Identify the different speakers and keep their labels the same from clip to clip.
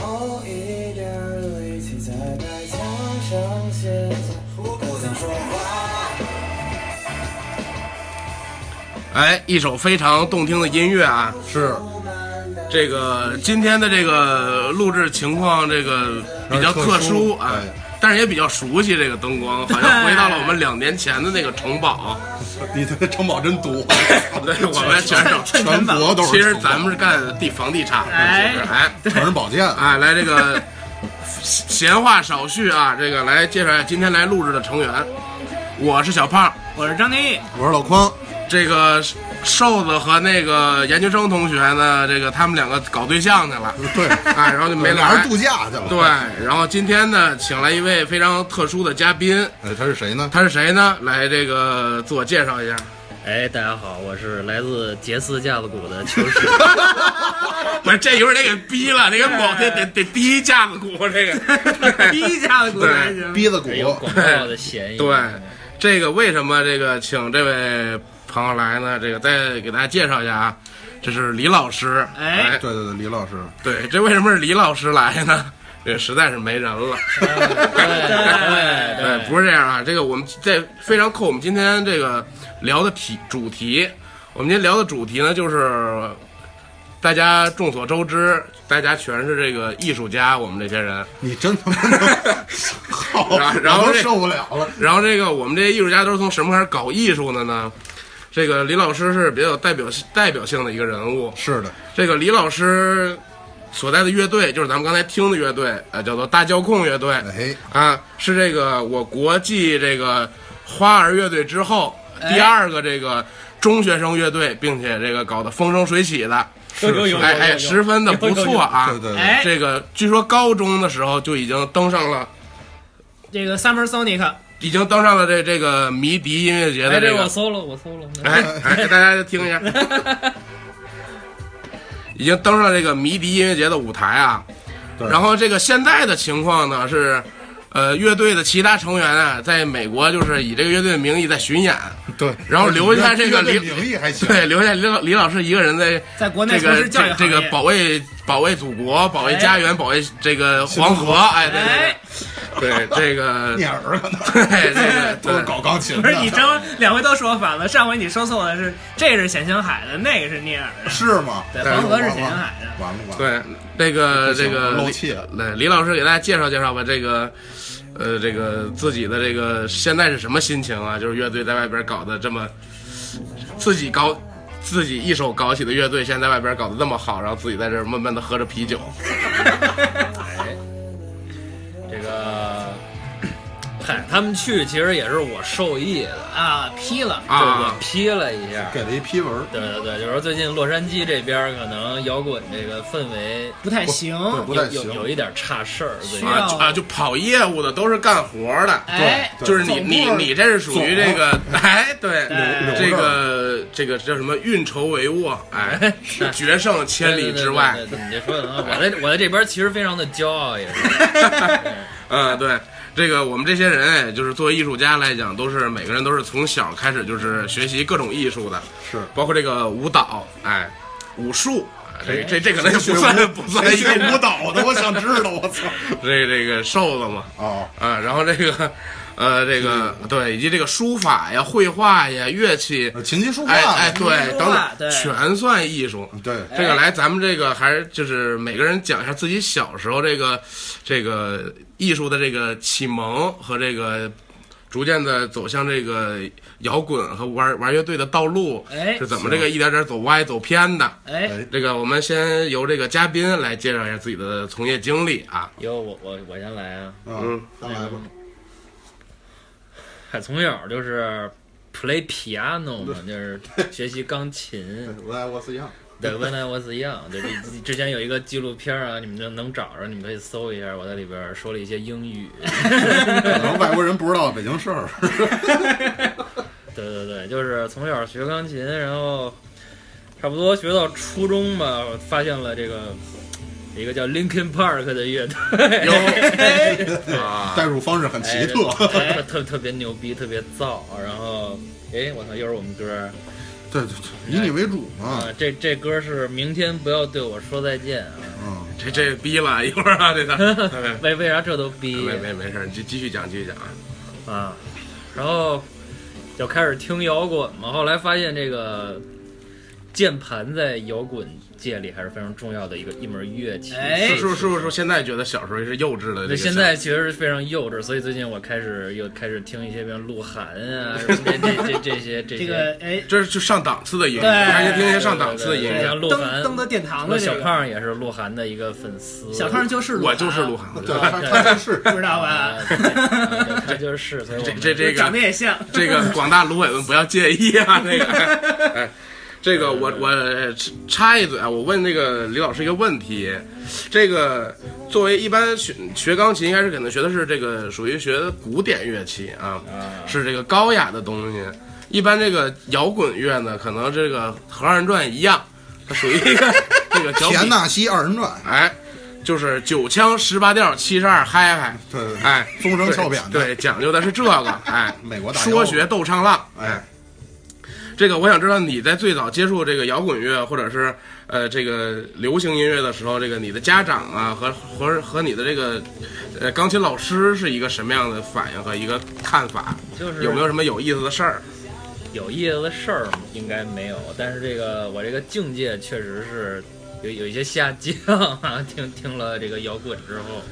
Speaker 1: 熬一点力气在白墙上写作。我不想说话。
Speaker 2: 哎，一首非常动听的音乐啊！是这个今天的这个录制情况，这个比较特殊啊，但是也比较熟悉这个灯光，好像回到了我们两年前的那个城堡。
Speaker 3: 你这个城堡真 多，
Speaker 2: 对，我们全省
Speaker 4: 趁
Speaker 3: 全国都是城堡。
Speaker 2: 其实咱们是干地房地产的，
Speaker 4: 哎
Speaker 2: 其实哎
Speaker 3: 全是宝剑，啊
Speaker 2: 哎，来这个闲话少叙啊，这个来介绍一下今天来录制的成员，我是小胖。
Speaker 4: 我是张天翼，
Speaker 3: 我是老匡，
Speaker 2: 这个瘦子和那个研究生同学呢，这个他们两个搞对象去了，
Speaker 3: 对，
Speaker 2: 哎，然后 就没
Speaker 3: 俩
Speaker 2: 来
Speaker 3: 人。度假去了。
Speaker 2: 对，然后今天呢，请来一位非常特殊的嘉宾，
Speaker 3: 哎，他是谁呢？
Speaker 2: 他是谁呢？来，这个自我介绍一下。
Speaker 5: 哎，大家好，我是来自杰斯架子鼓的秋实。
Speaker 2: 不是，这一会儿得给逼了，得给猛，得得得低架子鼓这个。
Speaker 4: 第一家的故事还行。
Speaker 3: 鼻子骨
Speaker 2: 哎
Speaker 5: 没有广告的嫌 疑。
Speaker 2: 对，这个为什么这个请这位朋友来呢？这个再给大家介绍一下啊，这是李老师。
Speaker 4: 哎
Speaker 3: 对对对，李老师，
Speaker 2: 对，这为什么是李老师来呢？ 这实在是没人 了。
Speaker 5: 哎对
Speaker 2: 对，不是这样啊，这个我们这非常扣我们今天这个聊的题主题。我们今天聊的主题呢，就是大家众所周知，大家全是这个艺术家，我们这些人。
Speaker 3: 你真他 妈的好，
Speaker 2: 然后然后
Speaker 3: 我都
Speaker 2: 这
Speaker 3: 受不了了。
Speaker 2: 然后这个我们这些艺术家都是从什么开始搞艺术的呢？这个李老师是比较有代表代表性的一个人物。
Speaker 3: 是的，
Speaker 2: 这个李老师所在的乐队就是咱们刚才听的乐队，呃，叫做大教控乐队。
Speaker 3: 哎，
Speaker 2: 啊，是这个我国际这个花儿乐队之后第二个这个中学生乐队，并且这个搞得风生水起的，
Speaker 5: 有有
Speaker 2: 哎哎，十分的不错啊。
Speaker 3: 对对对，
Speaker 4: 哎，
Speaker 2: 这个据说高中的时候就已经登上了，
Speaker 4: 这个 Summer Sonic，
Speaker 2: 已经登上了这这个迷笛音乐节
Speaker 5: 哎，
Speaker 2: 的
Speaker 5: 这
Speaker 2: 这
Speaker 5: 我
Speaker 2: 个，
Speaker 5: 搜了，我搜了。
Speaker 2: 哎哎，给大家听一下，已经登上了这个迷笛音乐节的舞台啊。
Speaker 3: 对
Speaker 2: 然后这个现在的情况呢是，呃，乐队的其他成员啊，在美国就是以这个乐队的名义在巡演，
Speaker 3: 对，
Speaker 2: 然后留下这个
Speaker 3: 乐队
Speaker 2: 李
Speaker 3: 名义还行，
Speaker 2: 对，留下李老李老师一个人在
Speaker 4: 在国内
Speaker 2: 这
Speaker 4: 从
Speaker 2: 个
Speaker 4: 事教育
Speaker 2: 这
Speaker 4: 行
Speaker 2: 这
Speaker 4: 业
Speaker 2: 个保卫保卫祖国、保卫家园、保卫这个黄河，哎，
Speaker 4: 哎，
Speaker 2: 对对对，对这个
Speaker 3: 你儿可能
Speaker 2: 对对
Speaker 3: 都是
Speaker 2: 对
Speaker 3: 搞钢琴
Speaker 4: 不
Speaker 3: 的
Speaker 4: 是，你这两回都说反了。上回你说错了，是这个是冼星海的，那个是聂耳的。
Speaker 3: 是吗？
Speaker 4: 对
Speaker 3: 哎
Speaker 4: 黄河是
Speaker 3: 完了
Speaker 4: 沈阳海的
Speaker 3: 完了完了，
Speaker 2: 啊对，这个
Speaker 3: 不行
Speaker 2: 这个
Speaker 3: 漏
Speaker 2: 李
Speaker 3: 气了
Speaker 2: 对，李老师给大家介绍介绍吧，这个。呃，这个自己的这个现在是什么心情啊？就是乐队在外边搞得这么，自己搞自己一手搞起的乐队，现在在外边搞得那么好，然后自己在这儿慢慢的喝着啤酒，
Speaker 5: 这个，嗨，他们去其实也是我受益的，
Speaker 4: 啊，批了。
Speaker 5: 就
Speaker 2: 啊
Speaker 5: 我批了一下。
Speaker 3: 给了一批文，
Speaker 5: 对对对，就是最近洛杉矶这边可能摇滚这个氛围
Speaker 4: 不太行，
Speaker 3: 对不
Speaker 5: 有
Speaker 3: 太
Speaker 5: 有有
Speaker 3: 行。
Speaker 5: 一点差事儿，最近
Speaker 4: 需
Speaker 2: 啊
Speaker 4: 要
Speaker 2: 就啊，就跑业务的都是干活的，
Speaker 4: 哎，
Speaker 3: 对
Speaker 2: 就是你
Speaker 3: 总部
Speaker 2: 你
Speaker 3: 是
Speaker 2: 你这是属于这个哎对
Speaker 4: 对
Speaker 2: 这个这个叫什么运筹帷幄哎决胜千里之外
Speaker 5: 对对对对对你这说的很好，我在我在这边其实非常的骄傲，也是。
Speaker 2: 嗯对这个我们这些人哎就是作为艺术家来讲都是每个人都是从小开始就是学习各种艺术的
Speaker 3: 是
Speaker 2: 包括这个舞蹈哎武术啊这这这可能也不算不算
Speaker 3: 谁
Speaker 2: 艺术
Speaker 3: 哎学舞蹈的？我想知道，我操！
Speaker 2: 这这个瘦子嘛
Speaker 3: 哦，
Speaker 2: 啊，然后这个，呃，这个对，以及这个书法呀、绘画呀、乐器，
Speaker 3: 琴棋呃书画，
Speaker 2: 哎哎，对
Speaker 4: 书，
Speaker 2: 等
Speaker 4: 画
Speaker 2: 等，
Speaker 4: 对
Speaker 2: 全算艺术。
Speaker 3: 嗯对，
Speaker 2: 这个来，咱们这个还是就是每个人讲一下自己小时候这个这个艺术的这个启蒙和这个逐渐的走向这个摇滚和玩玩乐队的道路
Speaker 4: 哎
Speaker 2: 是怎么这个一点点走歪走偏的。
Speaker 4: 哎，
Speaker 3: 哎
Speaker 2: 这个我们先由这个嘉宾来介绍一下自己的从业经历啊。
Speaker 5: 哟，我我我先来啊！
Speaker 3: 嗯，再来吧。
Speaker 5: 嗨，从小就是 play piano 嘛，就是学习钢琴。
Speaker 3: 我来，我是一样。
Speaker 5: 对，When I Was Young，就是之前有一个纪录片啊，你们就能找着，你们可以搜一下。我在里边说了一些英语，
Speaker 3: 可能外国人不知道北京事儿，
Speaker 5: 对对对，就是从小学钢琴，然后差不多学到初中吧，我发现了这个一个叫 Linkin Park 的乐队，
Speaker 2: 有啊，
Speaker 3: 代入方式很奇
Speaker 5: 哎
Speaker 3: 特。
Speaker 5: 特特特特别牛逼，特别燥。然后，哎，我操，又是我们歌儿
Speaker 3: 对对对，以你为主嘛。
Speaker 5: 啊！这这歌是《明天不要对我说再见》啊。
Speaker 3: 嗯，
Speaker 2: 这这逼了一会儿啊，这个 没
Speaker 5: 为为啥这都逼
Speaker 2: 没没没事儿，继继续讲继续讲啊，
Speaker 5: 啊？然后就开始听摇滚嘛，后来发现这个键盘在摇滚界里还是非常重要的一个一门乐器。
Speaker 4: 哎
Speaker 2: 是是是不是现在觉得小时候是幼稚的？这
Speaker 5: 那
Speaker 2: 个
Speaker 5: 现
Speaker 2: 想
Speaker 5: 在其实是非常幼稚，所以最近我开始又开始听一些，比如鹿晗啊，什么这这这这些这
Speaker 4: 这
Speaker 5: 些，
Speaker 4: 个哎，
Speaker 2: 这是就上档次的音乐，
Speaker 4: 对
Speaker 2: 大家听一些上档次的音
Speaker 5: 对
Speaker 2: 乐
Speaker 4: 登
Speaker 5: 像。鹿晗
Speaker 4: 登得殿堂的这
Speaker 5: 小
Speaker 4: 个
Speaker 5: 胖也是鹿晗的一个粉丝，
Speaker 4: 小胖就是
Speaker 2: 我就是鹿
Speaker 4: 晗，
Speaker 2: 晗，
Speaker 3: 对，他他就是
Speaker 4: 不知道吧
Speaker 5: 啊，？ 对他就是，所以我
Speaker 2: 这
Speaker 5: 们
Speaker 2: 这这个
Speaker 4: 长得也像，
Speaker 2: 这个广大芦苇们不要介意啊，那个，哎，这个我我插一嘴啊，我问那个李老师一个问题，这个作为一般学学钢琴，应该是可能学的是这个属于学古典乐器啊，是这个高雅的东西。一般这个摇滚乐呢，可能这个和二人转一样，它属于一个这个小
Speaker 3: 田
Speaker 2: 品，
Speaker 3: 纳西二 人转，
Speaker 2: 哎，就是九腔十八调七十二嗨嗨，
Speaker 3: 对对对，
Speaker 2: 哎，
Speaker 3: 风声俏扁的
Speaker 2: 对，对讲究的是这个，哎，
Speaker 3: 美国大摇
Speaker 2: 说学逗唱浪，
Speaker 3: 哎，
Speaker 2: 这个我想知道你在最早接触这个摇滚乐或者是呃这个流行音乐的时候，这个你的家长啊和和和你的这个呃钢琴老师是一个什么样的反应和一个看法？
Speaker 5: 就是
Speaker 2: 有没有什么有意思的事儿？
Speaker 5: 有意思的事儿应该没有，但是这个我这个境界确实是有有一些下降 啊。听听了这个摇滚之后，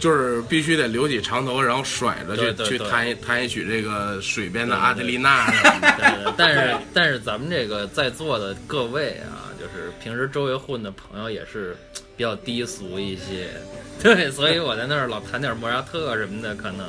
Speaker 2: 就是必须得留起长头，然后甩着
Speaker 5: 对
Speaker 2: 去
Speaker 5: 对
Speaker 2: 去
Speaker 5: 对
Speaker 2: 弹一弹一曲这个水边的
Speaker 5: 对对
Speaker 2: 阿德丽娜什么的。
Speaker 5: 对对但是但是咱们这个在座的各位啊，就是平时周围混的朋友也是比较低俗一些， 对，所以我在那儿老弹点莫扎特什么的，可能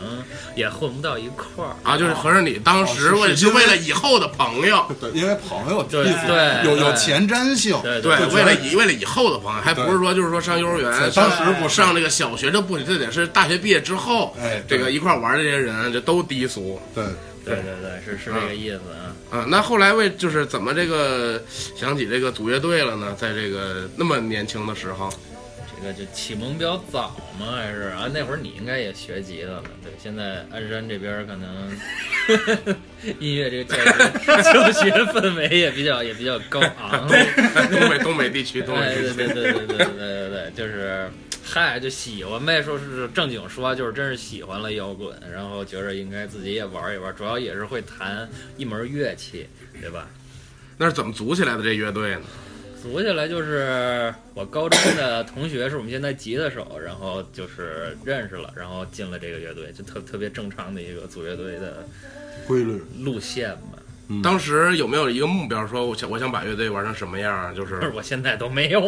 Speaker 5: 也混不到一块儿
Speaker 2: 啊，就是合着你当时
Speaker 3: 哦
Speaker 2: 为
Speaker 3: 是是
Speaker 2: 是为了以后的朋友，
Speaker 3: 对，因为朋友
Speaker 5: 对
Speaker 3: 意思
Speaker 5: 对
Speaker 3: 有
Speaker 5: 对
Speaker 3: 有前瞻性，
Speaker 5: 对
Speaker 2: 对，
Speaker 3: 就
Speaker 2: 为
Speaker 3: 觉
Speaker 2: 了
Speaker 3: 得
Speaker 2: 以为了以后的朋友，还不是说就是说上幼儿园，
Speaker 3: 对
Speaker 2: 上
Speaker 3: 哎当时不是
Speaker 2: 上这个小学这不，这得是大学毕业之后，
Speaker 3: 哎
Speaker 2: 这
Speaker 3: 对
Speaker 2: 个一块玩的这些人就都低俗
Speaker 3: 对，
Speaker 5: 对对对，是是这个意思啊。
Speaker 2: 啊。那后来为就是怎么这个想起这个组乐队了呢？在这个那么年轻的时候，
Speaker 5: 这个就启蒙比较早嘛，还是啊？那会儿你应该也学吉他了，对。现在鞍山这边儿可能音乐这个教学教学氛围也比较也比较高昂。
Speaker 2: 东北东北地区，东
Speaker 5: 哎，
Speaker 2: 北地区，
Speaker 5: 对对对对对对对对对，就是嗨，就喜欢呗。说是正经说，就是真是喜欢了摇滚，然后觉着应该自己也玩一玩，主要也是会弹一门乐器，对吧？
Speaker 2: 那是怎么组起来的这乐队呢？
Speaker 5: 组起来就是我高中的同学，是我们现在吉他手，然后就是认识了，然后进了这个乐队，就特特别正常的一个组乐队的
Speaker 3: 规律
Speaker 5: 路线嘛。
Speaker 3: 嗯
Speaker 2: 当时有没有一个目标，说我想我想把乐队玩成什么样啊？就
Speaker 5: 但是
Speaker 2: 是
Speaker 5: 我现在都没有，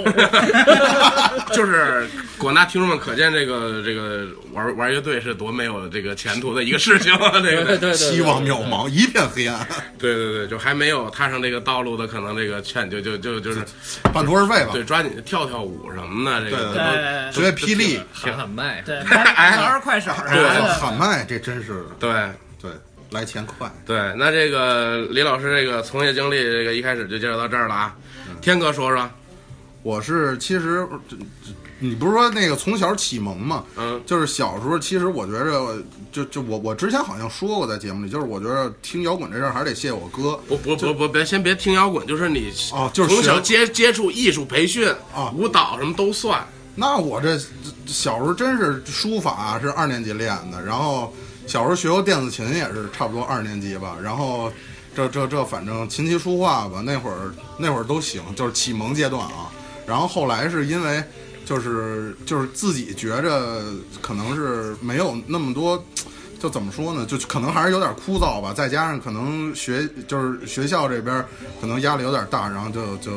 Speaker 2: 就是广大听众们可见这个这个玩玩乐队是多没有这个前途的一个事情啊！这
Speaker 5: 对
Speaker 2: 个
Speaker 5: 对对，
Speaker 3: 希望渺。茫，一片黑暗，
Speaker 2: 对对对，就还没有踏上这个道路的，可能这个劝就就就就是
Speaker 3: 半途而废吧。
Speaker 2: 对，抓紧跳跳舞什么的，这个
Speaker 3: 对对
Speaker 2: 都
Speaker 4: 对
Speaker 3: 学霹雳，
Speaker 5: 喊喊麦，
Speaker 4: 对，哎玩玩快手啊啥
Speaker 3: 哎呀
Speaker 4: 的，
Speaker 3: 喊麦，这真是
Speaker 2: 对
Speaker 3: 对来钱快。
Speaker 2: 对。那这个李老师这个从业经历，这个一开始就介绍到这儿了啊。天哥说说，
Speaker 3: 我是其实这这你不是说那个从小启蒙吗？
Speaker 2: 嗯，
Speaker 3: 就是小时候，其实我觉着，就就我我之前好像说过在节目里，就是我觉着听摇滚这事儿还得谢我哥
Speaker 2: 不不不不，别先别听摇滚，就是哦你
Speaker 3: 哦就是
Speaker 2: 从小
Speaker 3: 学
Speaker 2: 接接触艺术培训
Speaker 3: 啊
Speaker 2: 舞蹈什么都算。
Speaker 3: 那我这这小时候真是书法啊是二年级练的，然后小时候学过电子琴也是差不多二年级吧，然后这这这反正琴棋书画吧，那会儿那会儿都行，就是启蒙阶段啊。然后后来是因为就是就是自己觉着可能是没有那么多。就怎么说呢？就可能还是有点枯燥吧，再加上可能学就是学校这边可能压力有点大，然后就就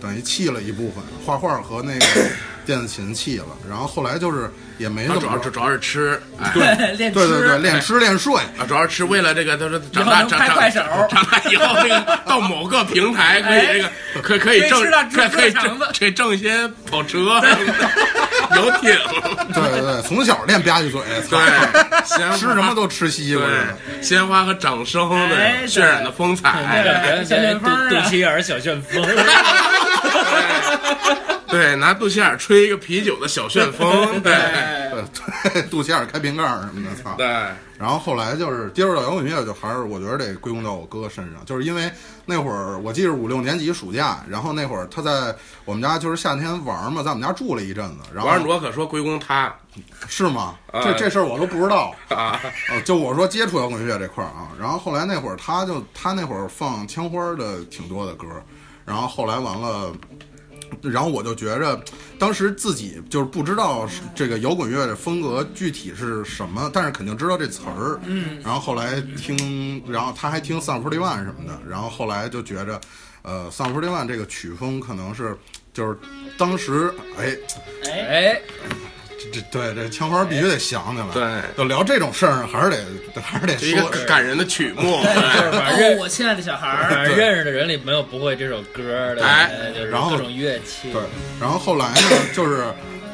Speaker 3: 等于弃了一部分画画和那个 电子琴弃了，然后后来就是也没
Speaker 2: 他
Speaker 3: 怎么
Speaker 2: 主要是主要是吃，哎，
Speaker 4: 练
Speaker 3: 对对对
Speaker 4: 吃，哦
Speaker 3: 练吃练睡，
Speaker 2: 啊，主要是为了这个，他说长
Speaker 4: 以后
Speaker 2: 大
Speaker 4: 能
Speaker 2: 长
Speaker 4: 拍
Speaker 2: 长
Speaker 4: 快手
Speaker 2: 长 大以后这 个到某个平台可以这个可可以
Speaker 4: 哎可以
Speaker 2: 挣
Speaker 4: 吃到猪
Speaker 2: 可可以
Speaker 4: 猪肠
Speaker 2: 挣
Speaker 4: 子
Speaker 2: 可以挣一些跑车。游艇，
Speaker 3: 对对对，从小练吧唧嘴，操
Speaker 2: 对，鲜花
Speaker 3: 吃什么都吃西瓜似的。
Speaker 2: 对，鲜花和掌声
Speaker 4: 哎
Speaker 2: 的
Speaker 4: 对
Speaker 2: 渲染的风采，
Speaker 4: 对小旋风哎啊
Speaker 5: 肚肚脐眼儿小旋风，
Speaker 2: 对，拿肚脐眼吹一个啤酒的小旋风，对
Speaker 3: 对对， 肚脐眼儿开瓶盖儿什么的，操！
Speaker 2: 对，
Speaker 3: 然后后来就是接触到摇滚乐，就还是我觉得得归功到我哥身上，就是因为那会儿我记得五六年级暑假，然后那会儿他在我们家就是夏天玩儿嘛，在我们家住了一阵子，然
Speaker 2: 王尔
Speaker 3: 后
Speaker 2: 卓可说归功他
Speaker 3: 是吗？
Speaker 2: 啊
Speaker 3: 这这事儿我都不知道。
Speaker 2: 啊，
Speaker 3: 呃，就我说接触摇滚乐这块儿啊，然后后来那会儿他就他那会儿放枪花儿的挺多的歌儿，然后后来完了，然后我就觉着当时自己就是不知道是这个摇滚乐的风格具体是什么，但是肯定知道这词儿，嗯，然后后来听，然后他还听 Sum 41什么的，然后后来就觉着，呃，Sum 41这个曲风可能是就是当时哎，
Speaker 5: 哎，
Speaker 3: 这这对这枪花儿必须得想起来，
Speaker 2: 对
Speaker 3: 要聊这种事儿还是得还是得
Speaker 2: 是一个
Speaker 3: 说。
Speaker 2: 感人的曲目，对
Speaker 5: 反
Speaker 4: 哦
Speaker 5: 正，
Speaker 4: 我亲爱的小孩儿，
Speaker 5: 反正认识的人里没有不会这首歌的，
Speaker 2: 哎
Speaker 5: 就是
Speaker 3: 然后
Speaker 5: 各种乐器，
Speaker 3: 对，然后后来呢，就是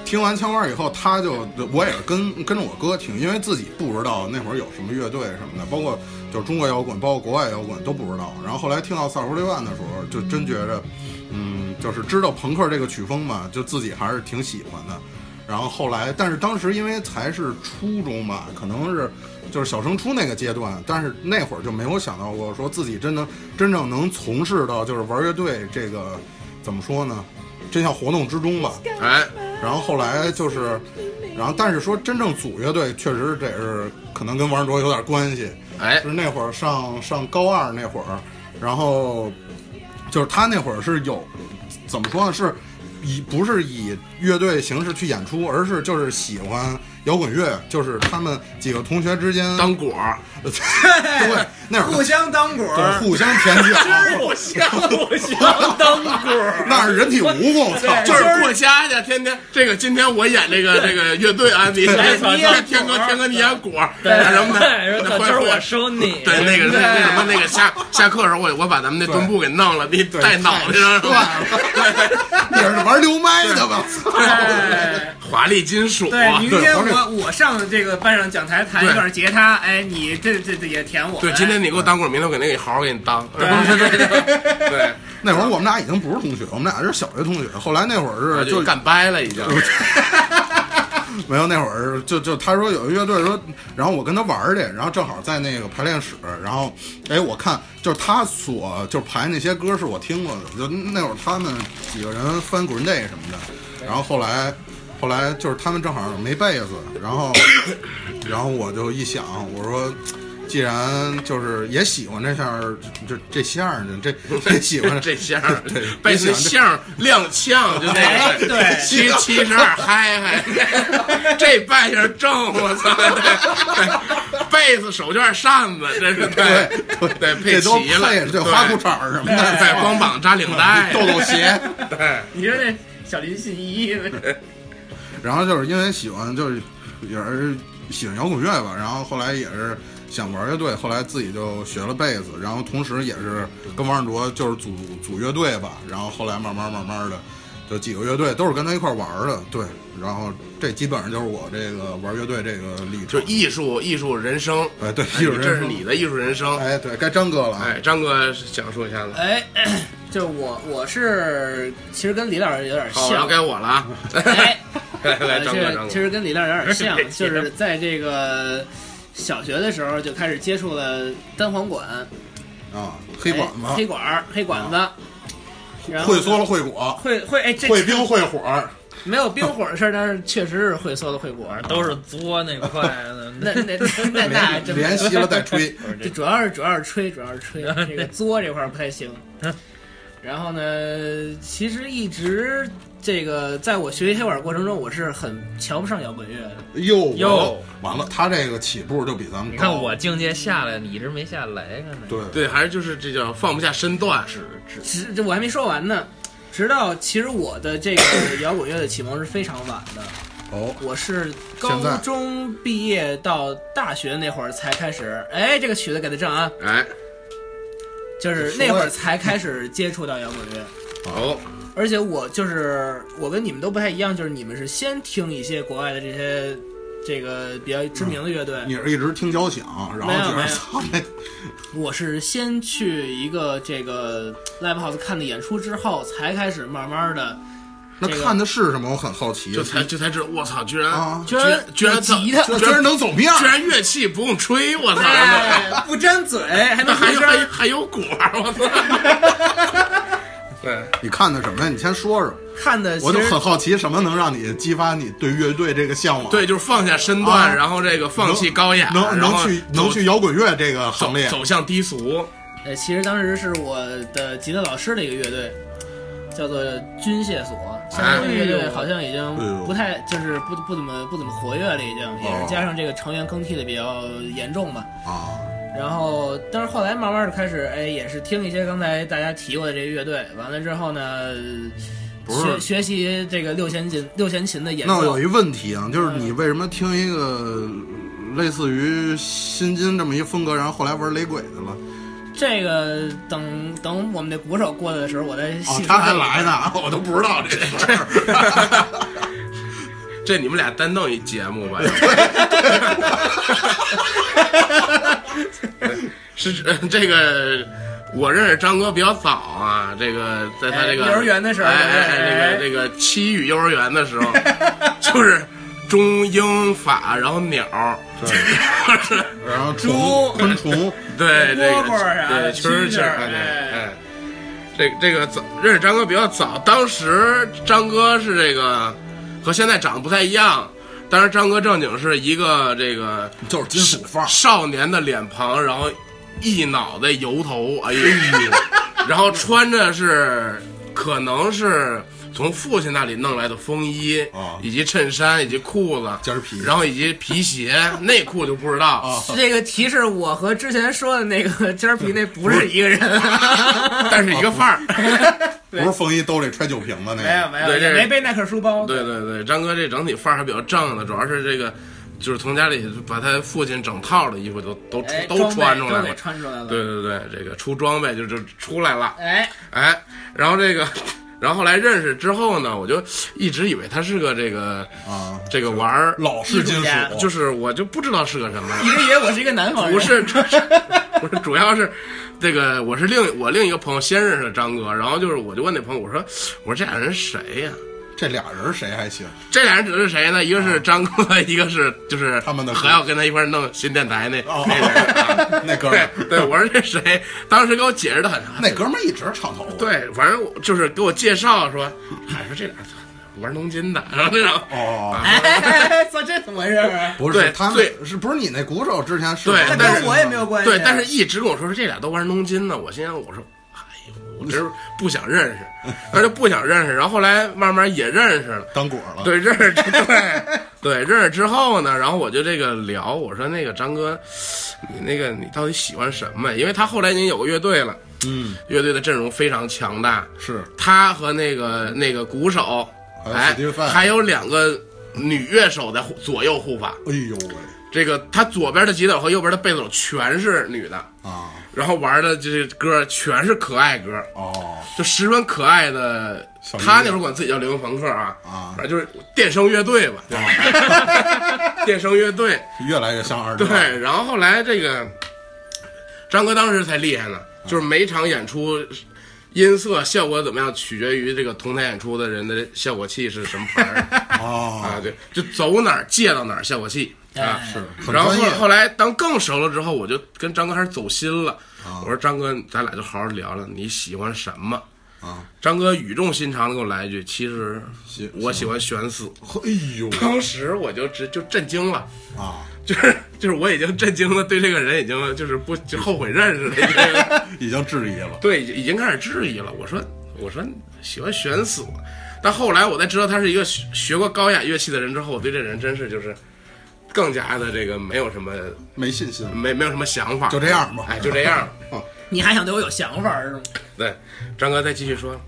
Speaker 3: 听完枪花以后，他就我也是跟跟着我哥听，因为自己不知道那会儿有什么乐队什么的，包括就是中国摇滚，包括国外摇滚都不知道。然后后来听到萨尔弗利万的时候，就真觉着，嗯，就是知道朋克这个曲风嘛，就自己还是挺喜欢的。然后后来，但是当时因为才是初中吧，可能是就是小升初那个阶段，但是那会儿就没有想到过说自己真能真正能从事到就是玩乐队这个怎么说呢，这项活动之中吧。
Speaker 2: 哎，
Speaker 3: 然后后来就是，然后但是说真正组乐队，确实这是可能跟王卓有点关系。
Speaker 2: 哎
Speaker 3: 就，是那会儿上上高二那会儿，然后就是他那会儿是有怎么说呢？是以不是以乐队形式去演出，而是就是喜欢摇滚乐，就是他们几个同学之间
Speaker 2: 当果儿，
Speaker 3: 对那会
Speaker 1: 互
Speaker 3: 儿
Speaker 1: 相当果
Speaker 3: 就是
Speaker 1: 儿，
Speaker 3: 互相舔脚，
Speaker 4: 我相我相当歌，
Speaker 3: 那是人体蜈蚣，操！
Speaker 2: 就是过家家，天天这个今天我演这个这个乐队啊，你
Speaker 5: 来
Speaker 2: 你
Speaker 5: 你演
Speaker 2: 天哥天哥你演果儿，
Speaker 5: 对，
Speaker 2: 然啊后什么
Speaker 5: 对，
Speaker 2: 的，
Speaker 5: 说今
Speaker 2: 会
Speaker 5: 儿
Speaker 2: 会
Speaker 5: 我收你，
Speaker 2: 啊对，那个那那什么那个下下课的时候，我我把咱们那墩布给弄了，你带脑袋上是吧？
Speaker 3: 你是玩溜麦的吧？
Speaker 4: 对
Speaker 2: 华丽金属，
Speaker 4: 哎
Speaker 2: 啊
Speaker 4: 对，明
Speaker 3: 对
Speaker 4: 天
Speaker 3: 而且
Speaker 4: 我我上这个班上讲台弹一段吉他，哎，你这这这也舔我，哎
Speaker 2: 对，今天你给我当棍儿，明天我给那个好好给你当，对对
Speaker 3: 那会儿我们俩已经不是同学，我们俩是小学同学。后来那会儿
Speaker 2: 对，
Speaker 3: 是
Speaker 2: 啊就
Speaker 3: 就
Speaker 2: 干掰了已经，
Speaker 3: 没有，那会儿就就他说有一乐队说，然后我跟他玩儿去，然后正好在那个排练室，然后哎，我看就是他所就是排那些歌是我听过的，就那会儿他们几个人翻滚 day 什么的，然后后来后来就是他们正好没被子，然后然后我就一想，我说。既然就是也喜欢这下儿这这这馅儿呢，这这喜 欢
Speaker 2: 这相
Speaker 3: 对
Speaker 2: 被
Speaker 3: 也喜
Speaker 2: 那
Speaker 3: 欢这
Speaker 2: 相踉跄，就那
Speaker 4: 哎
Speaker 2: 个
Speaker 4: 对
Speaker 2: 七 七十二嗨嗨，这半下正，我操，对贝斯手绢扇子，这是对对配
Speaker 3: 这都
Speaker 2: 齐了，
Speaker 3: 配
Speaker 2: 对
Speaker 3: 对花裤衩儿什么的，哎
Speaker 2: 对光膀扎领 带，
Speaker 3: 豆豆鞋。
Speaker 2: 对。
Speaker 4: 你说那小林信 一，
Speaker 3: 然后就是因为喜欢，就是也是喜欢摇滚乐吧，然后后来也是想玩乐队，后来自己就学了贝斯，然后同时也是跟王振卓就是组组乐队吧，然后后来慢慢慢慢的，就几个乐队都是跟他一块玩儿的，对，然后这基本上就是我这个玩乐队这个历
Speaker 2: 就
Speaker 3: 程
Speaker 2: 是。艺术，艺术人生，
Speaker 3: 哎，对，
Speaker 2: 哎
Speaker 3: 艺术人
Speaker 2: 这是
Speaker 3: 生
Speaker 2: 你的艺术人生。
Speaker 3: 哎，对该张哥了啊，
Speaker 2: 哎，张哥讲述一下子。
Speaker 4: 哎，就我我是其实跟李老师有点
Speaker 2: 好，然后
Speaker 4: 像，
Speaker 2: 该我了啊！
Speaker 4: 哎，
Speaker 2: 来 来，
Speaker 4: 呃
Speaker 2: 张
Speaker 4: 这
Speaker 2: 哥，张
Speaker 4: 其
Speaker 2: 哥，
Speaker 4: 实跟李亮有点像
Speaker 5: 别，
Speaker 4: 就
Speaker 5: 提了
Speaker 4: 是在这个小学的时候就开始接触了单簧管、
Speaker 3: 啊，黑管
Speaker 4: 哎
Speaker 3: 子，
Speaker 4: 黑管儿、黑管子，然后
Speaker 3: 会缩了会果，
Speaker 4: 会会哎，这
Speaker 3: 会冰会火，
Speaker 4: 没有冰火的事儿，但是确实是会缩的会果儿。
Speaker 5: 都是作那块的，
Speaker 4: 那那那那还 真没有
Speaker 3: 连吸了再吹。
Speaker 4: 这主要是主要是吹，主要是吹，这个作这块儿不太行。然后呢，其实一直这个在我学习黑管过程中，我是很瞧不上摇滚乐的。
Speaker 3: 哟
Speaker 5: 哟，
Speaker 3: 完了，他这个起步就比咱们
Speaker 5: 你
Speaker 3: 高。
Speaker 5: 看我境界下来，你一直没下来，啊看看。
Speaker 3: 对
Speaker 2: 对，还是就是这叫放不下身段，
Speaker 5: 是是，
Speaker 4: 直这我还没说完呢。直到其实我的这个摇滚乐的启蒙是非常晚的，
Speaker 3: 哦，
Speaker 4: 我是
Speaker 3: 现在
Speaker 4: 高中毕业到大学那会儿才开始。哎，这个曲子给它正啊，
Speaker 2: 哎，
Speaker 4: 就是那会儿才开始接触到摇滚乐。
Speaker 2: 哦，
Speaker 4: 而且我就是我跟你们都不太一样，就是你们是先听一些国外的这些这个比较知名的乐队，
Speaker 3: 你是一直听交响，然后
Speaker 4: 没有
Speaker 3: 觉得
Speaker 4: 没有
Speaker 3: 操那
Speaker 4: 我是先去一个这个 live house 看的演出之后，才开始慢慢的，
Speaker 3: 那
Speaker 4: 这个
Speaker 3: 看的是什么？我很好奇。
Speaker 2: 就才就才知道，我操，居然
Speaker 3: 啊
Speaker 4: 居然
Speaker 2: 居然
Speaker 4: 有吉他，
Speaker 3: 这居然能走面儿，
Speaker 2: 居然乐器不用吹，我操！
Speaker 4: 哎，不沾嘴，还能
Speaker 2: 那还
Speaker 4: 还
Speaker 2: 有
Speaker 4: 声
Speaker 2: 还
Speaker 4: 儿
Speaker 2: 有。还有果儿，我操！对，
Speaker 3: 你看的什么呀？你先说说，
Speaker 4: 看的其
Speaker 3: 我就
Speaker 4: 实
Speaker 3: 很好奇，什么能让你激发你对乐队这个向往？
Speaker 2: 对，就是放下身段，
Speaker 3: 啊
Speaker 2: 然后这个放
Speaker 3: 能，
Speaker 2: 弃高雅，
Speaker 3: 能
Speaker 2: 然后
Speaker 3: 能去
Speaker 2: 走
Speaker 3: 能去摇滚乐这个行
Speaker 2: 走
Speaker 3: 列。
Speaker 2: 走向低俗。
Speaker 4: 呃，其实当时是我的吉他老师的一个乐队，叫做军械所。现在这个乐队好像已经不太，就是不不怎么不怎么活跃了，已经也是加上这个成员更替的比较严重吧。
Speaker 3: 啊，
Speaker 4: 然后，但是后来慢慢的开始，哎，也是听一些刚才大家提过的这个乐队。完了之后呢，
Speaker 3: 不是
Speaker 4: 学学习这个六弦琴六弦琴的演奏。
Speaker 3: 那我有一问题啊，就是你为什么听一个类似于新金这么一风格，然后后来玩雷鬼去了？
Speaker 4: 这个等等我们的鼓手过来的时候，我再细
Speaker 3: 哦
Speaker 4: 说，
Speaker 3: 他还来呢，我都不知道这事儿。
Speaker 2: 这你们俩单弄一节目吧。是 呃这个，我认识张哥比较早啊，这个在他这个
Speaker 4: 哎幼儿园的时候
Speaker 2: 哎哎
Speaker 4: 哎
Speaker 2: 哎，这个这个七语幼儿园的时候，就是中英法，然后鸟， 就是
Speaker 3: 然后虫昆虫，
Speaker 2: 对这
Speaker 4: 蝈
Speaker 2: 个
Speaker 4: 蝈啊
Speaker 2: 对
Speaker 4: 蛐
Speaker 2: 蛐儿
Speaker 4: 蛐
Speaker 2: 儿
Speaker 4: 儿
Speaker 2: 哎
Speaker 4: 哎
Speaker 2: 哎，这个这个早认识张哥比较早，当时张哥是这个和现在长得不太一样，当时张哥正经是一个这个
Speaker 3: 就是金属范儿。
Speaker 2: 少年的脸庞，然后一脑袋油头，哎呦， 然后穿着是可能是从父亲那里弄来的风衣，
Speaker 3: 啊
Speaker 2: 以及衬衫，以及裤子，
Speaker 3: 尖儿皮
Speaker 2: 然后以及皮 鞋、内裤就不知道
Speaker 3: 啊
Speaker 4: 这个提示我和之前说的那个尖儿皮那不是一个人，
Speaker 2: 但是一个范儿。
Speaker 3: 啊不是风衣兜里揣酒瓶子那
Speaker 4: 没有
Speaker 3: 个，
Speaker 4: 没有，
Speaker 2: 对这
Speaker 4: 也
Speaker 2: 是
Speaker 4: 没背耐克书包。
Speaker 2: 对对对，张哥这整体范儿还比较正的，主要是这个，就是从家里把他父亲整套的衣服都都出
Speaker 4: 哎，
Speaker 2: 都穿出
Speaker 4: 装
Speaker 2: 来
Speaker 4: 备都
Speaker 2: 了
Speaker 4: 给。穿出来了。
Speaker 2: 对对对，这个出装备就就出来了。
Speaker 4: 哎，
Speaker 2: 哎，然后这个，然后后来认识之后呢，我就一直以为他是个这个
Speaker 3: 啊，
Speaker 2: 这个玩儿，
Speaker 3: 老式金
Speaker 4: 艺术家
Speaker 3: 属，哦
Speaker 2: 就是我就不知道是个什么。
Speaker 4: 一直以为我是一个南方人，
Speaker 2: 不是，主 是不是，主要是这个，我是另我另一个朋友先认识的张哥，然后就是我就问那朋友，我说我说这俩人谁呀、
Speaker 3: 这俩人谁还行？
Speaker 2: 这俩人指的是谁呢？一个是张哥， 一个是就是
Speaker 3: 啊他们的
Speaker 2: 还要跟他一块儿弄新电台那
Speaker 3: 哦
Speaker 2: 那人啊。
Speaker 3: 那哥们
Speaker 2: 对
Speaker 3: 儿，
Speaker 2: 对，我说这谁？当时给我解释的很
Speaker 3: 那哥们儿一直长头发。
Speaker 2: 对，反正我就是给我介绍说，还说这俩玩农金的，然后那种
Speaker 3: 哦，
Speaker 4: 哎，操，这怎么回事啊？
Speaker 3: 不
Speaker 2: 对
Speaker 3: 是他
Speaker 2: 对
Speaker 3: 们，是不是你那鼓手之前是？
Speaker 2: 对
Speaker 4: 那
Speaker 2: 但
Speaker 4: 跟
Speaker 2: 是
Speaker 4: 我也没有关系。啊
Speaker 3: 哎
Speaker 2: 对，但是一直跟我说是这俩都玩农金呢。我心想，我说，哎呦，我真是不想认 识，但是不想认识。然后后来慢慢也认识了。
Speaker 3: 当果了。
Speaker 2: 对，认识之 对对认识之后呢，然后我就这个聊，我说那个张哥，你那个你到底喜欢什么？因为他后来已经有个乐队了，
Speaker 3: 嗯，
Speaker 2: 乐队的阵容非常强大，
Speaker 3: 是
Speaker 2: 他和那个那个鼓手，
Speaker 3: 还有
Speaker 2: 哎
Speaker 3: Steve，Vai
Speaker 2: 还有两个女乐手在护左右护法。
Speaker 3: 哎呦喂
Speaker 2: 这个他左边的吉他手和右边的贝斯手全是女的，
Speaker 3: 啊！
Speaker 2: 然后玩的这些歌全是可爱歌，
Speaker 3: 哦，
Speaker 2: 就十分可爱的。
Speaker 3: 小音乐
Speaker 2: 他那时候管自己叫流行朋克啊，
Speaker 3: 啊
Speaker 2: 反正就是电声乐队吧，对吧？ 电声乐队，
Speaker 3: 越来越像二人转。
Speaker 2: 对。然后后来这个张哥当时才厉害呢，就是每场演出音色效果怎么样，取决于这个同台演出的人的效果器是什么牌儿啊，
Speaker 3: 哦，
Speaker 2: 对，就走哪儿借到哪儿效果器啊。
Speaker 4: 哎
Speaker 3: 是，很
Speaker 2: 然后
Speaker 3: 专
Speaker 2: 后
Speaker 3: 业
Speaker 2: 来后来当更熟了之后，我就跟张哥开始走心了。我说张哥，咱俩就好好聊聊，你喜欢什么？
Speaker 3: 啊！
Speaker 2: 张哥语重心长的给我来一句：“其实
Speaker 3: 喜
Speaker 2: 我喜欢悬死。
Speaker 3: 哎呦”
Speaker 2: 当时我就直就震惊了，
Speaker 3: 啊，
Speaker 2: 就是就是我已经震惊了，对这个人已经就是不就后悔认识了已 经，
Speaker 3: 已经质疑了。
Speaker 2: 对，已经已经开始质疑了。我说我说喜欢悬死，但后来我才知道他是一个学学过高雅乐器的人之后，我对这人真是就是更加的这个没有什么
Speaker 3: 没信心了，
Speaker 2: 没没有什么想法，
Speaker 3: 就这样吧
Speaker 2: 哎，就这样。
Speaker 4: 你还想对我有想法是吗？
Speaker 2: 对，张哥再继续说，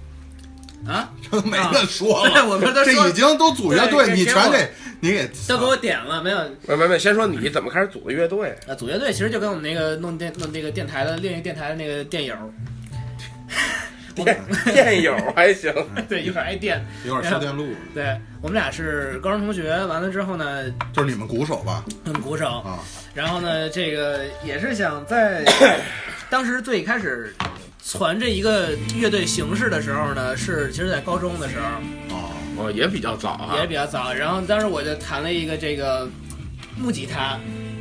Speaker 4: 啊，
Speaker 3: 没人说
Speaker 4: 对
Speaker 3: 了，
Speaker 4: 我们都说
Speaker 3: 这已经都组乐
Speaker 4: 对
Speaker 3: 队，你
Speaker 4: 给
Speaker 3: 全
Speaker 4: 我
Speaker 3: 得你给
Speaker 4: 都给我点了没有？
Speaker 2: 没没没，先说你怎么开始组的乐 队？
Speaker 4: 呃，组乐 队其实就跟我们那个弄电弄这个电台的另一个电台的那个电友，
Speaker 2: 电电友还行，
Speaker 4: 对，一会儿挨 电。
Speaker 3: 有点烧电路，
Speaker 4: 对我们俩是高中同学，完了之后呢，
Speaker 3: 就是你们鼓手吧？
Speaker 4: 嗯，鼓手，
Speaker 3: 啊，
Speaker 4: 然后呢，这个也是想 在当时最开始传这一个乐队形式的时候呢，是其实在高中的时候
Speaker 3: 哦，
Speaker 2: 哦，也比较早啊
Speaker 4: 也，比较早。然后当时我就弹了一个这个木吉他，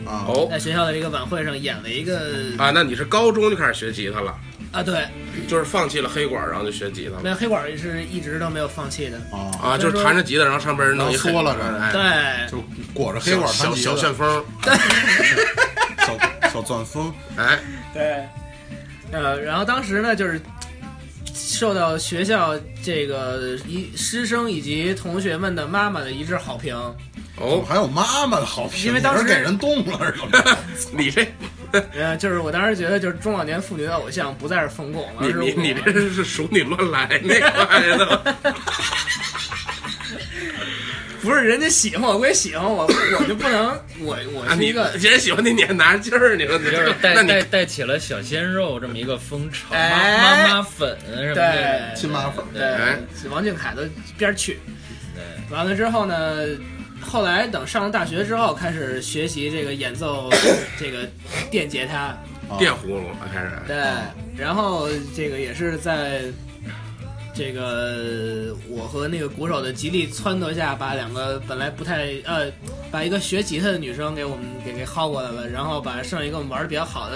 Speaker 3: 啊，
Speaker 2: 哦
Speaker 4: 在学校的这个晚会上演了一个
Speaker 2: 啊，那你是高中就开始学吉他了，
Speaker 4: 啊，对，
Speaker 2: 就是放弃了黑管，然后就学吉他了
Speaker 4: 那黑管儿是一直都没有放弃的。
Speaker 3: 啊，
Speaker 2: 啊，就是弹着吉他，然后上边弄一
Speaker 3: 然后缩了着
Speaker 2: 哎
Speaker 4: 对，
Speaker 3: 就裹着黑
Speaker 2: 小
Speaker 3: 管弹
Speaker 2: 小
Speaker 3: 吉
Speaker 2: 小
Speaker 3: 他
Speaker 2: 旋风，
Speaker 3: 小小钻风，
Speaker 2: 哎，
Speaker 4: 对，呃，然后当时呢，就是受到学校这个一师生以及同学们的妈妈的一致好评。
Speaker 2: 哦，
Speaker 3: 还有妈妈的好评，
Speaker 4: 因为当时
Speaker 3: 你是给人冻了是吧？
Speaker 2: 你这
Speaker 4: 呃，就是我当时觉得，就是中老年妇女的偶像不再是冯巩了，
Speaker 2: 你
Speaker 4: 而是
Speaker 2: 你
Speaker 4: 我
Speaker 2: 你这是数你乱来那个玩意儿的，
Speaker 4: 不是人家喜欢我归喜欢我，我就不能我我
Speaker 2: 啊
Speaker 4: 是
Speaker 2: 你
Speaker 4: 一个。
Speaker 2: 既然喜欢你，你还拿着劲儿，你说你
Speaker 5: 就
Speaker 2: 这
Speaker 5: 是带
Speaker 2: 那
Speaker 5: 带
Speaker 2: 你
Speaker 5: 带起了小鲜肉这么一个风潮，
Speaker 4: 哎
Speaker 5: 妈妈妈粉什么的，
Speaker 4: 对
Speaker 3: 亲妈粉，
Speaker 2: 哎
Speaker 4: 对，王俊凯的边儿去。
Speaker 5: 对
Speaker 4: 完了之后呢，后来等上了大学之后，开始学习这个演奏这个电吉他，
Speaker 2: 电葫芦开始，
Speaker 4: 对，然后这个也是在这个我和那个鼓手的极力撺掇下，把两个本来不太呃，把一个学吉他的女生给我们给给薅过来了，然后把剩下一个我们玩的比较好的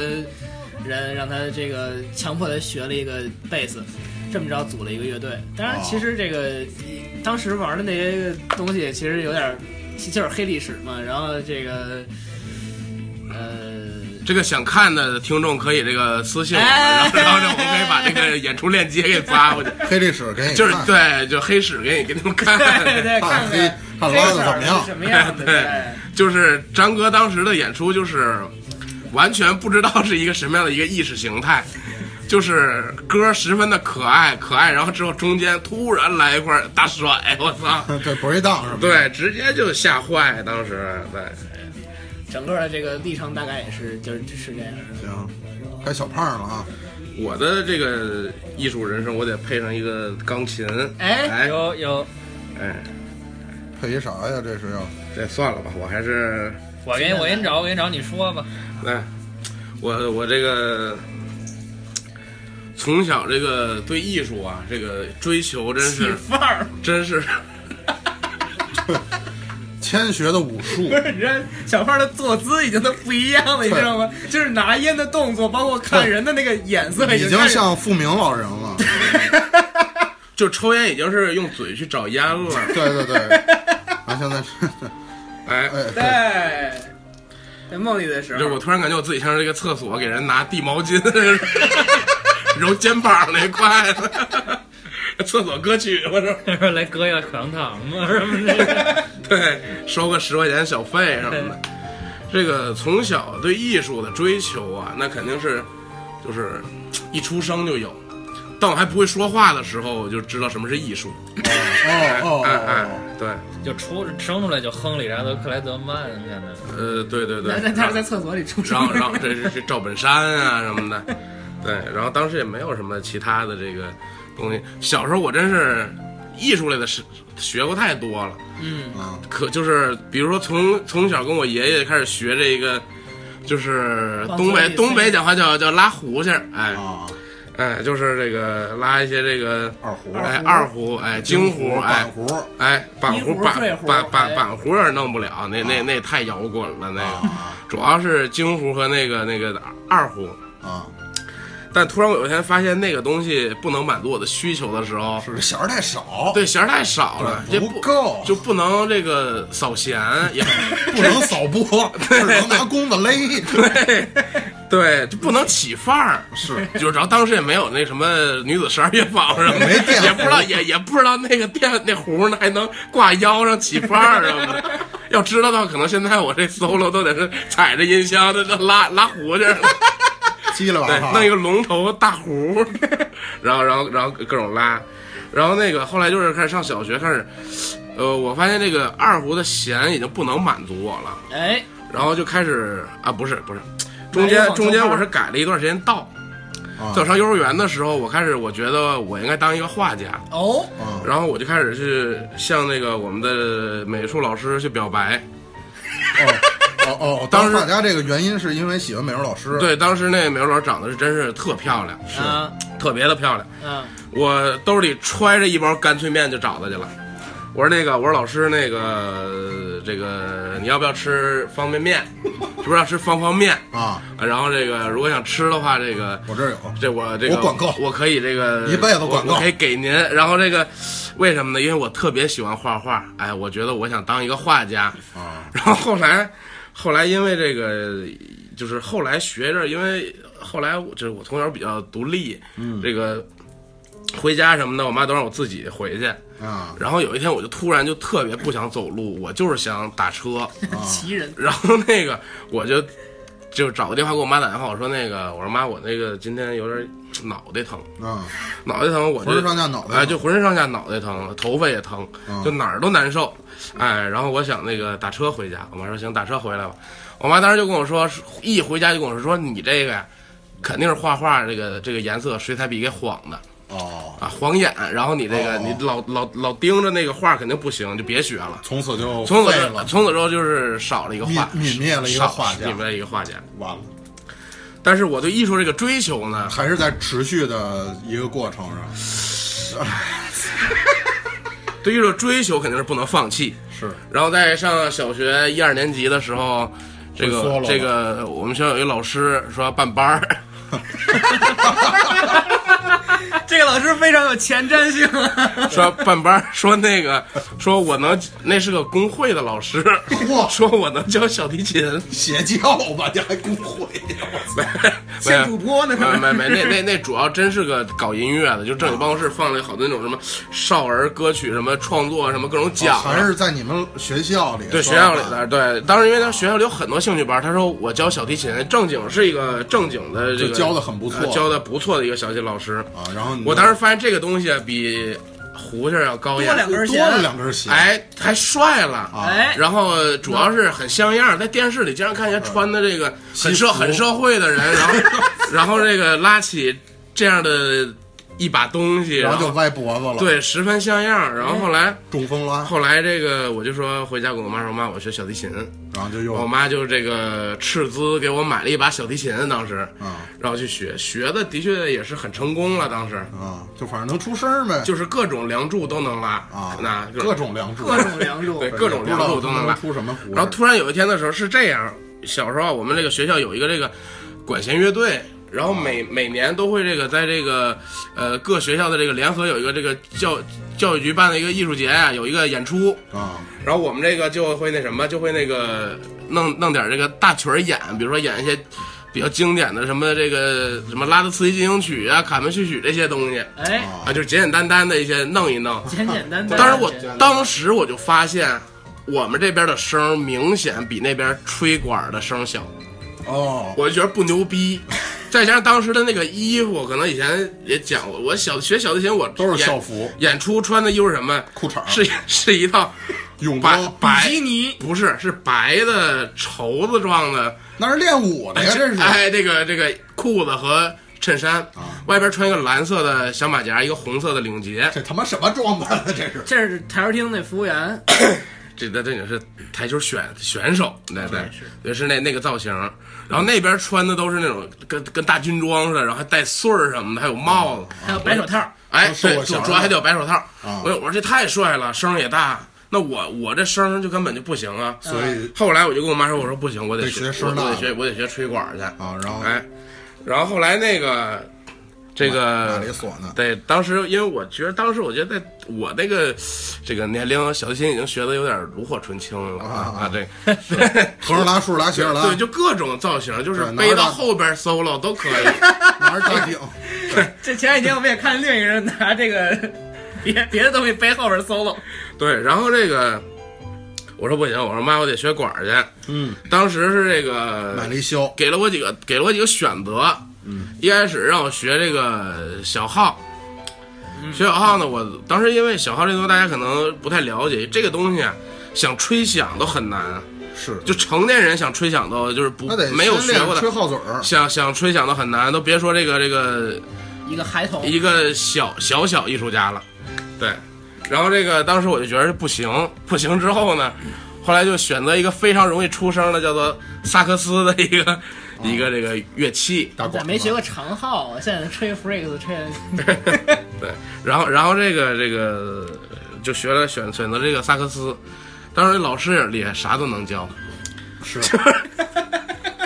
Speaker 4: 人，让他这个强迫他学了一个贝斯。这么着组了一个乐队，当然
Speaker 3: 哦
Speaker 4: 其实这个、当时玩的那些东西其实有点儿，其就是黑历史嘛。然后这个呃，
Speaker 2: 这个想看的听众可以这个私信我们，
Speaker 4: 哎
Speaker 2: 然后然后呢，我们可以把这个演出链接给发 过去，
Speaker 3: 黑历史给你
Speaker 2: 就是
Speaker 3: 看
Speaker 2: 对，就黑史给你给你们 看，
Speaker 4: 对对，
Speaker 3: 看
Speaker 4: 看
Speaker 3: 黑
Speaker 4: 看
Speaker 3: 看
Speaker 4: 这
Speaker 3: 拉
Speaker 4: 色
Speaker 3: 的
Speaker 4: 儿
Speaker 3: 怎么样
Speaker 4: 是？什么样的？
Speaker 2: 对
Speaker 4: 对，
Speaker 2: 就是张哥当时的演出就是完全不知道是一个什么样的一个意识形态，就是歌十分的可爱可爱，然后之后中间突然来一块大甩，我操！
Speaker 3: 对，breakdown 是吧？
Speaker 2: 对，直接就吓坏，当时对，
Speaker 4: 整个的这个历程大概也是就是是这样的。
Speaker 3: 行，该小胖了啊！
Speaker 2: 我的这个艺术人生，我得配上一个钢琴，
Speaker 4: 哎，
Speaker 2: 哎
Speaker 5: 有有，
Speaker 2: 哎，
Speaker 3: 配一啥呀？这是要
Speaker 2: 这算了吧，我还是
Speaker 5: 我给你我给你找我给你找，你说吧，
Speaker 2: 哎，我我这个从小这个对艺术啊，这个追求真
Speaker 4: 起
Speaker 2: 是
Speaker 4: 范儿，
Speaker 2: 真是。
Speaker 3: 千学的武术
Speaker 4: 不，是你这小胖的坐姿已经都不一样了，你知道吗？就是拿烟的动作，包括看人的那个眼色，
Speaker 3: 已经
Speaker 4: 经开始
Speaker 3: 像傅明老人了。
Speaker 2: 就抽烟已经是用嘴去找烟 了，
Speaker 3: 对对对，啊，现在是，
Speaker 2: 哎，
Speaker 3: 哎，
Speaker 4: 对
Speaker 3: 对，，
Speaker 4: 在梦里的时
Speaker 2: 就是我
Speaker 4: 候，
Speaker 2: 突然感觉我自己像是一个厕所给人拿地毛巾揉肩膀那块， 厕所歌曲，我说
Speaker 5: 那时候来割一个口香糖嘛，什么的，
Speaker 2: 对，收个十块钱小费什么的。这个从小对艺术的追求啊，那肯定是就是一出生就有。当我还不会说话的时候，我就知道什么是艺术。
Speaker 3: 哦哦
Speaker 2: 哎哎
Speaker 3: 哦，，
Speaker 2: 对，
Speaker 5: 就出生出来就亨利·查德·克莱德曼，啊真的。
Speaker 2: 呃，对对对
Speaker 4: 那。那他是在厕所里出
Speaker 2: 然
Speaker 4: 声
Speaker 2: 后，，然后这是这赵本山啊什么的，对，然后当时也没有什么其他的这个东西。小时候我真是艺术类的是学过太多了，
Speaker 4: 嗯，
Speaker 3: 啊，
Speaker 2: 可就是比如说从从小跟我爷爷开始学这个，就是东
Speaker 4: 往
Speaker 2: 北
Speaker 4: 嘴里塞
Speaker 2: 东北讲话叫叫拉胡琴儿，哎
Speaker 3: 啊，
Speaker 2: 哎，就是这个拉一些这个
Speaker 3: 二胡，
Speaker 2: 哎二胡哎京胡哎
Speaker 3: 板胡，
Speaker 2: 哎，板
Speaker 4: 泥
Speaker 2: 胡
Speaker 4: 胡
Speaker 2: 板
Speaker 4: 坠胡
Speaker 2: 板板
Speaker 4: 哎
Speaker 2: 板胡也弄不了，那那那太摇滚了，那个
Speaker 3: 啊
Speaker 2: 主要是京胡和那个那个二胡。
Speaker 3: 啊，
Speaker 2: 但突然我有一天发现那个东西不能满足我的需求的时候，
Speaker 3: 是弦儿太少，
Speaker 2: 对弦儿太少了，
Speaker 3: 对
Speaker 2: 这
Speaker 3: 不够
Speaker 2: 就不能这个扫弦， 也
Speaker 3: 不能扫拨，只能拿弓子勒，
Speaker 2: 对对，就不能起范儿。
Speaker 3: 是
Speaker 2: 就是，然后当时也没有那什么女子十二乐坊什么的，
Speaker 3: 没电
Speaker 2: 也不知道，也也不知道那个电那壶呢还能挂腰上起范儿什么的。要知道的话，可能现在我这 solo 都得是踩着音箱，这这拉 拉胡去了，
Speaker 3: 叽里哇
Speaker 2: 对，
Speaker 3: 啦
Speaker 2: 弄一个龙头大壶，然后然后然后各种拉，然后那个后来就是开始上小学开始，呃，我发现这个二胡的弦已经不能满足我了，
Speaker 4: 哎，
Speaker 2: 然后就开始啊，不是不是，中间
Speaker 4: 往中
Speaker 2: 中间
Speaker 4: 间
Speaker 2: 我是改了一段时间道，
Speaker 3: 啊
Speaker 2: 在我上幼儿园的时候，我开始我觉得我应该当一个画家，
Speaker 4: 哦，
Speaker 3: 啊，
Speaker 2: 然后我就开始去向那个我们的美术老师去表白。
Speaker 3: 哦 哦，
Speaker 2: 当
Speaker 3: 当
Speaker 2: 时
Speaker 3: 时大家这个原因是因为喜欢美术老师，，
Speaker 2: 对，当时那美术老师长得是真是特漂亮，
Speaker 4: 是啊，
Speaker 2: 特别的漂亮。
Speaker 4: 嗯，
Speaker 2: 我兜里揣着一包干脆面就找他去了。我说那个，我说老师那个这个你要不要吃方便面？ 是不是要吃方方面？
Speaker 3: 啊，
Speaker 2: 啊然后这个如果想吃的话，这个
Speaker 3: 我这儿有，
Speaker 2: 这我这个
Speaker 3: 我管够
Speaker 2: 我可以这个
Speaker 3: 一辈子管
Speaker 2: 我
Speaker 3: 够
Speaker 2: 我可以给您。然后这个为什么呢？因为我特别喜欢画画，哎，我觉得我想当一个画家。
Speaker 3: 啊
Speaker 2: 然后后来，后来因为这个，就是后来学着，因为后来我就是我从小比较独立，
Speaker 3: 嗯
Speaker 2: 这个回家什么的，我妈都让我自己回去。
Speaker 3: 啊，
Speaker 2: 然后有一天，我就突然就特别不想走路，我就是想打车。
Speaker 4: 奇人，
Speaker 2: 然后那个我就就找个电话给我妈打电话，我说那个，我说妈，我那个今天有点脑袋疼，
Speaker 3: 啊，
Speaker 2: 脑袋疼，我就
Speaker 3: 浑身上下脑袋
Speaker 2: 哎，就浑身上下脑袋疼，头发也疼，
Speaker 3: 嗯
Speaker 2: 就哪儿都难受，哎，然后我想那个打车回家，我妈说行，打车回来吧。我妈当时就跟我说，一回家就跟我说，说你这个呀，肯定是画画这个这个颜色水彩笔给晃的
Speaker 3: 哦，
Speaker 2: 啊，晃眼，然后你这个、
Speaker 3: 哦
Speaker 2: 你老老老盯着那个画肯定不行，就别学了。
Speaker 3: 从此就
Speaker 2: 从此
Speaker 3: 废
Speaker 2: 之后
Speaker 3: 了，
Speaker 2: 从此之后就是少了一个画，
Speaker 3: 泯泯灭了一个
Speaker 2: 少
Speaker 3: 画家
Speaker 2: 泯灭了一个画家。
Speaker 3: 完了，
Speaker 2: 但是我对艺术这个追求呢，
Speaker 3: 还是在持续的一个过程上，
Speaker 2: 对艺术的追求肯定是不能放弃。
Speaker 3: 是
Speaker 2: 然后在上小学一二年级的时候，这
Speaker 3: 会缩
Speaker 2: 个
Speaker 3: 了
Speaker 2: 这个我们学校有一老师说要办班儿，
Speaker 4: 啊这个老师非常有前瞻性，啊
Speaker 2: 说要办班儿，说那个说我能那是个工会的老师，
Speaker 3: 哇
Speaker 2: 说我能教小提琴，
Speaker 3: 邪教吧，这还工会，
Speaker 2: 没
Speaker 4: 现主播呢
Speaker 2: 没没没，那那那主要真是个搞音乐的，就正经办公室放了好多那种什么少儿歌曲、什么创作、什么各种奖啊，
Speaker 3: 还哦是在你们学校里，
Speaker 2: 对学校里的，对，当时因为他学校里有很多兴趣班，他说我教小提琴，正经是一个正经的这个
Speaker 3: 就教得很不错
Speaker 2: 呃教的不错的一个小提琴老师。
Speaker 3: 啊，然后你
Speaker 2: 我当时发现这个东西啊比胡琴要高雅，
Speaker 4: 多两根
Speaker 3: 多了两根弦，
Speaker 2: 哎，还帅
Speaker 3: 啊
Speaker 2: 了。
Speaker 4: 哎，
Speaker 2: 然后主要是很像样，在电视里经常看见穿的这个很
Speaker 3: 嗯西
Speaker 2: 社
Speaker 3: 服
Speaker 2: 很社会的人， 然后然后这个拉起这样的一把东西，
Speaker 3: 然
Speaker 2: 然
Speaker 3: 后
Speaker 2: 后
Speaker 3: 就歪脖子了，，
Speaker 2: 对十分像样。然后后来
Speaker 3: 中风了，
Speaker 2: 后来这个我就说回家跟我妈说，妈，我学小提琴。
Speaker 3: 然后就
Speaker 2: 我
Speaker 3: 又
Speaker 2: 妈就这个斥资给我买了一把小提琴，当时，
Speaker 3: 啊
Speaker 2: 然后去学，学的的确也是很成功了。当时
Speaker 3: 啊，就反正能出声儿呗，
Speaker 2: 就是各种梁祝都能拉
Speaker 3: 啊，
Speaker 2: 那
Speaker 3: 各种梁祝，
Speaker 4: 各 种梁祝
Speaker 2: 对，各种梁祝都能
Speaker 3: 不知道
Speaker 2: 拉
Speaker 3: 出什么胡，
Speaker 2: 然后突然有一天的时候是这样，小时候啊我们这个学校有一个这个管弦乐队，然后每每年都会这个在这个呃各学校的这个联合有一个这个教教育局办的一个艺术节啊，有一个演出，
Speaker 3: 啊
Speaker 2: 然后我们这个就会那什么，就会那个弄弄点这个大曲儿演，比如说演一些比较经典的什么这个什么拉德斯基进行曲啊、卡门序曲这些东西
Speaker 4: 哎，
Speaker 3: 啊
Speaker 2: 啊，就是简简单单的一些弄一弄。
Speaker 4: 简简单单。
Speaker 2: 当然我当时我就发现，我们这边的声儿明显比那边吹管的声儿小，
Speaker 3: 哦，
Speaker 2: 我就觉得不牛逼。再加上当时的那个衣服，可能以前也讲过，我小学小提琴我
Speaker 3: 都是
Speaker 2: 演
Speaker 3: 校服
Speaker 2: 演出穿的又是什么？
Speaker 3: 裤衩儿
Speaker 2: 是是一套
Speaker 3: 泳
Speaker 2: 白
Speaker 3: 装，
Speaker 2: 白
Speaker 4: 尼
Speaker 2: 不是，是白的绸子状的，
Speaker 3: 那是练武的呀，这是
Speaker 2: 哎，这个这个裤子和衬衫，
Speaker 3: 啊
Speaker 2: 外边穿一个蓝色的小马甲，一个红色的领结，
Speaker 3: 这他妈什么装扮啊？这 是
Speaker 4: 这是台球厅那服务员，
Speaker 2: 这这这也是台球选选手，对对
Speaker 4: 是，
Speaker 2: 也是那那个造型。然后那边穿的都是那种跟跟大军装似的，然后还带穗儿什么的，还有帽子，
Speaker 4: 还有哦白手套，
Speaker 2: 哎，
Speaker 3: 是
Speaker 2: 对，
Speaker 3: 我
Speaker 2: 主
Speaker 3: 想
Speaker 2: 主要还
Speaker 3: 的
Speaker 2: 得有白手套。
Speaker 3: 啊
Speaker 2: 我有我说这太帅了，声儿也大，那我我这声儿就根本就不行啊。
Speaker 3: 所以
Speaker 2: 后来我就跟我妈说，我说不行，我得
Speaker 3: 嗯得
Speaker 2: 学，
Speaker 3: 学声
Speaker 2: 我
Speaker 3: 呐
Speaker 2: 我得学，我得学吹管去
Speaker 3: 啊，然后
Speaker 2: 哎，然后后来那个这
Speaker 3: 哪
Speaker 2: 个
Speaker 3: 里锁呢？
Speaker 2: 对，当时因为我觉得当时我觉得在我那个这个年龄，小提琴已经学的有点炉火纯青了
Speaker 3: 啊
Speaker 2: 啊， 对，
Speaker 3: 和尚拉，竖着拉，斜着拉，
Speaker 2: 对，就各种造型，就是
Speaker 3: 啊对拿
Speaker 2: 背
Speaker 3: 着
Speaker 2: 到
Speaker 3: 大
Speaker 2: 后边 solo 都可以。
Speaker 3: 拿着
Speaker 2: 哎
Speaker 3: 大顶，
Speaker 4: 这前几天我们也看另一个人拿这个别别的东西背后边 solo，
Speaker 2: 对，然后这个我说不行，我说妈，我得学管儿去。
Speaker 3: 嗯，
Speaker 2: 当时是这个
Speaker 3: 买了一箫，
Speaker 2: 给了我几个，给了我几个选择。嗯，一开始让我学这个小号，
Speaker 3: 嗯
Speaker 2: 学小号呢，我当时因为小号这东西大家可能不太了解，这个东西啊，想吹响都很难。
Speaker 3: 是
Speaker 2: 就成年人想吹响奏，就是不
Speaker 3: 那得
Speaker 2: 没有
Speaker 3: 先
Speaker 2: 学过
Speaker 3: 练吹
Speaker 2: 的，
Speaker 3: 号嘴儿，
Speaker 2: 想想吹响都很难，都别说这个这个
Speaker 4: 一个孩童，
Speaker 2: 一个小小小艺术家了，对。然后这个当时我就觉得不行，不行之后呢，后来就选择一个非常容易出声的，叫做萨克斯的一个、
Speaker 3: 哦
Speaker 2: 一个这个乐器，
Speaker 3: 大管
Speaker 4: 咋
Speaker 3: 子
Speaker 4: 没学过长号？现在吹 freaks 吹的，
Speaker 2: 对。然后然后这个这个就学了选选择这个萨克斯，当时老师也厉害，啥都能教，
Speaker 3: 是，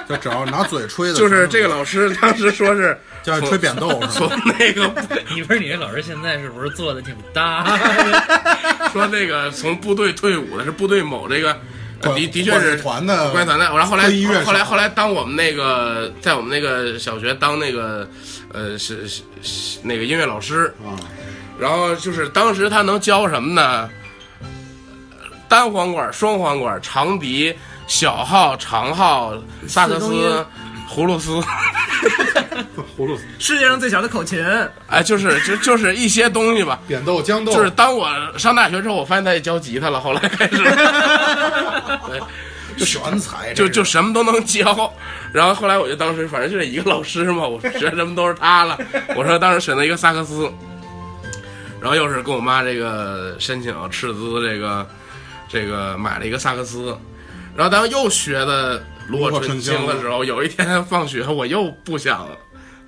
Speaker 3: 就只要拿嘴吹的，
Speaker 2: 就是这个老师当时说是
Speaker 3: 叫吹扁豆是
Speaker 2: 从
Speaker 3: 吧？
Speaker 2: 那个
Speaker 5: 你不是你这老师现在是不是做的挺搭？
Speaker 2: 说那个从部队退伍的是部队某这个，呃
Speaker 3: 管
Speaker 2: 的的确
Speaker 3: 管
Speaker 2: 是
Speaker 3: 团的
Speaker 2: 管乐团的。然后后来
Speaker 3: 推音乐手
Speaker 2: 后来后来当我们那个在我们那个小学当那个呃是是是那个音乐老师，
Speaker 3: 啊，
Speaker 2: 然后就是当时他能教什么呢？单簧管、双簧管、长笛、小号、长号、萨克
Speaker 4: 四中音
Speaker 2: 斯、葫芦丝。
Speaker 3: 葫芦丝
Speaker 4: 世界上最小的口琴，
Speaker 2: 哎，就是就就是一些东西吧，
Speaker 3: 扁豆、豇豆，
Speaker 2: 就是当我上大学之后，我发现他也教吉他了。后来开始，对，
Speaker 3: 全才，
Speaker 2: 就
Speaker 3: 这
Speaker 2: 就是什么都能教。然后后来我就当时反正就这一个老师嘛，我学什么都是他了。我说当时选择一个萨克斯，然后又是跟我妈这个申请斥资这个这个买了一个萨克斯，然后当又学的炉火纯青的时候，有一天放学我又不想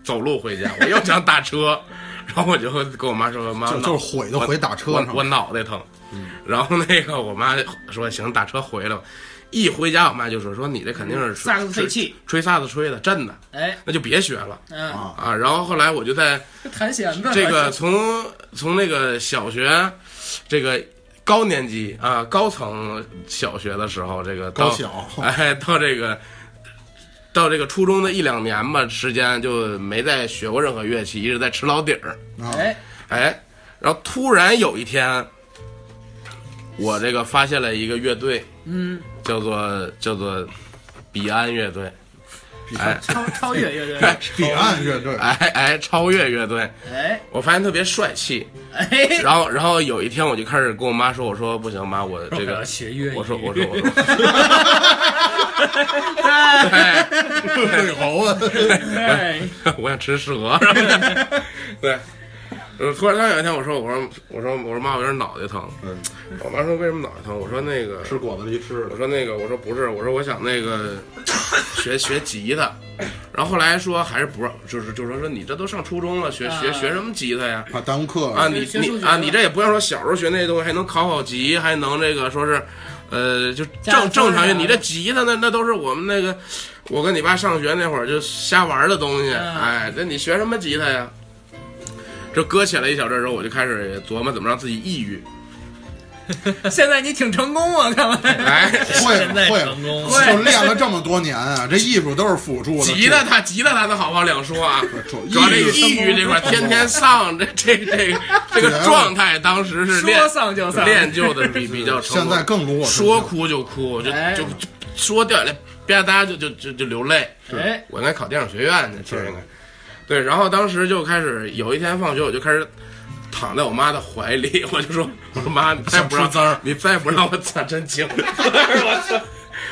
Speaker 2: 走路回家，我又想打车， 然后我就跟我妈说：“妈，
Speaker 3: 就
Speaker 2: 那
Speaker 3: 啊就是毁都毁打车
Speaker 2: 我
Speaker 3: 上嗯
Speaker 2: 我脑袋疼。然后那个我妈说行，打车回来吧。一回家，我妈就说说你这肯定是吹
Speaker 4: 嗯萨克斯废气，
Speaker 2: 吹吹萨克斯吹的，真的，
Speaker 4: 哎，
Speaker 2: 那就别学了
Speaker 4: 嗯，
Speaker 3: 啊，
Speaker 2: 啊。然后后来我就 在
Speaker 4: 弹弦子，
Speaker 2: 这个从从那个小学，这个高年级啊高层小学的时候，这个到
Speaker 3: 高小
Speaker 2: 哎到这个。到这个初中的一两年吧，时间就没再学过任何乐器，一直在吃老底儿。
Speaker 3: 啊，
Speaker 4: 哎，
Speaker 2: 哎，然后突然有一天，我这个发现了一个乐队，
Speaker 4: 嗯，
Speaker 2: 叫做叫做彼岸乐队，哎
Speaker 4: 超超越乐队，
Speaker 3: 彼岸乐队
Speaker 2: 哎哎，超越乐队，
Speaker 4: 哎
Speaker 2: 我发现特别帅气。
Speaker 4: 哎，
Speaker 2: 然后然后有一天我就开始跟我妈说，我说不行，妈，我这
Speaker 5: 我
Speaker 2: 个
Speaker 5: 要 学粤语
Speaker 2: 我说 我说我说，对，
Speaker 3: 对猴子，
Speaker 4: 哎，
Speaker 2: 我想吃蛇，然后对。呃突然，突然有一天，我说，我说，我说，我说妈，我有点脑袋疼。
Speaker 3: 嗯
Speaker 2: 我妈说为什么脑袋疼？我说那个
Speaker 3: 吃果子狸吃
Speaker 2: 我
Speaker 3: 的，
Speaker 2: 说那个，我说不是，我说我想那个学学吉他，然后后来说还是不让，就是就说说你这都上初中了，学学
Speaker 4: 啊
Speaker 2: 学什么吉他呀？
Speaker 3: 怕耽误课
Speaker 2: 啊，你
Speaker 4: 学数
Speaker 2: 你
Speaker 4: 学
Speaker 2: 啊，
Speaker 4: 呢
Speaker 2: 你这也不要说小时候学那些东西，还能考考级，还能这个说是，呃，就
Speaker 4: 加
Speaker 2: 正
Speaker 4: 分
Speaker 2: 正常
Speaker 4: 啊
Speaker 2: 学。你这吉他那那都是我们那个，我跟你爸上学那会儿就瞎玩的东西。
Speaker 4: 嗯
Speaker 2: 哎，这你学什么吉他呀？这搁浅了一小阵儿之后，我就开始琢磨怎么让自己抑郁。
Speaker 4: 现在你挺成功啊，看来，
Speaker 2: 哎，
Speaker 3: 会
Speaker 5: 现在
Speaker 3: 会
Speaker 5: 成功
Speaker 4: 会
Speaker 3: 就练了这么多年啊，这艺术都是辅助的，
Speaker 2: 吉他他吉他他能好不好两说啊？
Speaker 3: 主
Speaker 2: 主要这
Speaker 3: 抑
Speaker 2: 抑郁这块儿，天天丧，这这这个这个状态，当时 是练
Speaker 4: 说丧就丧，
Speaker 2: 练就的比比较成
Speaker 3: 现
Speaker 2: 功。
Speaker 3: 在更如我
Speaker 2: 说哭就哭，就
Speaker 4: 哎
Speaker 2: 就就说掉眼泪，吧嗒就就就就流泪。
Speaker 4: 哎，
Speaker 2: 我应该考电影学院去，其实应该。对，然后当时就开始，有一天放学我就开始躺在我妈的怀里，我就说：“我说妈，你再不让
Speaker 3: 想出滋儿
Speaker 2: 你再不让我攒真情， 我操！”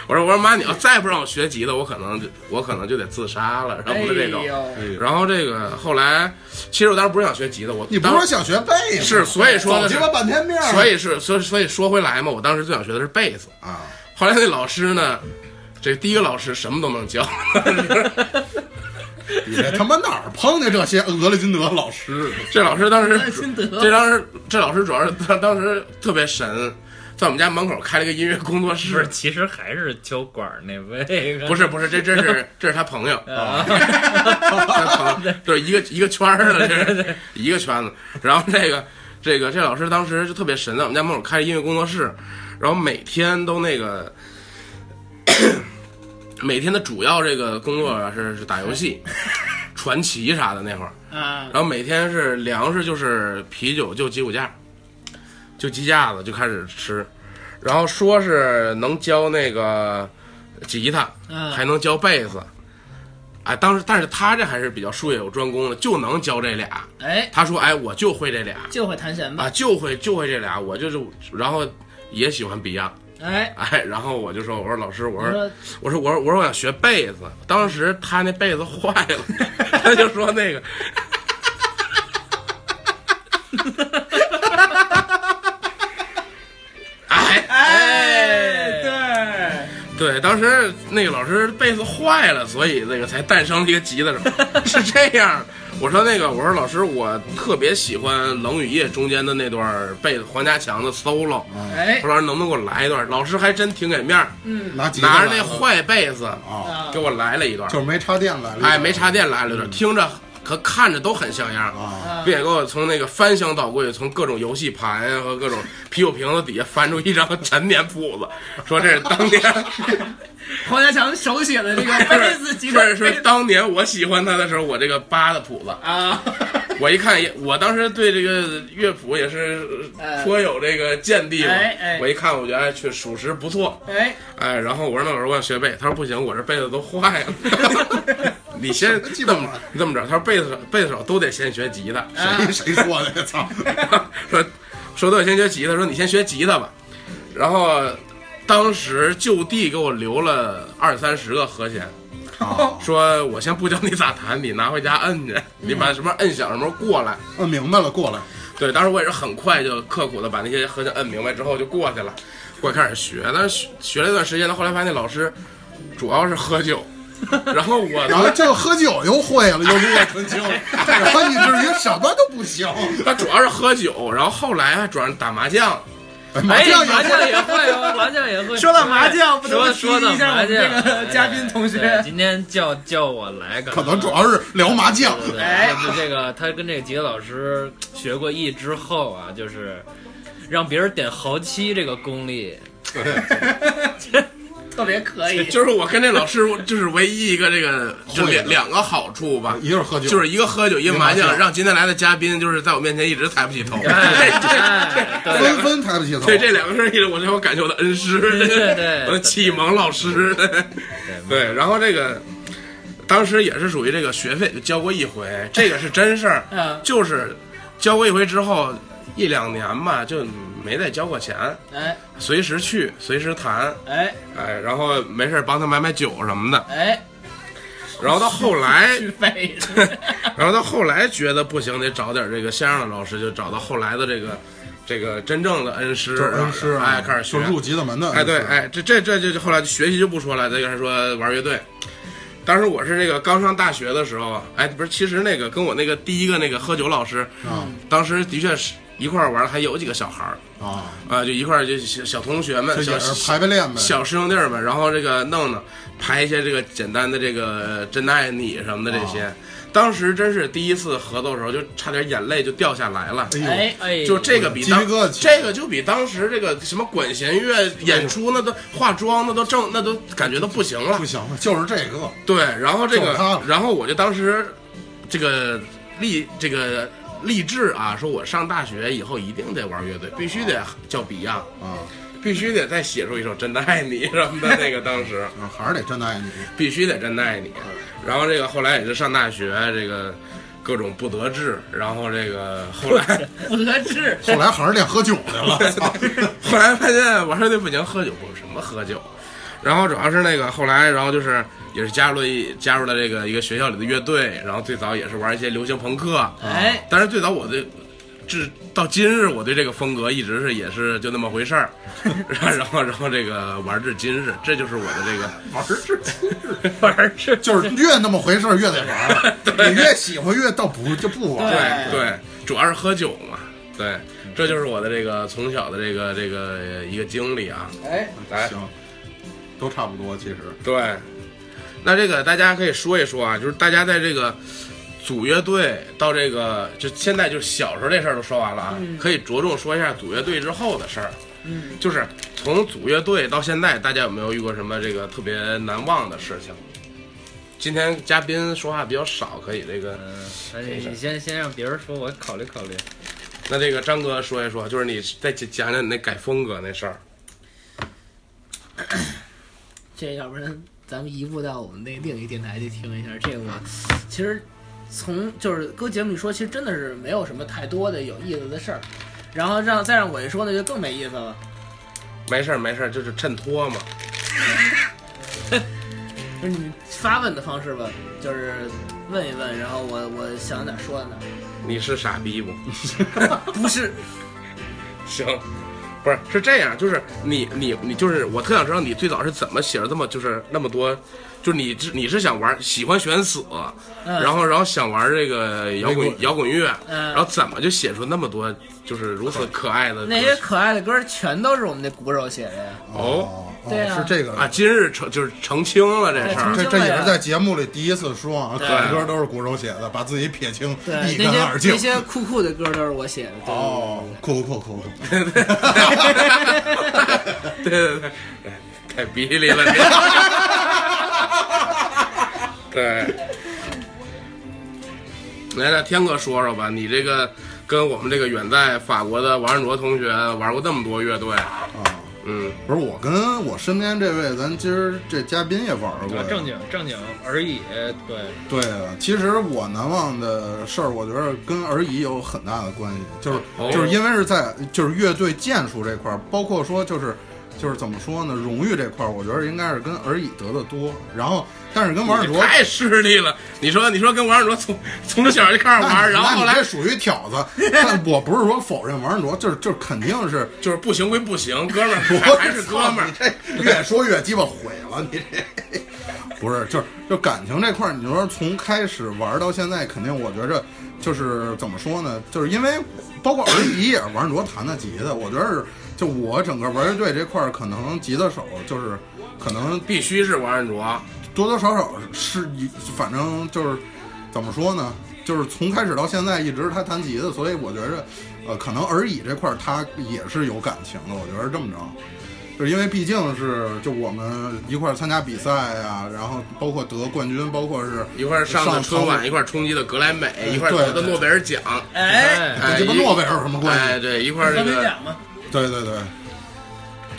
Speaker 2: 我说：“我说妈，你要再不让我学吉他，我可能就我可能就得自杀了，然
Speaker 4: 哎
Speaker 2: 后就这种。
Speaker 4: 呦，
Speaker 2: 然后这个后来，其实我当时不是想学吉他，我
Speaker 3: 你不
Speaker 2: 当
Speaker 3: 是说啊想学贝吗？
Speaker 2: 是，所以说
Speaker 3: 走
Speaker 2: 的
Speaker 3: 鸡
Speaker 2: 是，
Speaker 3: 巴半天面儿，
Speaker 2: 所以是所以所以说回来嘛，我当时最想学的是贝斯。
Speaker 3: 啊，
Speaker 2: 后来那老师呢，这第一个老师什么都能教，
Speaker 3: 你这他妈哪儿碰见这些俄勒金德老师？
Speaker 2: 这老师当时
Speaker 4: 金德
Speaker 2: 这当时这老师主要是他当时特别神，在我们家门口开了一个音乐工作
Speaker 5: 不是
Speaker 2: 室，。
Speaker 3: 嗯
Speaker 5: 其实还是酒馆儿那位， 啊
Speaker 2: 不是不是，这这是这是他朋 友，他朋友 对一个一个圈儿的，这是一个圈子。然后这个这个这老师当时就特别神，在我们家门口开了音乐工作室，然后每天都那个。每天的主要这个工作啊是是打游戏、传奇啥的那会儿，
Speaker 4: 啊，
Speaker 2: 然后每天是粮食就是啤酒就鸡骨架，就鸡架子就开始吃，然后说是能教那个吉他，
Speaker 4: 嗯
Speaker 2: 还能教贝斯，哎，当时但是他这还是比较术业有专攻的，就能教这俩。
Speaker 4: 哎，
Speaker 2: 他说哎，我就会这俩
Speaker 4: 就会弹弦吧
Speaker 2: 啊，，就会就会这俩，我就是然后也喜欢 Beyond，
Speaker 4: 哎，
Speaker 2: 哎，然后我就说，我说老师，我
Speaker 4: 你
Speaker 2: 说
Speaker 4: 说
Speaker 2: 我说我说我说我想学贝斯，当时他那贝斯坏了， 他就说那 个，哎
Speaker 4: 哎，对，
Speaker 2: 对，当时那个老师贝斯坏了，所以那个才诞生了一个吉 他手，是这样。我说那个，我说老师，我特别喜欢《冷雨夜》中间的那段贝斯黄家强的 solo，
Speaker 3: 嗯啊
Speaker 4: 哎
Speaker 2: 我，说老师能不能给我来一段？老师还真挺给面儿，
Speaker 3: 拿嗯吉他
Speaker 2: 拿着
Speaker 3: 来
Speaker 2: 那
Speaker 3: 了
Speaker 2: 坏贝斯
Speaker 3: 啊，
Speaker 4: 啊
Speaker 2: 给我来了一段，
Speaker 3: 就是没嗯插电来了，
Speaker 2: 哎，没插电来了一段，听着和看着都很像样
Speaker 3: 啊，
Speaker 4: 啊
Speaker 2: 并且给我从那个翻箱倒柜，从各种游戏盘呀和各种啤酒瓶子底下翻出一张陈年谱子，说这是当年，
Speaker 4: 黄家强手写的 这 个贝斯吉他
Speaker 2: 是是当年我喜欢他的时候，我这个扒的谱子，
Speaker 4: 啊，
Speaker 2: 我一看也，我当时对这个乐谱也是
Speaker 4: 哎
Speaker 2: 颇有这个见地嘛
Speaker 4: 哎哎，
Speaker 2: 我一看我觉得哎，确属实不错，
Speaker 4: 哎，
Speaker 2: 哎，然后我说那老师我想学贝，他说不行，我这贝子都坏了。 你先这
Speaker 3: 基本
Speaker 2: 么
Speaker 3: 上
Speaker 2: 你这么着，他说贝斯手贝斯手都得先学吉他，
Speaker 4: 啊
Speaker 3: 谁谁说的？ 操！
Speaker 2: 说说都得先学吉他，说你先学吉他吧。然后当时就地给我留了二三十个和弦，
Speaker 3: 啊
Speaker 2: 说我先不教你咋弹，你拿回家摁去， 你把什么摁响什么时候过来。
Speaker 3: 嗯，明白了，过来。
Speaker 2: 对，当时我也是很快就刻苦的把那些和弦摁明白之后就过去了，过去开始学。但是学学了一段时间，到后来发现老师主要是喝酒， 然后我
Speaker 3: 然后就喝酒又会了，又炉火纯青了。然后你至于什么都不行，
Speaker 2: 他主要是喝酒，然后后来还转打麻将，
Speaker 3: 哎麻
Speaker 5: 哎，
Speaker 3: 将
Speaker 5: 麻
Speaker 3: 也
Speaker 5: 将也会哦，麻将也会。
Speaker 4: 说到麻将，不得不
Speaker 5: 说
Speaker 4: 提
Speaker 5: 说到
Speaker 4: 一下
Speaker 5: 麻
Speaker 4: 我们
Speaker 5: 将，
Speaker 4: 这个嘉宾同
Speaker 5: 对
Speaker 4: 学，
Speaker 5: 今天叫叫我来，啊
Speaker 3: 可能主要是聊麻将。
Speaker 5: 对对对，
Speaker 4: 哎
Speaker 5: 就是这个他跟这个吉他老师学过艺之后啊，就是让别人点豪七这个 功力，
Speaker 4: 特别可以，
Speaker 2: 就是我跟这老师就是唯一一个这个就两两个好处吧。
Speaker 3: 一个是喝酒，
Speaker 2: 就是一个喝酒，一个麻
Speaker 3: 一个
Speaker 2: 将，
Speaker 3: 麻将
Speaker 2: 让今天来的嘉宾就是在我面前一直抬不起
Speaker 5: 嗯
Speaker 2: 头。
Speaker 5: 哎，对
Speaker 3: 纷纷抬不起头。
Speaker 2: 对这两个事儿，我让我感谢我的恩师，
Speaker 5: 对对 对
Speaker 2: 我的启蒙老师。
Speaker 5: 对
Speaker 2: 对，然后这个当时也是属于这个学费交过一回，这个是真事儿，
Speaker 4: 嗯，
Speaker 2: 就是交过一回之后一两年吧，就没再交过钱，
Speaker 4: 哎
Speaker 2: 随时去随时谈，
Speaker 4: 哎
Speaker 2: 哎，然后没事儿帮他买买酒什么的。
Speaker 4: 哎，
Speaker 2: 然后到后来，
Speaker 4: 续 费，
Speaker 2: 哎然后到后来觉得不行，得找点这个像样的老师，就找到后来的这个这个真正的恩师，
Speaker 3: 就是恩师啊，
Speaker 2: 哎，开始学
Speaker 3: 就入吉他门的恩师。
Speaker 2: 哎，对，哎，这这这就后来学习就不说了，再跟他说玩乐队。当时我是这个刚上大学的时候，哎，不是，其实那个跟我那个第一个那个喝酒老师，
Speaker 3: 啊
Speaker 2: 当时的确是一块儿玩，还有几个小孩儿
Speaker 3: 啊，
Speaker 2: 啊，就一块儿就小小同学们
Speaker 3: 这，
Speaker 2: 小
Speaker 3: 也是排排练呗。
Speaker 2: 小师兄弟儿们，然后这个弄弄，排一些这个简单的这个呃“真爱你”什么的这些。
Speaker 3: 哦
Speaker 2: 当时真是第一次合作的时候，就差点眼泪就掉下来了。
Speaker 3: 哎
Speaker 4: 哎
Speaker 5: 哎，
Speaker 2: 就这个比
Speaker 3: 鸡
Speaker 2: 当
Speaker 3: 皮疙瘩起
Speaker 2: 这个就比当时这个什么管弦乐演出那都化妆那都正那都感觉都不行
Speaker 3: 呦，
Speaker 2: 了
Speaker 3: 不。行了，就是这个
Speaker 2: 对，然后这
Speaker 3: 就他
Speaker 2: 个
Speaker 3: 了，
Speaker 2: 然后我就当时这个立这个立志啊，说我上大学以后一定得玩乐队，必须得叫 Beyond，
Speaker 3: 啊，
Speaker 2: 必须得再写出一首《真的爱你》什么的。那个当时。
Speaker 3: 啊还是得真的爱你。
Speaker 2: 必须得真爱你。然后这个后来也是上大学，这个各种不得志，然后这个后来
Speaker 4: 不得志，
Speaker 3: 后来还是得喝酒去了，操
Speaker 2: 后来发现玩乐队不行，喝酒不什么喝酒。然后主要是那个后来，然后就是也是加入了一加入了这个一个学校里的乐队，然后最早也是玩一些流行朋克，
Speaker 4: 哎
Speaker 2: 但是最早我对，至到今日我对这个风格一直是也是就那么回事儿， 然后 然后这个玩至今日，这就是我的这个
Speaker 3: 玩是
Speaker 5: 玩是
Speaker 3: 就是越那么回事儿越得玩，你越喜欢越倒不就不玩了。
Speaker 4: 哎
Speaker 2: 对对，主要是喝酒嘛。对，这就是我的这个从小的这个这个呃一个经历啊。
Speaker 4: 哎，
Speaker 2: 来，
Speaker 3: 行，都差不多其实。
Speaker 2: 对，那这个大家可以说一说啊，就是大家在这个组乐队到这个就现在就是小时候这事儿都说完了啊，可以着重说一下组乐队之后的事儿。
Speaker 4: 嗯，
Speaker 2: 就是从组乐队到现在，大家有没有遇过什么这个特别难忘的事情？今天嘉宾说话比较少，可以这个，
Speaker 5: 嗯， 哎你先先让别人说，我考虑考虑。
Speaker 2: 那这个张哥说一说，就是你再讲讲你那改风格那事儿。
Speaker 4: 这要不然咱们移步到我们那另一电台去听一下这个我，其实从就是搁节目里说，其实真的是没有什么太多的有意思的事儿，然后让再让我一说呢，就更没意思了。
Speaker 2: 没事儿没事儿，就是衬托嘛。
Speaker 4: 就是你发问的方式吧，就是问一问，然后我我想哪儿说哪儿。
Speaker 2: 你是傻逼不？
Speaker 4: 不是，
Speaker 2: 行，不是是这样，就是你你你就是我特想知道你最早是怎么写了这么就是那么多，就是你是你是想玩喜欢选死，
Speaker 4: 嗯
Speaker 2: 然后然后想玩这个摇
Speaker 3: 摇
Speaker 2: 滚
Speaker 3: 滚
Speaker 2: 摇滚乐，
Speaker 4: 嗯
Speaker 2: 然后怎么就写出那么多就是如此可爱的歌
Speaker 4: 那些可爱的歌儿全都是我们那鼓手写的呀。
Speaker 2: 哦
Speaker 4: 对啊
Speaker 3: 是这个
Speaker 2: 啊？今日成就是澄清了这事
Speaker 4: 哎澄
Speaker 2: 儿，
Speaker 4: 清
Speaker 3: 这这也是在节目里第一次说啊，
Speaker 4: 对
Speaker 3: 可爱歌都是鼓手写的，把自己撇清
Speaker 4: 对，
Speaker 3: 一
Speaker 4: 那
Speaker 3: 干二
Speaker 4: 些
Speaker 3: 净
Speaker 4: 那。些酷酷的歌儿都是我写的。对
Speaker 3: 哦，酷酷酷酷，
Speaker 2: 对对对，太逼力了 你。对，来让天哥说说吧，你这个跟我们这个远在法国的王振卓同学玩过那么多乐队，
Speaker 3: 啊！
Speaker 2: 嗯，
Speaker 3: 不是我跟我身边这位，咱今儿这嘉宾也玩
Speaker 2: 啊
Speaker 3: 过呀。
Speaker 5: 正经正经而已，哎对，
Speaker 3: 对啊，其实我难忘的事儿，我觉得跟而已有很大的关系，就是、
Speaker 2: 哦
Speaker 3: 就是因为是在就是乐队建树这块儿，包括说就是就是怎么说呢，荣誉这块儿，我觉得应该是跟而已得的多。然后，但是跟王尔
Speaker 2: 你
Speaker 3: 卓，
Speaker 2: 太势利了。你说你说跟王振卓从从小就开始
Speaker 3: 那
Speaker 2: 玩，
Speaker 3: 你
Speaker 2: 然后后
Speaker 3: 那你
Speaker 2: 来
Speaker 3: 这属于挑子，但我不是说否认王尔卓，就是就是肯定是。
Speaker 2: 就是不行归不行，哥们儿
Speaker 3: 我
Speaker 2: 还还是哥们儿
Speaker 3: 操。你这越说越鸡巴毁了，你这不是就是就感情这块儿，你说从开始玩到现在，肯定我觉着就是怎么说呢，就是因为包括儿媳也是王振卓弹的吉他，我觉得是就我整个玩乐队这块儿，可能吉他手就是可能
Speaker 2: 必须是王振卓，
Speaker 3: 多多少少是一，反正就是怎么说呢，就是从开始到现在一直是他弹吉的，所以我觉着，呃，可能而已这块儿他也是有感情的，我觉得是这么着。就是因为毕竟是就我们一块儿参加比赛啊，然后包括得冠军，包括是
Speaker 2: 一块儿上的
Speaker 3: 上
Speaker 2: 春晚，
Speaker 3: 超
Speaker 2: 一块儿冲击的格莱美，一块儿
Speaker 3: 对
Speaker 2: 得的
Speaker 3: 对
Speaker 2: 诺贝尔奖，
Speaker 4: 哎，
Speaker 2: 哎，
Speaker 3: 跟鸡巴
Speaker 2: 一
Speaker 3: 诺贝尔有什么关系
Speaker 2: 哎，对，一块儿
Speaker 4: 刚
Speaker 2: 这
Speaker 4: 没
Speaker 2: 个
Speaker 4: 讲嘛，
Speaker 3: 对对对，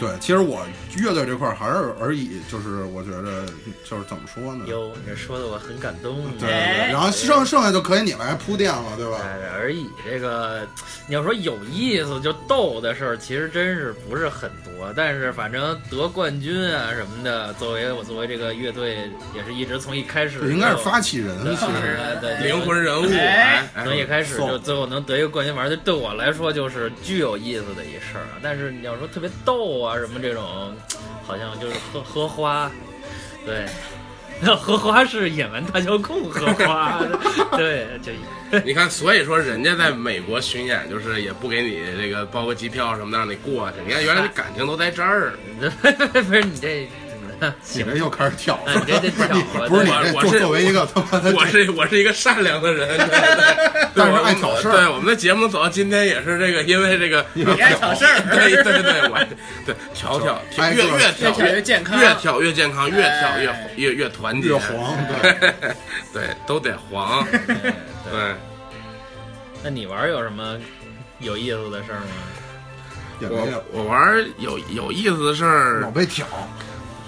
Speaker 3: 对，其实我乐队这块儿还是而已，就是我觉着就是怎么说呢？
Speaker 5: 哟，你这说的我很感动。
Speaker 3: 对对
Speaker 4: 哎
Speaker 3: 对，然后剩剩下就可以你来铺垫了，对吧？
Speaker 5: 哎而已，这个你要说有意思就逗的事儿，其实真是不是很多。但是反正得冠军啊什么的，作为我作为这个乐队，也是一直从一开始
Speaker 3: 就应该是发起人，
Speaker 5: 对
Speaker 3: 其实
Speaker 5: 对对
Speaker 2: 灵魂人物，
Speaker 4: 哎
Speaker 2: 哎
Speaker 5: 从一开始
Speaker 3: 送
Speaker 5: 就最后能得一个冠军，反正对我来说就是具有意思的一事儿啊。但是你要说特别逗啊什么这种，好像就是喝喝花，对， 那荷花是演完大桥控荷花， 对，就
Speaker 2: 你看，所以说人家在美国巡演，就是也不给你这个包个机票什么的让你过去。你看，
Speaker 4: 哎
Speaker 2: 原来你感情都在这儿。
Speaker 5: 不是你这
Speaker 3: 你
Speaker 5: 行
Speaker 3: 这又开始挑
Speaker 5: 哎你这
Speaker 3: 了，
Speaker 5: 这
Speaker 3: 不是
Speaker 5: 挑
Speaker 3: 你
Speaker 5: 了
Speaker 3: 不是你
Speaker 2: 我
Speaker 3: 这
Speaker 2: 我
Speaker 3: 作
Speaker 2: 是
Speaker 3: 作为一个他妈的
Speaker 2: 我是我是一个善良的人，对对
Speaker 3: 但是爱挑事儿
Speaker 2: 对，我们的节目走到今天也是这个，因为这个
Speaker 3: 为
Speaker 4: 别挑事儿。
Speaker 2: 对对对，对我对挑挑
Speaker 3: 挨个
Speaker 2: 越
Speaker 3: 儿
Speaker 2: 越
Speaker 4: 越
Speaker 2: 挑
Speaker 4: 挑越健康，
Speaker 2: 越挑越健康，越挑越
Speaker 4: 哎
Speaker 2: 越越团结，
Speaker 3: 越黄，对，
Speaker 2: 对都得黄，
Speaker 5: 对对
Speaker 2: 对。
Speaker 5: 那你玩儿有什么有意思的事儿吗？
Speaker 3: 也没
Speaker 2: 我
Speaker 3: 有
Speaker 2: 我玩儿有有意思的事
Speaker 3: 老
Speaker 2: 儿，
Speaker 3: 被挑，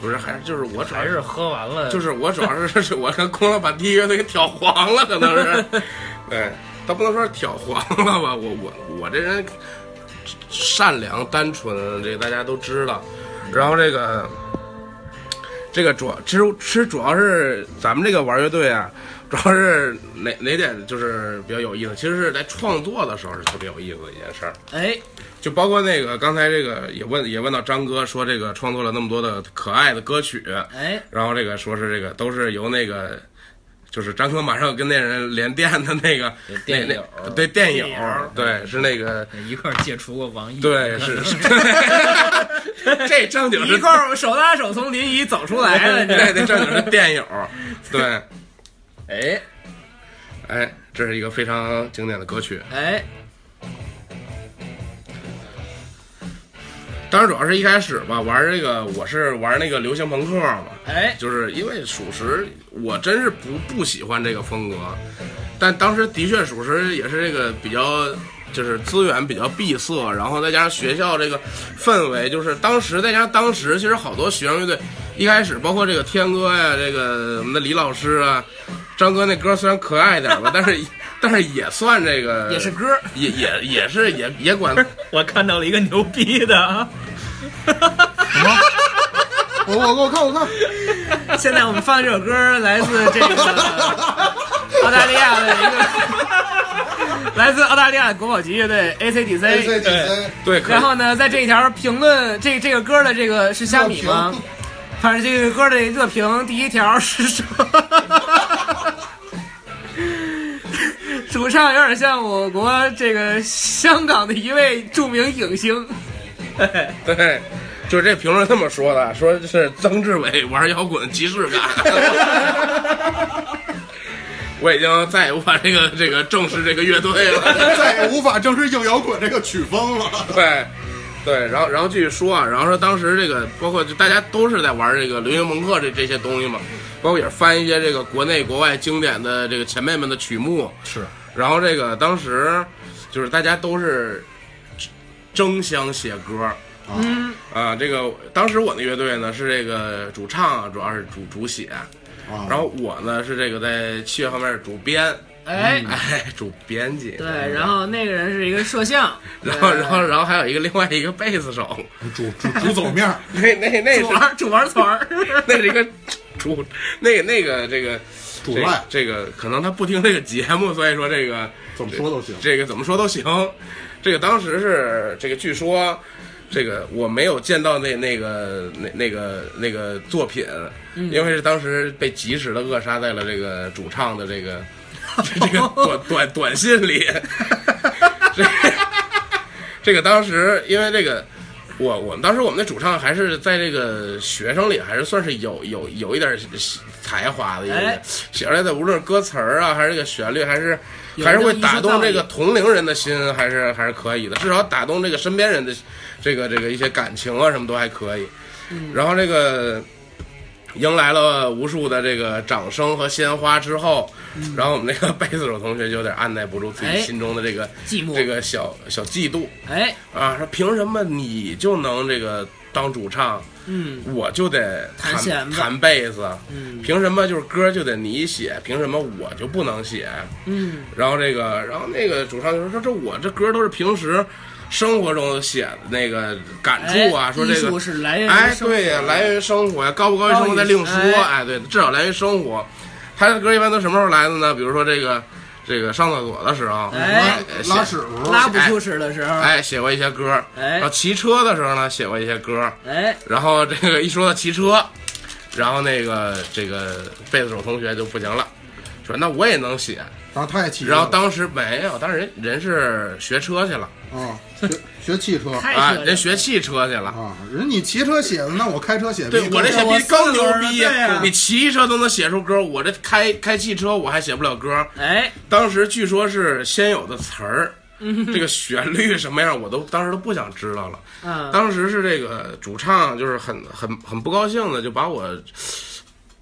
Speaker 2: 不是还是就是我主要
Speaker 5: 还是喝完了
Speaker 2: 就是我主要是 是我跟空老板第一乐队给挑黄了，可能是，对，倒不能说是挑黄了吧，我我我这人善良单纯，这个大家都知道。然后这个这个主要其实其实主要是咱们这个玩乐队啊，主要是哪哪点就是比较有意思，其实是在创作的时候是特别有意思的一件事儿。
Speaker 4: 哎，
Speaker 2: 就包括那个刚才这个也问也问到张哥说这个创作了那么多的可爱的歌曲，
Speaker 4: 哎，
Speaker 2: 然后这个说是这个都是由那个，就是张哥马上要跟那人连电的那个
Speaker 5: 有
Speaker 2: 那
Speaker 5: 电影儿
Speaker 2: 那对电影
Speaker 4: 电影
Speaker 2: 儿
Speaker 4: 儿，
Speaker 2: 对是那 个
Speaker 5: 一 块儿解除过王毅，
Speaker 2: 对是， 是这正经
Speaker 4: 一
Speaker 2: 是
Speaker 4: 块儿手拉手从临沂走出来了，你知道吗
Speaker 2: 对对正经是电影儿，对，
Speaker 5: 哎，
Speaker 2: 哎，这是一个非常经典的歌曲。
Speaker 4: 哎，
Speaker 2: 当时主要是一开始吧，玩这个我是玩那个流行朋克嘛，
Speaker 4: 哎，
Speaker 2: 就是因为属实，我真是不不喜欢这个风格，但当时的确属实也是这个比较，就是资源比较闭塞，然后再加上学校这个氛围，就是当时再加上当时其实好多学生乐队一开始，包括这个天哥呀，这个我们的李老师啊，张哥那歌虽然可爱点吧，但是但是也算这个
Speaker 4: 也是歌儿，
Speaker 2: 也也也是也也管
Speaker 5: 我看到了一个牛逼的啊，
Speaker 3: 我我我看我看，
Speaker 4: 现在我们放这首歌来自这个澳大利亚的一个，来自澳大利亚的国宝级乐队
Speaker 3: AC
Speaker 4: ACDC。
Speaker 3: DC
Speaker 5: 对，可以
Speaker 4: 然后呢，在这一条评论，这这个歌的这个是虾米吗
Speaker 3: 热评？
Speaker 4: 反正这个歌的热评第一条是说， 主唱有点像我国这个香港的一位著名影星。
Speaker 2: 对，就是这评论这么说的，说是曾志伟玩摇滚即视感。 我已经再也无法这个这个正视这个乐队了。
Speaker 3: 再也无法正视硬摇滚这个曲风了。
Speaker 2: 对，对，然后然后继续说啊，然后说当时这个包括就大家都是在玩这个流行朋克这这些东西嘛，包括也是翻一些这个国内国外经典的这个前辈们的曲目，
Speaker 3: 是，
Speaker 2: 然后这个当时就是大家都是争相写歌，
Speaker 4: 嗯，
Speaker 2: 啊，这个当时我的乐队呢是这个主唱，啊主要是主主写，
Speaker 3: 啊
Speaker 2: 然后我呢是这个在器乐方面是主编，
Speaker 4: 哎，
Speaker 2: 哎，主编辑。
Speaker 4: 对，然后那个人是一个摄像，呃
Speaker 2: 然后，
Speaker 4: 对
Speaker 2: 然后，然后还有一个另外一个贝斯手，
Speaker 3: 主主主走面儿，
Speaker 2: 那那那
Speaker 4: 主
Speaker 2: 是
Speaker 4: 玩主玩词儿，
Speaker 2: 那是一个主，那个那个这个
Speaker 3: 主
Speaker 2: 这
Speaker 3: 赖
Speaker 2: 个，这个可能他不听这个节目，所以说这个
Speaker 3: 怎么说都行。
Speaker 2: 这个怎么说都行。这个当时是这个，据说这个我没有见到那那个那那个那个作品，因为是当时被及时的扼杀在了这个主唱的这个 这个短短短信里。 这这个当时因为这个。我我们当时我们的主唱还是在这个学生里还是算是有有有一点才华的一个人
Speaker 4: 哎，
Speaker 2: 写出来的无论是歌词儿啊，还是这个旋律，还是
Speaker 4: 有
Speaker 2: 还是
Speaker 4: 那
Speaker 2: 会
Speaker 4: 么一
Speaker 2: 打
Speaker 4: 些
Speaker 2: 动
Speaker 4: 道
Speaker 2: 这个
Speaker 4: 理
Speaker 2: 同龄人的心，还是还是可以的，至少打动这个身边人的这个这个一些感情啊，什么都还可以。
Speaker 4: 嗯
Speaker 2: 然后这个迎来了无数的这个掌声和鲜花之后，然后我们那个贝斯手同学就有点按耐不住自己
Speaker 4: 嗯哎
Speaker 2: 心中的这个、
Speaker 4: 寂寞
Speaker 2: 这个小小嫉妒
Speaker 4: 哎，
Speaker 2: 啊，说凭什么你就能这个当主唱，
Speaker 4: 嗯
Speaker 2: 我就得
Speaker 4: 弹
Speaker 2: 弹
Speaker 4: 弦子
Speaker 2: 弹贝斯？
Speaker 4: 嗯
Speaker 2: 凭什么就是歌就得你写，凭什么我就不能写？
Speaker 4: 嗯，
Speaker 2: 然后这个，然后那个主唱就说：“说这我这歌都是平时生活中写的那个感触啊，
Speaker 4: 哎
Speaker 2: 说这
Speaker 4: 艺
Speaker 2: 个
Speaker 4: 术是来源于
Speaker 2: 哎，
Speaker 4: 生活
Speaker 2: 对呀、来源于生活呀、高不高于生活再另说
Speaker 4: 高于，哎
Speaker 2: 哎对，至少来源于生活。他的歌一般都什么时候来的呢？比如说这个这个上厕所的时候，
Speaker 4: 哎
Speaker 2: 写
Speaker 3: 拉屎的时候
Speaker 4: 拉不出屎的时候，
Speaker 2: 哎写过一些歌，然后
Speaker 4: 哎
Speaker 2: 骑车的时候呢写过一些歌，
Speaker 4: 哎，
Speaker 2: 然后这个一说到骑车，然后那个这个贝斯手同学就不行了，说那我也能写。
Speaker 3: 然后他也骑车，
Speaker 2: 然后当时没有，当时人人是学车去了
Speaker 3: 啊学学汽车
Speaker 4: 太
Speaker 2: 啊
Speaker 4: 热，了
Speaker 2: 人学汽车去
Speaker 4: 哦
Speaker 2: 了。
Speaker 3: 啊，人你骑车写的，那我开车写的
Speaker 2: 对我这
Speaker 4: 小
Speaker 2: 写
Speaker 4: 我
Speaker 2: 逼更牛逼
Speaker 4: 四轮儿对啊，
Speaker 2: 你骑车都能写出歌，我这开开汽车我还写不了歌。
Speaker 4: 哎，
Speaker 2: 当时据说是先有的词儿，这个旋律什么样我都当时都不想知道了。
Speaker 4: 嗯，
Speaker 2: 当时是这个主唱就是很很很不高兴的，就把我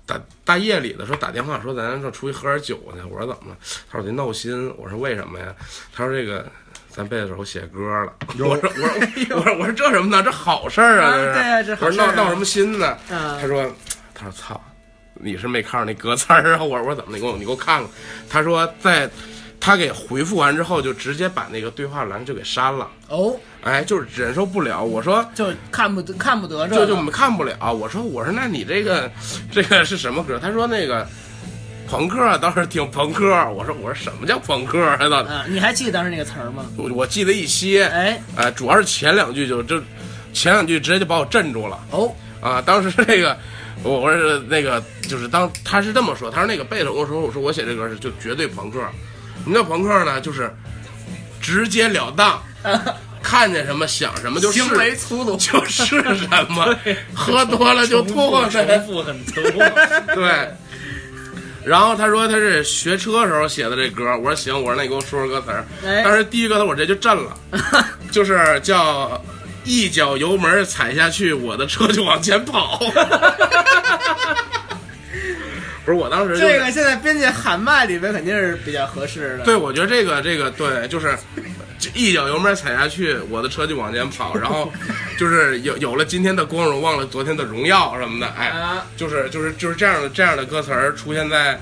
Speaker 2: 打大夜里的时候打电话说咱说出去喝点酒去。我说怎么了？他说我得闹心。我说为什么呀？他说这个咱背的时候写歌了。我说我说我说我说这什么呢？这好事儿
Speaker 4: 啊
Speaker 2: 啊！这是
Speaker 4: 对啊这好事儿啊
Speaker 2: 我说闹闹什么心呢？
Speaker 4: 嗯
Speaker 2: 他说他说操，你是没看上那歌词儿啊？我说我说怎么？你给我你给我看看。他说在他给回复完之后，就直接把那个对话栏就给删了。
Speaker 4: 哦，
Speaker 2: 哎，就是忍受不了。我说
Speaker 4: 就看不得看不得这
Speaker 2: 这
Speaker 4: 个，
Speaker 2: 就我们看不了。啊我说我说那你这个这个是什么歌？他说那个朋克啊倒是挺朋克。我说我说什么叫朋克啊？到底
Speaker 4: 啊，你还记得当时那个词儿吗？
Speaker 2: 我我记得一些，
Speaker 4: 哎，
Speaker 2: 啊，主要是前两句就就前两句直接就把我镇住了
Speaker 4: 哦，
Speaker 2: 啊。当时这个。我我是那个，就是当他是这么说，他说那个贝斯跟我说，我说我写这歌是就绝对朋克，什么叫朋克呢？就是直截了 当，看见什么想什么就是
Speaker 4: 行为粗 鲁，
Speaker 2: 就是什么，喝多了就吐
Speaker 5: 重
Speaker 2: 呗。
Speaker 5: 复很多。
Speaker 2: 对。然后他说他是学车时候写的这歌，我说行，我说那你给我说说歌词儿。
Speaker 4: 哎
Speaker 2: 当时第一个歌词我直接就震 了，就是叫一脚油门踩下去，我的车就往前 跑。不是，我当时就
Speaker 4: 这
Speaker 2: 是
Speaker 4: 个现在编辑喊麦里边肯定是比较合适的，
Speaker 2: 对，我觉得这个这个对，就是这一脚油门踩下去，我的车就往前跑，然后就是有有了今天的光荣，忘了昨天的荣耀什么的，哎
Speaker 4: 啊，
Speaker 2: 就是就是就是这样的这样的歌词儿出现在。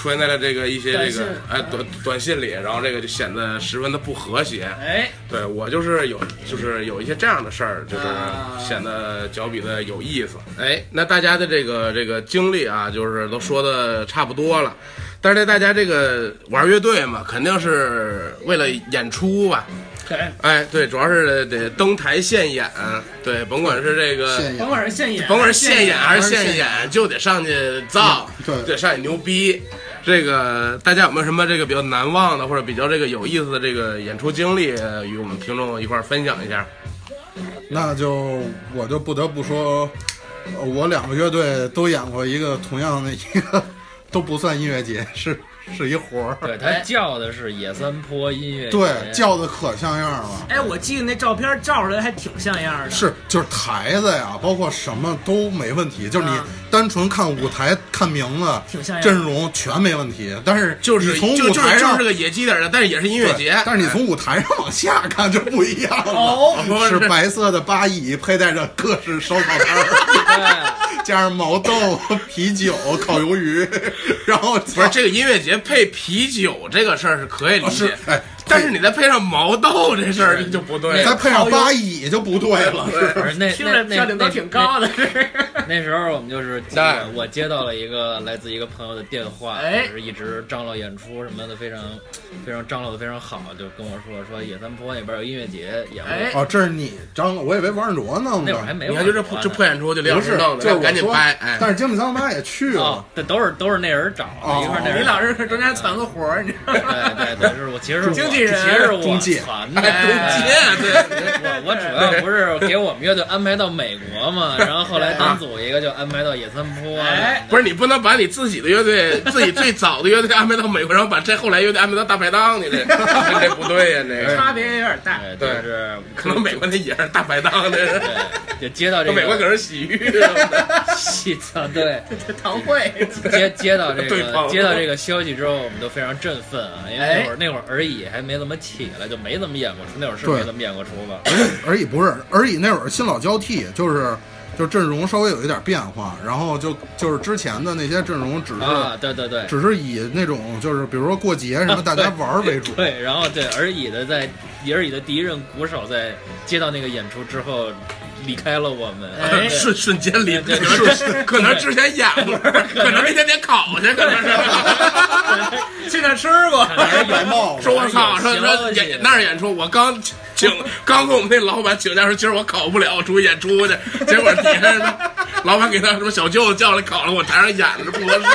Speaker 2: 出现在了这个一些
Speaker 4: 短
Speaker 2: 这
Speaker 4: 信
Speaker 2: 个哎短短信里，然后这个就显得十分的不和谐。
Speaker 4: 哎，
Speaker 2: 对我就是有就是有一些这样的事儿，就是
Speaker 4: 啊
Speaker 2: 显得脚比的有意思。哎，那大家的这个这个经历啊，就是都说的差不多了。但是大家这个玩乐队嘛，肯定是为了演出吧？
Speaker 4: 对，
Speaker 2: 哎，对，主要是得登台现演，对，甭管是这个
Speaker 3: 现
Speaker 4: 甭
Speaker 3: 眼
Speaker 4: 管是现眼，
Speaker 2: 甭管是现演还是
Speaker 3: 还是
Speaker 2: 现
Speaker 3: 现
Speaker 2: 演，就得上去造，
Speaker 3: 对
Speaker 2: 对，上去牛逼。这个大家有没有什么这个比较难忘的或者比较这个有意思的这个演出经历，呃与我们听众一块儿分享一下？
Speaker 3: 那就我就不得不说，呃我两个乐队都演过一个同样的一个，都不算音乐节，是是一活儿。
Speaker 5: 对
Speaker 4: 哎
Speaker 5: 他叫的是野三坡音乐节
Speaker 3: 对，叫的可像样了。
Speaker 4: 哎，我记得那照片照出来还挺像样的，
Speaker 3: 是，就是台子呀，包括什么都没问题，就是你
Speaker 4: 啊
Speaker 3: 单纯看舞台、看名字、
Speaker 4: 挺像样
Speaker 3: 阵容全没问题，但是
Speaker 2: 就是
Speaker 3: 你从
Speaker 2: 就
Speaker 3: 舞
Speaker 2: 就是
Speaker 3: 台
Speaker 2: 就
Speaker 3: 上
Speaker 2: 是个野鸡点儿的，但是也是音乐
Speaker 3: 对
Speaker 2: 节。
Speaker 3: 但是你从舞台上往下看就不一样了，
Speaker 4: 哦
Speaker 2: 不是
Speaker 3: 是白色的八椅，佩戴着各式烧烤摊 儿，
Speaker 5: 哎 对
Speaker 3: 加上毛豆、啤酒、烤鱿鱼，然后
Speaker 2: 不是这个音乐节配啤酒这个事儿是可以理解，
Speaker 3: 是哎
Speaker 2: 但是你再配上毛豆这事儿就不对
Speaker 3: 再
Speaker 2: 了。
Speaker 3: 配上八椅就不对了，是
Speaker 5: 不是那
Speaker 4: 听着
Speaker 5: 那
Speaker 4: 漂亮都挺高的，
Speaker 5: 那时候我们就是记
Speaker 2: 哎
Speaker 5: 得，我接到了一个来自一个朋友的电话，
Speaker 4: 哎
Speaker 5: 就是一直张罗演出什么的，非常非常张罗的非常好，就跟我说说野三坡那边有音乐节演出，
Speaker 4: 哎
Speaker 3: 哦，这是你张，我以为王振卓弄
Speaker 5: 那会儿还
Speaker 3: 的，
Speaker 5: 没有
Speaker 2: 你
Speaker 5: 我呢。
Speaker 2: 看，就这破这破
Speaker 5: 啊
Speaker 2: 演出就
Speaker 3: 不
Speaker 2: 两
Speaker 3: 是，
Speaker 2: 弄
Speaker 3: 这
Speaker 2: 的，
Speaker 3: 我
Speaker 2: 赶紧
Speaker 3: 说
Speaker 2: 拍。哎，
Speaker 3: 但是经理脏妈也去
Speaker 5: 哦
Speaker 3: 了，，
Speaker 5: 这都是都是那人找的，
Speaker 3: 哦
Speaker 5: 一块儿那
Speaker 4: 李
Speaker 5: 人
Speaker 4: 老
Speaker 5: 找的
Speaker 4: 师可中间攒个活儿，你知道吗？
Speaker 2: 哦
Speaker 5: 对对对，就是我其实是我
Speaker 4: 经纪人
Speaker 5: 其实是我
Speaker 3: 中介
Speaker 5: 传的，
Speaker 2: 哎，中介啊对。
Speaker 5: 我我主要不是给我们乐队安排到美国嘛，然后后来单组一个就安排到野三坡，
Speaker 4: 哎
Speaker 2: 不是你不能把你自己的乐队、自己最早的乐队安排到美国，然后把这后来乐队安排到大排档，你这这这不对呀、这个
Speaker 4: 差别有点大。
Speaker 5: 对，哎
Speaker 2: 对
Speaker 5: 就是
Speaker 2: 可能美国那也是大排档的，
Speaker 5: 对，就接到这
Speaker 2: 美国
Speaker 5: 个
Speaker 2: 可是洗浴什么的。
Speaker 5: 戏操，对，
Speaker 4: 这堂会，
Speaker 5: 接接到这
Speaker 2: 对
Speaker 5: 个
Speaker 2: 方
Speaker 5: 接到这个消息之后，我们都非常振奋啊，因为那
Speaker 2: 哎
Speaker 5: 会儿那会儿而已还没怎么起来，就没怎么演过出，那会儿是
Speaker 3: 对
Speaker 5: 没怎么演过出 吧？
Speaker 3: 而已不是，而已那会儿新老交替，就是就阵容稍微有一点变化，然后就就是之前的那些阵容只是、
Speaker 5: 啊，对对对。
Speaker 3: 只是以那种就是比如说过节什么大家玩儿为主，
Speaker 5: 对，然后对而已的在而已的第一任鼓手在接到那个演出之后离开了我们，
Speaker 4: 哎
Speaker 2: 瞬瞬间离，
Speaker 5: 对对
Speaker 2: 可能是可能之前演过，可能那天得考去，可能是。
Speaker 4: 去那吃过，
Speaker 3: 白帽子
Speaker 2: 说我
Speaker 5: 哎
Speaker 2: 操，说说演那儿演出，我刚请刚跟我们那老板请假说，今儿我考不了，我出去演出去。结果你看他，老板给他什么小舅子叫来考了，我台上演着不合适。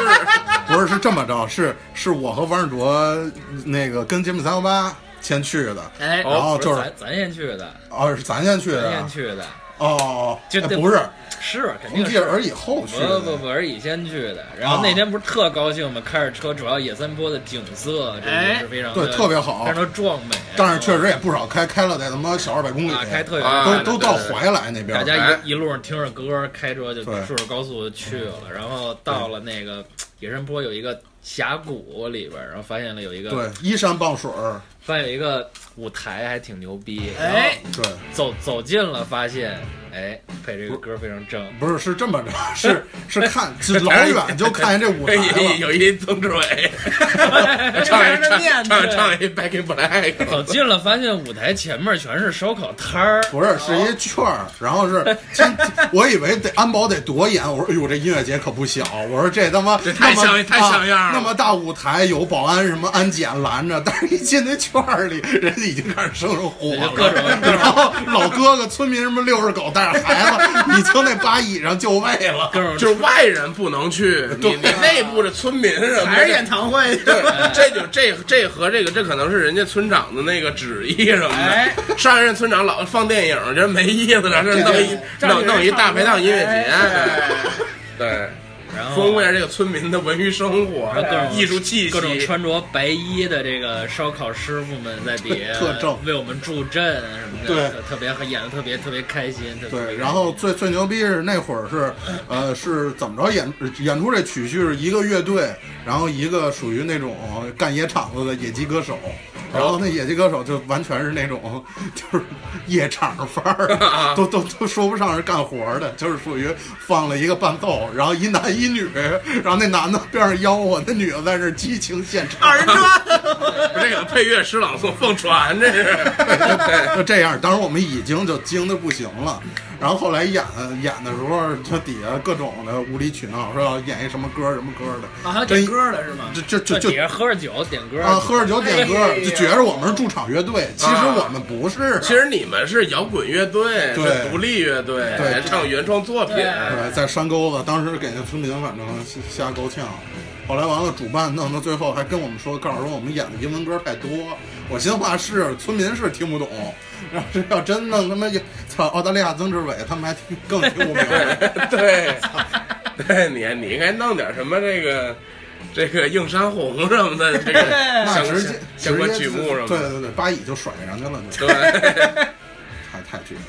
Speaker 3: 不是是这么着，是是我和王振卓那个跟杰米三幺八先去的，
Speaker 4: 哎，
Speaker 3: 然后
Speaker 5: 不
Speaker 3: 就是
Speaker 5: 哦咱咱先去的，
Speaker 3: 哦是咱先去
Speaker 5: 咱
Speaker 3: 的
Speaker 5: 先
Speaker 3: 呀，
Speaker 5: 去的，
Speaker 3: 哦，
Speaker 5: 就
Speaker 3: 哎不是
Speaker 5: 是啊肯
Speaker 3: 红
Speaker 5: 定
Speaker 3: 地
Speaker 5: 是。
Speaker 3: 而已后去
Speaker 5: 不
Speaker 3: 的，
Speaker 5: 不不，而已先去的。然后
Speaker 3: 啊
Speaker 5: 那天不是特高兴吗？开着车，主要野三坡的景色真
Speaker 4: 哎
Speaker 5: 的是非常的
Speaker 3: 对特别好
Speaker 5: 非常的壮美。
Speaker 3: 但是确实也不少开，开了得他妈小二百公里，
Speaker 5: 啊，开特别
Speaker 2: 啊
Speaker 5: 快乐
Speaker 3: 都都到
Speaker 5: 对对对
Speaker 3: 怀来那边
Speaker 5: 大
Speaker 3: 儿，
Speaker 5: 家
Speaker 2: 哎
Speaker 5: 一一路上听着歌，开车就
Speaker 3: 对嗯
Speaker 5: 顺着高速去了，然后到了那个野山坡有一个峡谷里边儿，然后发现了有一个
Speaker 3: 对依山傍水儿，
Speaker 5: 发现有一个舞台还挺牛逼，然后
Speaker 4: 哎，
Speaker 3: 对。
Speaker 5: 走走近了发现，哎，配这个歌非常正，
Speaker 3: 不是，是这么着， 是是看，是老远就看见这舞台
Speaker 2: 哎
Speaker 5: 哎
Speaker 2: 有一
Speaker 3: 了。
Speaker 2: 有一曾志 伟，哎唱一唱唱唱一 Back in Black，
Speaker 5: 走近了发现舞台前面全是烧烤摊儿，
Speaker 3: 不是，是一圈儿，然后是，先我以为得安保得多严，我说，哎呦，这音乐节可不小，我说这他妈
Speaker 2: 这太像
Speaker 3: 那么
Speaker 2: 太像样了
Speaker 3: 啊那么大舞台有保安什么安检拦着，但是一进那圈儿里，人家已经开始生着火了，
Speaker 5: 各种各种
Speaker 3: 然后老哥哥、村民什么遛着狗带着孩子，你就那八椅上就位了，
Speaker 5: 各种
Speaker 2: 就是外人不能去，你你内部的村民什么的
Speaker 4: 还是演堂会，
Speaker 2: 对， 这就这这和这个这可能是人家村长的那个旨意什么的。
Speaker 4: 哎
Speaker 2: 上一任村长老放电影，觉得没意思了，这弄一
Speaker 4: 这
Speaker 2: 弄弄一大排档音乐节
Speaker 4: 哎，
Speaker 2: 对，
Speaker 5: 然后
Speaker 2: 丰富一下这个村民的文娱生活
Speaker 5: 然后
Speaker 4: 哦
Speaker 5: 各、种
Speaker 2: 艺术气息，
Speaker 5: 各种穿着白衣的这个烧烤师傅们在底下
Speaker 3: 特正
Speaker 5: 为我们助阵啊什么的，
Speaker 3: 对
Speaker 5: 特，特别演的特别特别开心，特别特别
Speaker 3: 对，
Speaker 5: 开心
Speaker 3: 然后最最牛逼是那会儿是，呃，是怎么着演演出这曲序是一个乐队，然后一个属于那种干野场子的野鸡歌手，然后那野鸡歌手就完全是那种就是夜场范儿，都都都说不上是干活的，就是属于放了一个伴奏，然后一男一一女，然后那男的边上吆喝，那女的在这激情现场，
Speaker 2: 二人转，这个配乐师朗诵凤传，这 是。
Speaker 3: 就这样。当时我们已经就惊的不行了，然后后来演演的时候，他底下各种的无理取闹，说要演一什么歌什么歌的，
Speaker 4: 啊，还有点歌了是吗？
Speaker 3: 就就就
Speaker 5: 底
Speaker 3: 就
Speaker 5: 下喝着酒点歌
Speaker 3: 啊，喝着酒点歌
Speaker 4: 哎，呀
Speaker 3: 就觉着我们是驻场乐队，其实
Speaker 2: 啊
Speaker 3: 我们不是。
Speaker 2: 其实你们是摇滚乐队，
Speaker 3: 对
Speaker 2: 是独立乐队，
Speaker 3: 对
Speaker 2: 唱原创作品。
Speaker 4: 对
Speaker 3: 对，在山沟子，当时给那村民反正瞎够呛。后来完了，主办弄到最后还跟我们说，告诉说我们演的英文歌太多。我心话是村民是听不懂， 然后这要真弄他妈一操澳大利亚曾志伟，他们还听更听不明白。
Speaker 2: 对，对，你你应该弄点什么这个这个映山红什么 的，这个
Speaker 3: 那
Speaker 2: 相
Speaker 3: 直接
Speaker 2: 相关
Speaker 3: 直接
Speaker 2: 曲目什么
Speaker 3: 对
Speaker 2: 的。
Speaker 3: 对对，八乙就甩上去了，就
Speaker 2: 对，
Speaker 3: 太太绝了。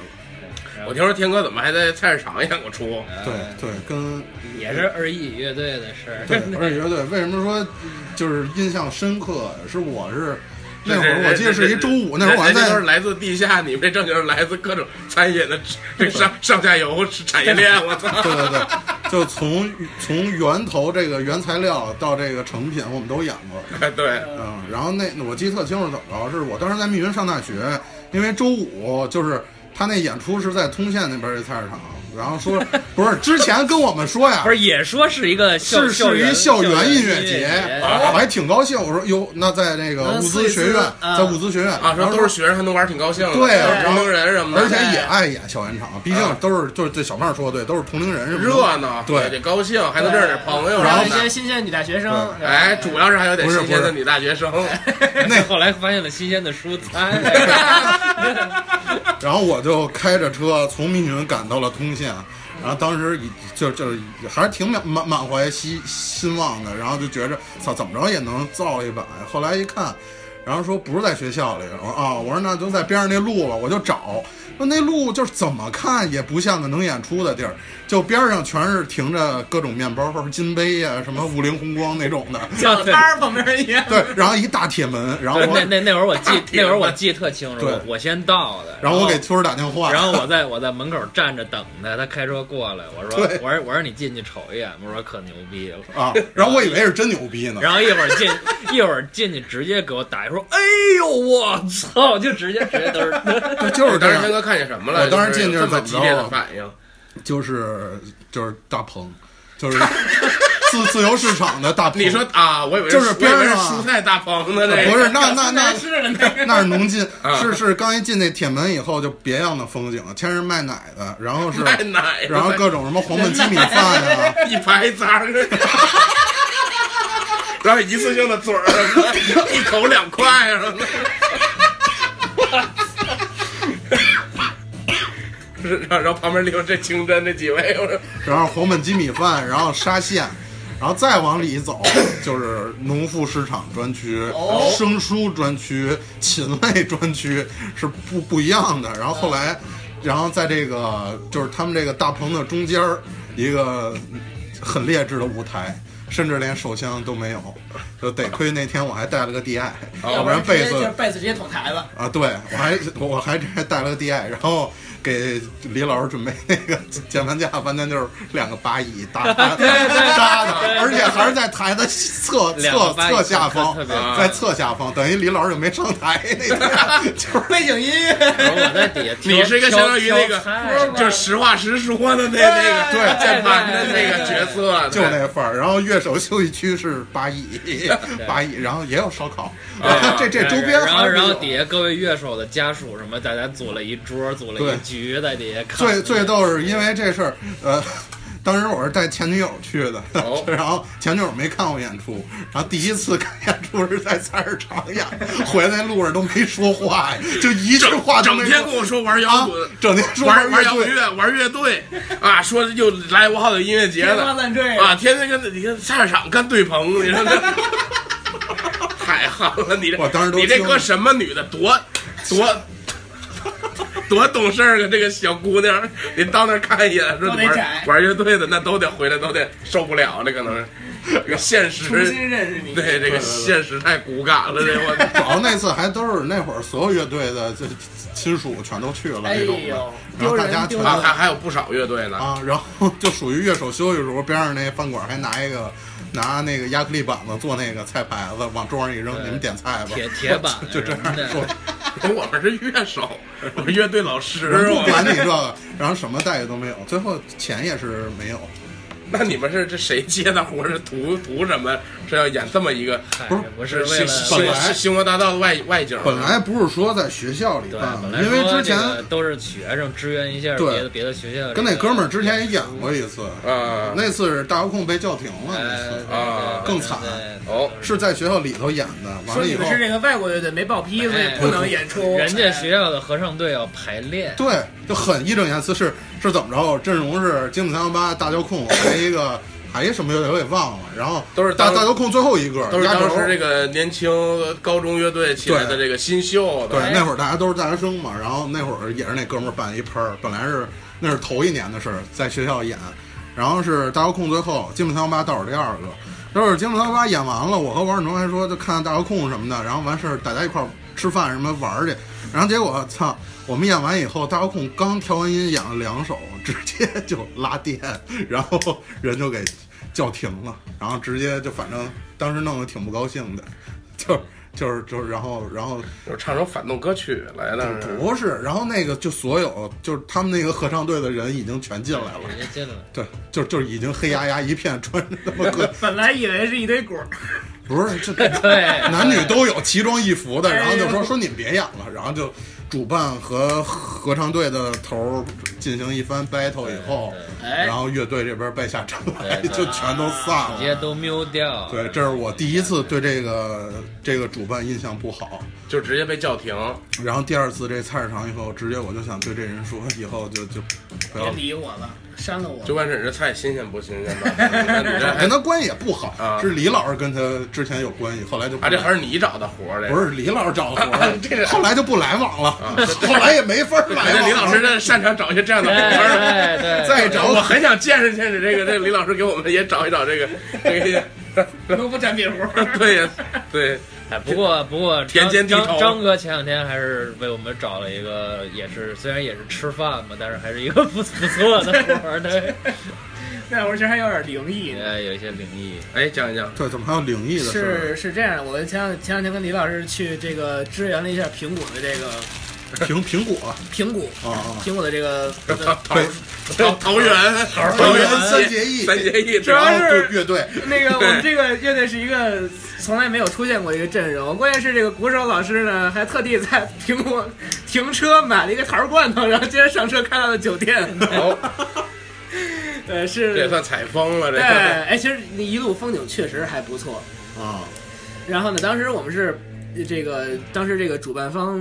Speaker 2: 我听说天哥怎么还在菜市场演过 出？
Speaker 3: 对对，跟
Speaker 5: 也是二一乐队的事
Speaker 2: 哎
Speaker 5: 儿。
Speaker 3: 对，而且乐队为什么说就是印象深刻？是我是那会
Speaker 2: 这
Speaker 3: 儿
Speaker 2: 这
Speaker 3: 我记得是一周五，那会儿我还
Speaker 2: 人家
Speaker 3: 在
Speaker 2: 都是来自地下，你们这正经是来自各种餐饮的这上上下游产业链，我操！
Speaker 3: 对对对，就从从源头这个原材料到这个成品，我们都演过。
Speaker 2: 对，
Speaker 3: 嗯，然后那我记得特清楚怎么着，是我当时在密云上大学，因为周五就是他那演出是在通县那边儿的菜市场，然后说不是之前跟我们 说呀
Speaker 5: 不。是也说是一个校
Speaker 3: 是是一
Speaker 5: 校
Speaker 3: 园
Speaker 5: 音
Speaker 3: 乐
Speaker 5: 节，
Speaker 3: 啊我还挺高兴。我说哟，那在那个
Speaker 4: 嗯
Speaker 3: 物资
Speaker 4: 四一
Speaker 3: 学院
Speaker 4: 四，啊
Speaker 3: 在物资学院
Speaker 2: 啊，
Speaker 3: 然
Speaker 2: 说
Speaker 3: 后
Speaker 2: 都是学生还能玩，挺高兴的。
Speaker 3: 对啊
Speaker 2: 同龄人什么的，
Speaker 3: 而且也爱演校园场，毕竟都是就是对小胖说的对，都是同龄人什么的
Speaker 2: 热闹，
Speaker 3: 对
Speaker 2: 得高兴，还能认识点朋友，
Speaker 4: 还有
Speaker 2: 然
Speaker 4: 一
Speaker 2: 后
Speaker 4: 些新鲜女大学生，对吧
Speaker 2: 哎，主要是还有点
Speaker 3: 不是
Speaker 2: 新鲜
Speaker 3: 不
Speaker 2: 的
Speaker 3: 是
Speaker 2: 女大学生，
Speaker 3: 那
Speaker 5: 后来发现了新鲜的 蔬 菜，
Speaker 3: 然后我就开着车从密云赶到了通县，然后当时已就就是还是挺满满满怀希希望的，然后就觉着操怎么着也能造一把。后来一看，然后说不是在学校里，我说啊，我说那就在边上那路吧，我就找，说那路就是怎么看也不像个能演出的地儿，就边上全是停着各种面包、金杯呀、什么五菱宏光那种的，
Speaker 5: 叫
Speaker 4: 摊儿旁边一样。
Speaker 3: 对，然后一大铁门，然后
Speaker 5: 对那
Speaker 3: 我
Speaker 5: 那那会儿我记
Speaker 2: 铁门
Speaker 5: 那会儿我记得特清楚，
Speaker 3: 对
Speaker 5: 我我先到的，
Speaker 3: 然后我给村儿打电话，
Speaker 5: 然后我在我在门口站着等他，他开车过来，我说
Speaker 3: 对
Speaker 5: 我说我说你进去瞅一眼，我说可牛逼了。
Speaker 3: 啊，然后我以为是真牛逼呢。
Speaker 5: 然后一会儿 进一会儿进去直接给我打一说，哎呦我操，就直接直接都是
Speaker 3: 对，就是这
Speaker 2: 当时
Speaker 3: 样
Speaker 2: 天，哥看见什么了？
Speaker 3: 我当时进去
Speaker 2: 就是是有这么
Speaker 3: 怎么着
Speaker 2: 激烈的
Speaker 3: 啊
Speaker 2: 反应，
Speaker 3: 就是就是大棚，就是自自由市场的大棚。
Speaker 2: 你说啊，我以为
Speaker 3: 就是
Speaker 2: 我以为
Speaker 3: 边
Speaker 2: 是
Speaker 3: 上啊
Speaker 2: 蔬菜大棚呢，这
Speaker 3: 不 是？那那那
Speaker 4: 但是呢，那个
Speaker 3: 那是农进
Speaker 2: 啊，
Speaker 3: 是是刚一进那铁门以后就别样的风景了，全是卖奶的，然后是
Speaker 2: 卖奶的
Speaker 3: 然后各种什么黄焖鸡米饭啊呀、
Speaker 2: 一排渣儿。 然后一次性的嘴儿， 一口两块什 么的。是 然后然后旁边拎这清真这几位，我说
Speaker 3: 然后黄焖鸡米饭，然后沙县。然后再往里走，就是农副市场专区、
Speaker 4: 哦
Speaker 3: 生蔬专区、禽类专区是不不一样的。然后后来，然后在这个就是他们这个大棚的中间儿，一个很劣质的舞台，甚至连手枪都没有。就得亏那天我还带了个 DI，要不然
Speaker 4: 哦直
Speaker 3: 贝
Speaker 4: 接
Speaker 3: 斯
Speaker 4: 就是贝斯直接捅台了。
Speaker 3: 啊，对我还我还这还带了个 DI，然后给李老师准备那个键盘架，完全就是两个八椅 搭搭的，而且还是在台的侧
Speaker 5: 两个
Speaker 3: 侧
Speaker 5: 八椅
Speaker 3: 侧下方
Speaker 5: 特别好，
Speaker 3: 在侧下方，等于李老师就没上 台那天，就是
Speaker 4: 背景音乐，
Speaker 5: 然后我在底下挑，
Speaker 2: 你是一个
Speaker 5: 挑
Speaker 2: 相当于那个
Speaker 5: 挑菜
Speaker 2: 就是实话实说的那那个
Speaker 3: 对
Speaker 2: 键盘的那个角色，
Speaker 3: 就
Speaker 2: 对
Speaker 3: 那范儿。然后乐手休息区是八椅八椅，然后也有烧烤，
Speaker 2: 啊
Speaker 3: 这这周边
Speaker 5: 哎然
Speaker 3: 还
Speaker 5: 后
Speaker 3: 是
Speaker 5: 然后
Speaker 3: 有
Speaker 5: 底下各位乐手的家属什么，大家组了一桌，组了
Speaker 3: 对
Speaker 5: 一局，在底下看。
Speaker 3: 最最逗是因为这事儿，呃，当时我是带前女友去的，
Speaker 2: 哦
Speaker 3: 然后前女友没看过演出，然后第一次看演出是在菜市场演，回来路上都没说话，就一句话都
Speaker 2: 整
Speaker 3: 没
Speaker 2: 天跟
Speaker 3: 说。
Speaker 2: 我说玩摇
Speaker 3: 啊
Speaker 2: 滚，，
Speaker 3: 整天说
Speaker 2: 玩玩
Speaker 3: 乐
Speaker 2: 摇滚
Speaker 3: 队，
Speaker 2: 乐，玩乐队啊，说又来我好有音乐节
Speaker 4: 天花
Speaker 2: 了
Speaker 4: 乱坠
Speaker 2: 啊，天天跟你跟菜市场干对棚，你说这 太好了，你这
Speaker 3: 我当时都
Speaker 2: 你这
Speaker 3: 惊了
Speaker 2: 搁什么女的多多。多懂事儿啊！这个小姑娘，您到那儿看一眼，说
Speaker 4: 都得
Speaker 2: 玩
Speaker 4: 窄
Speaker 2: 玩乐队的那都得回来，都得受不了，这可 能是这个现
Speaker 4: 重新
Speaker 2: 实。
Speaker 4: 认识你。
Speaker 2: 对，这个现实太骨感了，这我
Speaker 3: 主要那次还都是那会儿所有乐队的这亲属全都去了
Speaker 4: 哎
Speaker 3: 那种的，
Speaker 4: 呦，
Speaker 3: 然
Speaker 4: 丢
Speaker 3: 后大
Speaker 4: 人
Speaker 3: 家
Speaker 4: 丢
Speaker 3: 全
Speaker 2: 还
Speaker 4: 人！
Speaker 2: 还还有不少乐队呢。
Speaker 3: 啊，然后就属于乐手休息时候，边上那饭馆还拿一个拿那个亚克力板子做那个菜牌子，往桌上一扔，
Speaker 5: 对
Speaker 3: 你们点菜吧。
Speaker 5: 铁铁板
Speaker 3: 就这样说，
Speaker 2: 我们是乐 手，我们乐队老师，
Speaker 3: 人
Speaker 2: 我
Speaker 3: 不管你
Speaker 2: 们
Speaker 3: 这个，然后什么待遇都没有，最后钱也是没有。
Speaker 2: 那你们是这谁接的活儿？是图图什么？是要演这么一个
Speaker 5: 不是哎不是
Speaker 2: 星
Speaker 5: 为了
Speaker 2: 星
Speaker 3: 本来
Speaker 2: 星光大道的外外景吗？
Speaker 3: 本来不是说在学校里
Speaker 5: 对，
Speaker 3: 办
Speaker 5: 本
Speaker 3: 的，
Speaker 5: 来
Speaker 3: 因为
Speaker 5: 说
Speaker 3: 之
Speaker 5: 这
Speaker 3: 前
Speaker 5: 个都是学生支援一下
Speaker 3: 对
Speaker 5: 别的别的学校这个，
Speaker 3: 跟那哥们儿之前也演过一次，
Speaker 2: 啊，
Speaker 3: 那次是大遥控被叫停了，那
Speaker 5: 哎
Speaker 3: 次
Speaker 2: 啊
Speaker 3: 更惨
Speaker 2: 哦
Speaker 3: 是在学校里头演的。完
Speaker 4: 说
Speaker 3: 了
Speaker 4: 你
Speaker 3: 以后
Speaker 4: 们，是这个外国乐队没报批，所以不能演出。
Speaker 5: 人家学校的合唱队要排练，
Speaker 3: 哦对，就很义正言辞，是是怎么着？阵容是精子三幺八、大遥控，还一个还一什么乐队我给忘了，然后
Speaker 2: 都是
Speaker 3: 大
Speaker 2: 当
Speaker 3: 大遥控最后一个，
Speaker 2: 都是
Speaker 3: 压
Speaker 2: 当
Speaker 3: 轴
Speaker 2: 时这个年轻高中乐队起来的这个新秀
Speaker 3: 对
Speaker 2: 的，，
Speaker 3: 那会儿大家都是大学生嘛，然后那会儿也是那哥们儿办一喷儿，本来是那是头一年的事儿，在学校演，然后是大遥控最后，金木三幺八倒数第二个，就是金木三幺八演完了，我和王志忠还说就看大遥控什么的，然后完事儿大家一块儿吃饭什么玩儿去，然后结果操，我们演完以后，大遥控刚调完音演了两首，直接就拉电，然后人就给叫停了，然后直接就反正当时弄得挺不高兴的，就就是就是然后然后。
Speaker 2: 就唱首反动歌曲来了。
Speaker 3: 不是，然后那个就所有就是他们那个合唱队的人已经全进来
Speaker 4: 嗯
Speaker 3: 了，
Speaker 5: 人家进来了。
Speaker 3: 对，就就是已经黑压压一片，穿着他妈 鬼，
Speaker 4: 本来以为是一堆果儿，
Speaker 3: 不是这
Speaker 5: 对，
Speaker 3: 男女都有奇装异服的，然后
Speaker 4: 哎
Speaker 3: 就说说你们别演了，然后就主办和合唱队的头儿进行一番 battle 以后，
Speaker 4: 哎哎
Speaker 3: 然后乐队这边败下阵来，
Speaker 5: 对
Speaker 3: 就全都散
Speaker 5: 直
Speaker 3: 了。
Speaker 5: 接都瞄掉。
Speaker 3: 对，这是我第一次对这个这个主办印象不好，
Speaker 2: 就直接被叫停，
Speaker 3: 然后第二次这菜市场以后，直接我就想对这人说，以后就就不要
Speaker 4: 别理我了，删了我
Speaker 2: 就。问这这菜新鲜不新鲜吧？ 那你这还
Speaker 3: 跟他哎关系也不好，
Speaker 2: 啊
Speaker 3: 是李老师跟他之前有关系，后来就不
Speaker 2: 啊，这还是你找的活儿嘞？
Speaker 3: 不是李老师找的活儿
Speaker 2: 这是
Speaker 3: 后来就不来往了， 后来也没法儿
Speaker 2: 感
Speaker 3: 来
Speaker 2: 觉
Speaker 3: 往。
Speaker 2: 李老师，这擅长找一些这样的活
Speaker 5: 对
Speaker 2: 儿。
Speaker 5: 对哎对，
Speaker 3: 再找
Speaker 2: 我很想见识见识这个，这李老师给我们也找一找这个，这个，
Speaker 4: 都不沾边活 儿。
Speaker 2: 对呀，对，
Speaker 5: 哎，不过不过张，
Speaker 2: 田间地头
Speaker 5: 张张哥前两天还是为我们找了一个，也是虽然也是吃饭嘛，但是还是一个 不不错的活儿，对，
Speaker 4: 那会儿其实还有点灵异。
Speaker 5: 哎，有一些灵异，
Speaker 2: 哎，讲一讲，
Speaker 3: 对，怎么还有灵哎异的事儿？
Speaker 4: 是是这样，我前两前两天跟李老师去这个支援了一下苹果的这个
Speaker 3: 苹苹果
Speaker 4: 苹果，
Speaker 3: 啊啊，
Speaker 4: 苹果的这个这个
Speaker 2: 桃桃桃园
Speaker 3: 桃园
Speaker 2: 三
Speaker 3: 啊三结 义
Speaker 2: 三结义，
Speaker 4: 主要
Speaker 3: 然后
Speaker 4: 是
Speaker 3: 对乐队，
Speaker 4: 那个我们这个乐队是一个从来没有出现过一个阵容，关键是这个鼓手老师呢，还特地在苹果停车买了一个桃儿罐头，然后接着上车开到了酒 店。
Speaker 2: 好，哦
Speaker 4: 呃，
Speaker 2: 这也
Speaker 4: 是，
Speaker 2: 算采风了，这个。
Speaker 4: 哎哎，其实那一路风景确实还不错。
Speaker 3: 啊，
Speaker 4: 然后呢，当时我们是呃这个，当时这个主办方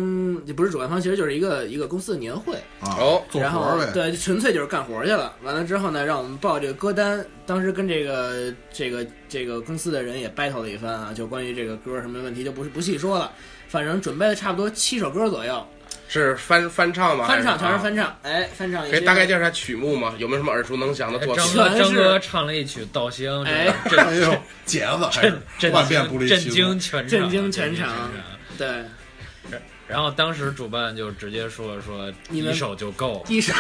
Speaker 4: 不是主办方，其实就是一个一个公司的年会，
Speaker 3: 啊
Speaker 2: 好
Speaker 3: 做
Speaker 4: 然
Speaker 3: 活
Speaker 4: 后
Speaker 3: 儿呗，
Speaker 4: 对，就纯粹就是干活去了。完了之后呢，让我们报这个歌单，当时跟这个这个这个公司的人也 battle 了一番啊，就关于这个歌什么问题就不是不细说了。反正准备了差不多七首歌左右，
Speaker 2: 是翻翻唱吗？
Speaker 4: 翻唱
Speaker 2: 还
Speaker 4: 全
Speaker 2: 是
Speaker 4: 是翻唱，哎，翻唱也
Speaker 2: 啊可
Speaker 4: 是
Speaker 2: 以大概介绍一下曲目吗？有没有什么耳熟能详的作
Speaker 5: 张
Speaker 2: 品？
Speaker 5: 哥
Speaker 4: 全是
Speaker 5: 张哥唱了一曲《稻香》，
Speaker 4: 哎
Speaker 5: 这
Speaker 3: 哎呦，杰子还
Speaker 5: 震
Speaker 3: 是万变不离
Speaker 5: 震
Speaker 3: 其宗
Speaker 5: 惊全场，
Speaker 4: 震惊全
Speaker 5: 震
Speaker 4: 场
Speaker 5: 场。
Speaker 4: 对
Speaker 5: 然后当时主办就直接说说
Speaker 4: 你
Speaker 5: 一
Speaker 4: 们
Speaker 5: 首就够，
Speaker 4: 一首，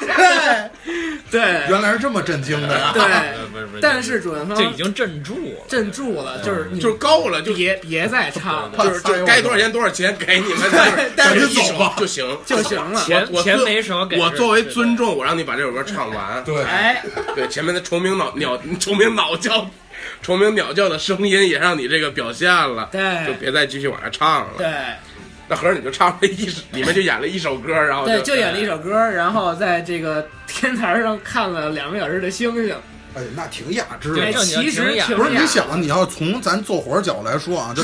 Speaker 4: 对对
Speaker 3: 原来是这么震惊 的呀！
Speaker 5: 呃
Speaker 4: 对，
Speaker 5: 不是不是，
Speaker 4: 但是主办
Speaker 5: 就已
Speaker 4: 方
Speaker 5: 经镇住了，
Speaker 4: 镇住了，就是你
Speaker 2: 就是够了，就
Speaker 4: 别别再唱了
Speaker 3: 怕
Speaker 2: 就是就该多少钱多少钱给你 们，
Speaker 4: 但
Speaker 3: 是
Speaker 2: 一首
Speaker 3: 走吧
Speaker 2: 就行。
Speaker 4: 就行了。
Speaker 5: 前
Speaker 2: 我
Speaker 5: 前
Speaker 2: 作
Speaker 5: 每首给
Speaker 2: 我
Speaker 5: 是
Speaker 2: 作为
Speaker 5: 是
Speaker 2: 尊重，我让你把这首歌唱 完。
Speaker 3: 对，
Speaker 4: 哎，
Speaker 2: 对，前面的虫鸣鸟鸟虫鸣鸟叫，虫鸣鸟叫的声音也让你这个表现了，
Speaker 4: 对
Speaker 2: 就别再继续往下唱了。
Speaker 4: 对。
Speaker 2: 那合着你就唱了一，你们就演了一首歌，然后
Speaker 4: 对，就演了一首歌，然后在这个天台上看了两个小时的星星，
Speaker 3: 哎，那挺雅致
Speaker 5: 对
Speaker 3: 的
Speaker 4: 哎，。
Speaker 5: 正经
Speaker 4: 其实
Speaker 5: 挺雅
Speaker 4: 其
Speaker 3: 不是
Speaker 4: 实
Speaker 3: 你想，你要从咱坐火角来说啊，就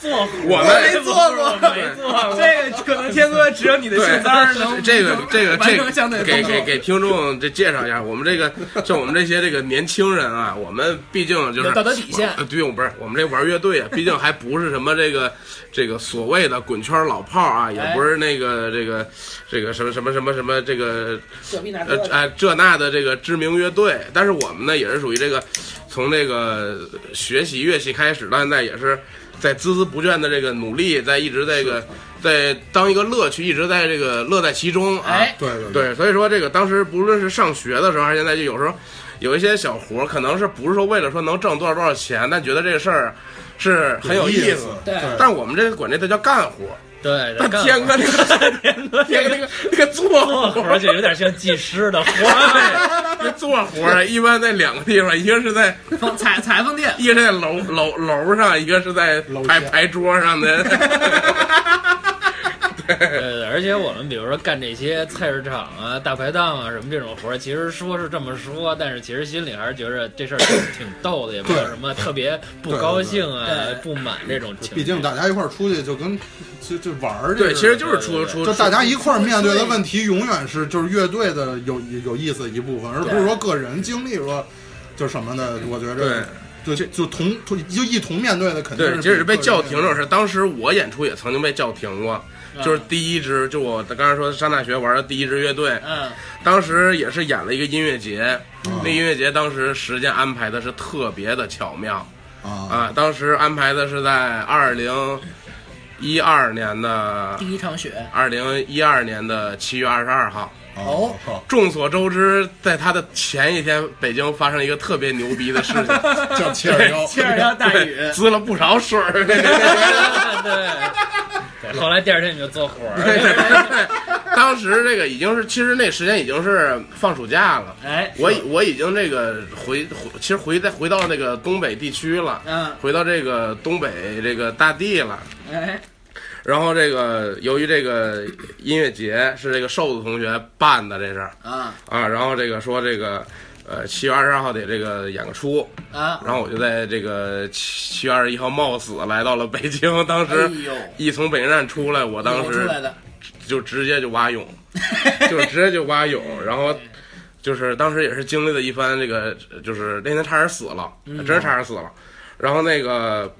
Speaker 4: 做
Speaker 2: 我
Speaker 4: 没
Speaker 2: 们
Speaker 4: 做过，没做过。 这个可能天哥只有你的
Speaker 2: 对
Speaker 4: 姓三儿能
Speaker 2: 这个这个
Speaker 4: 完
Speaker 2: 这
Speaker 4: 成相对
Speaker 2: 个
Speaker 4: 的
Speaker 2: 给
Speaker 4: 动
Speaker 2: 给
Speaker 4: 作
Speaker 2: 给听众这介绍一下，我们这 个像我们这些这个年轻人啊，我们毕竟就是
Speaker 4: 有道德底线
Speaker 2: 呃对，我不是我们这玩乐队啊，毕竟还不是什么这个这个所谓的滚圈老炮儿啊，也
Speaker 4: 哎
Speaker 2: 不是那个这个这个什么什么什么什么这个
Speaker 4: 这必拿
Speaker 2: 呃哎这那的这个知名乐队，但是我们呢也是属于这个从这个学习乐器开始到现在也是在孜孜不倦的这个努力，在一直在这个在当一个乐趣，一直在这个乐在其中啊。
Speaker 4: 哎
Speaker 3: 对对
Speaker 2: 对，所以说这个当时不论是上学的时候，还是现在，就有时候有一些小活儿，可能是不是说为了说能挣多少多少钱，但觉得这个事儿是很有
Speaker 3: 有
Speaker 2: 意
Speaker 3: 意
Speaker 2: 思
Speaker 3: 思。
Speaker 4: 对
Speaker 2: 但是我们这个管这个叫干活儿，
Speaker 5: 对，
Speaker 2: 但天哥那个
Speaker 5: 天哥
Speaker 2: 天哥那个那个做活
Speaker 5: 做
Speaker 2: 儿
Speaker 5: 活儿就有点像技师的活儿，
Speaker 2: 这做活儿啊，一般在两个地方，一个是在
Speaker 4: 放裁裁缝店，
Speaker 2: 一个是在楼楼楼上，一个是在
Speaker 3: 楼
Speaker 2: 牌
Speaker 3: 下
Speaker 2: 牌桌上的。
Speaker 5: 对对，而且我们比如说干这些菜市场啊、大排档啊什么这种活儿，其实说是这么说，但是其实心里还是觉着这事儿挺 挺逗的，也没有
Speaker 3: 对
Speaker 5: 什么特别不高兴啊
Speaker 4: 对对、对
Speaker 5: 不满这种情绪。
Speaker 3: 毕竟大家一块儿出去就跟就就玩儿去似的，
Speaker 2: 对，其实就是
Speaker 5: 对
Speaker 2: 出
Speaker 5: 对对
Speaker 2: 出
Speaker 3: 就大家一块儿面对的问题，永远是就是乐队的有有意思的一部分，而不是说个人经历说就什么的。我觉
Speaker 2: 对
Speaker 3: 着。就就同同就一同面对的肯定
Speaker 2: 对，
Speaker 3: 是
Speaker 2: 即使被叫停这种
Speaker 3: 了，
Speaker 2: 事，当时我演出也曾经被叫停
Speaker 3: 啊
Speaker 2: 过，就是第一支，就我刚才说上大学玩的第一支乐队，
Speaker 4: 嗯，
Speaker 2: 当时也是演了一个音乐节，
Speaker 3: 啊
Speaker 2: 那音乐节当时时间安排的是特别的巧妙
Speaker 3: 啊，
Speaker 2: 啊，当时安排的是在二零一二年的
Speaker 4: 第一场雪，
Speaker 2: 二零一二年的七月二十二号。
Speaker 4: 哦
Speaker 2: 众所周知，在他的前一天，北京发生了一个特别牛逼的事 情，
Speaker 3: 叫七 二幺，
Speaker 4: 七二幺大雨，
Speaker 2: 滋了不少水儿。
Speaker 5: 对，对，后来第二天你就做活儿，
Speaker 2: 当时这个已经是，其实那时间已经是放暑假了。
Speaker 4: 哎，
Speaker 2: 我已我已经这个回回，其实回在回到那个东北地区了，
Speaker 4: 嗯，
Speaker 2: 回到这个东北这个大地了。
Speaker 4: 哎，
Speaker 2: 然后这个由于这个音乐节是这个瘦子同学办的这事儿
Speaker 4: 啊
Speaker 2: 啊，然后这个说这个呃七月二十二号得这个演个出，
Speaker 4: 啊，
Speaker 2: 然后我就在这个七七月二十一号冒死来到了北京，当
Speaker 4: 哎
Speaker 2: 时
Speaker 4: 呦
Speaker 2: 一从北京站出来，我当
Speaker 4: 我出
Speaker 2: 时
Speaker 4: 来的，
Speaker 2: 就直接就蛙泳，就直接就蛙泳，然后就是当时也是经历了一番这个，就是那天差点死了，真是差点死了。然后那个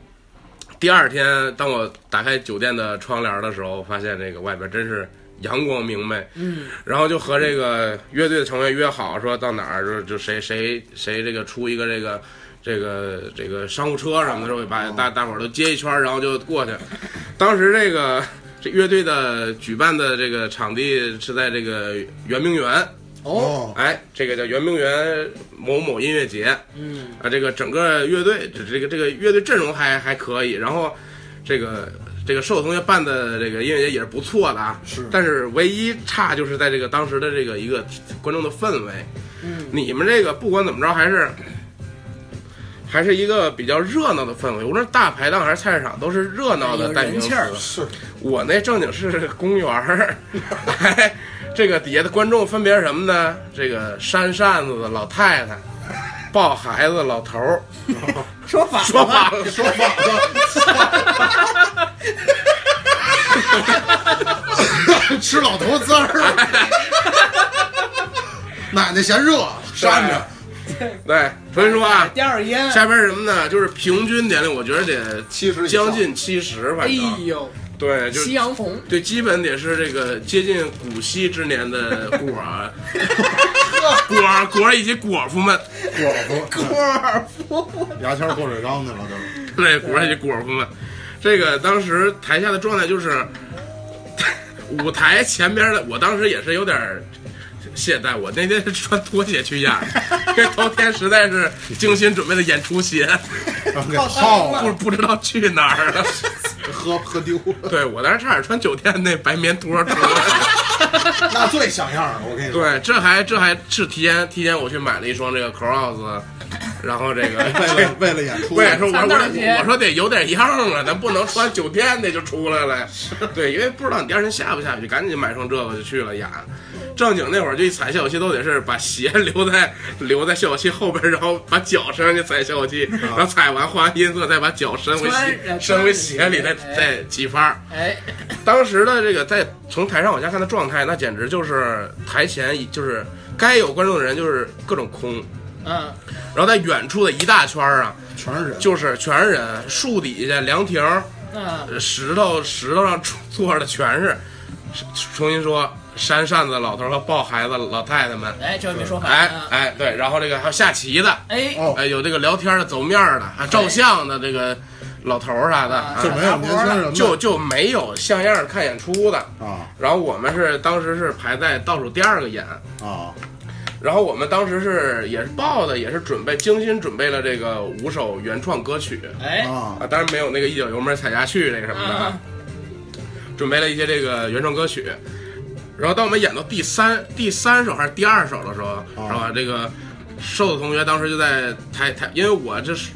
Speaker 2: 第二天，当我打开酒店的窗帘的时候，发现这个外边真是阳光明媚，
Speaker 4: 嗯，
Speaker 2: 然后就和这个乐队的成员约好，说到哪儿就就谁谁谁这个出一个这个这个这个商务车什么的，时候把大大伙儿都接一圈儿，然后就过去。当时这个 这乐队的举办的这个场地是在这个圆明园，
Speaker 3: 哦，
Speaker 2: 哎，这个叫圆明园某某音乐节
Speaker 4: 嗯，
Speaker 2: 啊，这个整个乐队这这个这个乐队阵容还还可以，然后这个。这个瘦同学办的这个音乐节也是不错的啊，
Speaker 3: 是
Speaker 2: 但是唯一差就是在这个当时的这个一个观众的氛围，
Speaker 4: 嗯，
Speaker 2: 你们这个不管怎么着还是还是一个比较热闹的氛围，无论是大排档还是菜市场都是热闹的
Speaker 4: 有
Speaker 2: 代
Speaker 4: 人
Speaker 2: 名词
Speaker 4: 气儿，
Speaker 3: 是
Speaker 2: 我那正经是公园 儿，哎这个底下的观众分别是什么呢？这个扇扇子的老太太，抱孩子的老头儿，
Speaker 4: 说反
Speaker 2: 说
Speaker 4: 了，
Speaker 2: 话
Speaker 3: 说反了， 吃老头滋儿， 奶奶嫌热，扇着，
Speaker 2: 对，所以说啊，
Speaker 4: 第二烟，
Speaker 2: 下边是什么呢？就是平均年龄，我觉得得
Speaker 3: 70以上
Speaker 2: 将近七十，
Speaker 4: 哎
Speaker 2: 反正
Speaker 4: 呦，
Speaker 2: 对，就
Speaker 4: 夕
Speaker 2: 是
Speaker 4: 阳红，
Speaker 2: 对，基本得是这个接近古稀之年的果儿，果儿果儿以及果夫们，
Speaker 3: 果夫，
Speaker 4: 波尔夫，
Speaker 3: 牙签儿过水缸去了都，
Speaker 2: 对，果儿以及果夫们，这个当时台下的状态就是， 舞台前边的，我当时也是有点儿懈怠，我那天是穿拖鞋去演， 因为头天实在是精心准备的演出鞋，
Speaker 3: 让给耗
Speaker 2: 不
Speaker 3: 了，
Speaker 2: 不知道去哪儿了。
Speaker 3: 喝喝丢 了，
Speaker 2: 对我当时差点穿酒店那白棉拖出来。
Speaker 3: 那最像样了，我跟你说，
Speaker 2: 对，这还这还是提前提前我去买了一双这个 Cross，然后这个
Speaker 3: 为了为了演出，
Speaker 2: 对，说我
Speaker 4: 上
Speaker 2: 我
Speaker 4: 道儿去
Speaker 2: 得我说得有点样儿啊，咱不能穿酒店那就出来了。对，因为不知道你第二天下不下去，赶紧买双这个就去了演。正经那会儿就一踩效果器都得是把鞋 留在留在效果器后边，然后把脚伸上去踩效果器，然后踩完画完音色，再把脚伸回
Speaker 4: 穿
Speaker 2: 鞋
Speaker 4: 着
Speaker 2: 伸回鞋里，再
Speaker 4: 穿着
Speaker 2: 再起拍儿。
Speaker 4: 哎，
Speaker 2: 当时的这个在从台上往下看的状态，那简直就是台前一就是该有观众的人就是各种空，
Speaker 4: 嗯，
Speaker 2: 然后在远处的一大圈儿啊，
Speaker 3: 全是人，
Speaker 2: 就是全是人，树底下、凉亭、
Speaker 4: 那
Speaker 2: 石头、石头上坐着的全是。是重新说，扇扇子老头儿和抱孩子老太太们，
Speaker 4: 哎，这位没说
Speaker 2: 哎
Speaker 4: 反，
Speaker 3: 啊
Speaker 4: 嗯
Speaker 2: 哎对，然后这个还有下棋的，
Speaker 4: 哎，
Speaker 3: 哦，
Speaker 2: 哎有这个聊天的、走面儿的、啊照相的这个老头儿啥的，啊
Speaker 3: 就没有年轻人了
Speaker 2: 就就没有像样儿看演出的。
Speaker 3: 啊
Speaker 2: 然后我们是当时是排在倒数第二个演，
Speaker 3: 啊
Speaker 2: 然后我们当时是也是报的，也是准备精心准备了这个五首原创歌曲
Speaker 4: 哎，
Speaker 3: 啊
Speaker 2: 啊，当然没有那个一脚油门踩下去那个什么的，啊，准备了一些这个原创歌曲。然后当我们演到第三第三首还是第二首的时候，然后这个瘦子同学当时就在台台，因为我这是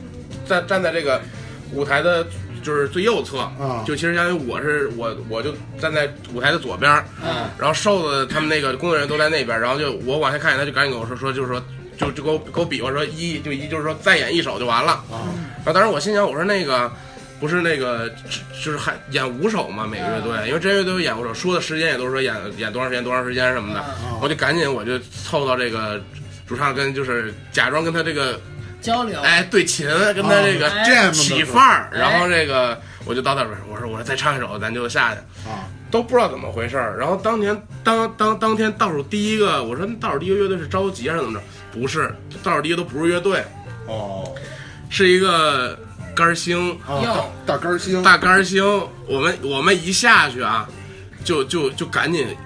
Speaker 2: 站站在这个舞台的，就是最右侧，
Speaker 3: 啊
Speaker 2: 就其实相当于我是我我就站在舞台的左边，
Speaker 4: 嗯，
Speaker 2: 然后瘦子他们那个工作人员都在那边，然后就我往下看，他就赶紧跟我说说，就是说就就给我给我比划说一就一就是说再演一首就完了。
Speaker 3: 啊！
Speaker 2: 然后当时我心想，我说那个不是那个只就是还演五首嘛，每个乐
Speaker 4: 嗯
Speaker 2: 队，因为这乐队有演五首，说的时间也都是说演演多长时间多长时间什么的，
Speaker 3: 啊
Speaker 4: 嗯
Speaker 2: 我就赶紧我就凑到这个主唱跟就是假装跟他这个
Speaker 4: 交流，
Speaker 2: 哎对琴，跟他这个
Speaker 4: 哎
Speaker 3: 这样
Speaker 2: 起范儿，
Speaker 4: 哎
Speaker 2: 然后这个我就到那边儿我说我说再唱一首，咱就下去。
Speaker 3: 啊
Speaker 2: 都不知道怎么回事儿。然后当天当当当天倒数第一个，我说倒数第一个乐队是着急还是怎么着？不是，倒数第一个都不是乐队，
Speaker 3: 哦
Speaker 2: 是一个杆儿星，
Speaker 3: 啊！大大杆星
Speaker 2: 大杆儿星。我们我们一下去啊，就就就赶紧。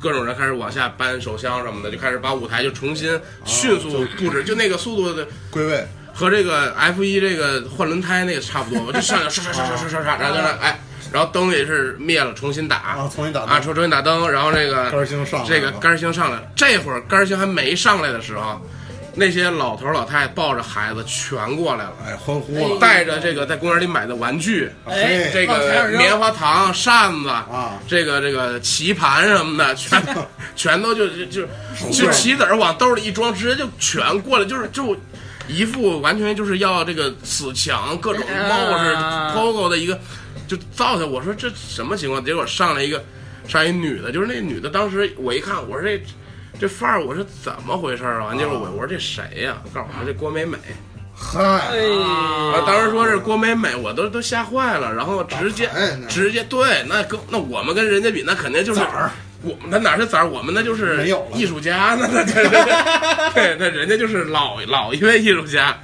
Speaker 2: 各种人开始往下搬手箱什么的，就开始把舞台就重
Speaker 3: 哦
Speaker 2: 新迅速布置，就那个速度的
Speaker 3: 归位
Speaker 2: 和这个 F 一这个换轮胎那个差不多吧，就上来刷刷刷刷刷刷刷，然后就
Speaker 3: 哦
Speaker 2: 那哎，然后灯也是灭了，重新打
Speaker 3: 啊，重新打
Speaker 2: 啊，重重新打灯，然后这个
Speaker 3: 杆星上来了
Speaker 2: 这个杆儿星上来了，这会儿杆儿星还没上来的时候，那些老头儿老太太抱着孩子全过来了，
Speaker 3: 哎欢呼了
Speaker 2: 带着这个在公园里买的玩具，
Speaker 4: 哎，
Speaker 2: 这
Speaker 4: 往台
Speaker 2: 个
Speaker 4: 上扔
Speaker 2: 棉花糖、扇子
Speaker 3: 啊
Speaker 2: 这个这个棋盘什么的， 全全都就就就就棋子儿往兜里一装，直接就全过来，就是就一副完全就是要这个死抢各种
Speaker 4: 哎
Speaker 2: 冒着
Speaker 4: 啊
Speaker 2: POGO 的一个就造下。我说这什么情况？结果上来一个上一女的，就是那女的，当时我一看，我说这。这范儿，我说怎么回事儿啊？完就是我，我说这谁呀、我告诉我说这郭美美，
Speaker 3: 嗨
Speaker 2: 啊，当时说是郭美美，我都都吓坏了，然后直接
Speaker 3: 哎那
Speaker 2: 直接对，那跟那我们跟人家比，那肯定就是
Speaker 3: 崽儿
Speaker 2: 我们那哪是崽儿，我们那就是
Speaker 3: 没有了
Speaker 2: 艺术家，那那对对，那人家就是老老一位艺术家。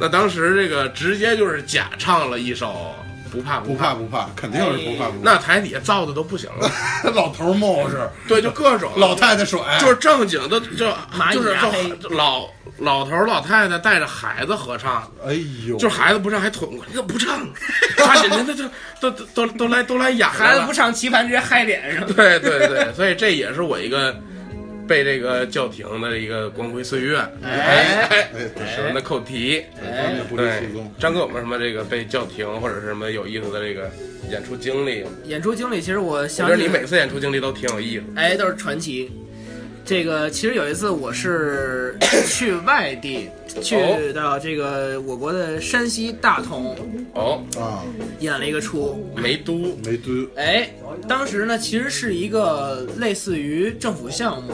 Speaker 2: 那当时这个直接就是假唱了一首《不怕
Speaker 3: 不怕不怕，肯定是不怕不怕。
Speaker 2: 那台底下造的都不行了，
Speaker 3: 那 老头儿冒是
Speaker 2: 对，就各种
Speaker 3: 老太太甩，
Speaker 2: 就是正经的，就
Speaker 4: 蚂蚁啊
Speaker 2: 就是
Speaker 4: 呀嘿
Speaker 2: 就老老头儿老太太带着孩子合唱，
Speaker 3: 哎呦，
Speaker 2: 就是孩子不唱还捅过来，你怎么不唱？抓紧的，都都都都都来都来演
Speaker 4: 孩子不
Speaker 2: 唱。
Speaker 4: 上棋盘直接嗨脸上，
Speaker 2: 对对对，所以这也是我一个被这个教廷的一个光辉岁月，哎哎，
Speaker 3: 哎，对
Speaker 2: 什么的扣题，
Speaker 3: 咱
Speaker 4: 哎
Speaker 3: 们也不离
Speaker 2: 对
Speaker 3: 其宗，。
Speaker 2: 张哥有没有什么这个被教廷或者是什么有意思的这个演出经历？
Speaker 4: 演出经历其实我
Speaker 2: 我觉
Speaker 4: 想
Speaker 2: 得
Speaker 4: 起
Speaker 2: 你每次演出经历都挺有意思的。
Speaker 4: 哎，都是传奇。这个其实有一次我是 去外地，去到这个我国的山西大同
Speaker 2: 哦，
Speaker 3: 啊，
Speaker 4: 演了一个出。
Speaker 2: 梅都
Speaker 3: 没蹲
Speaker 4: 哎，当时呢其实是一个类似于政府项目，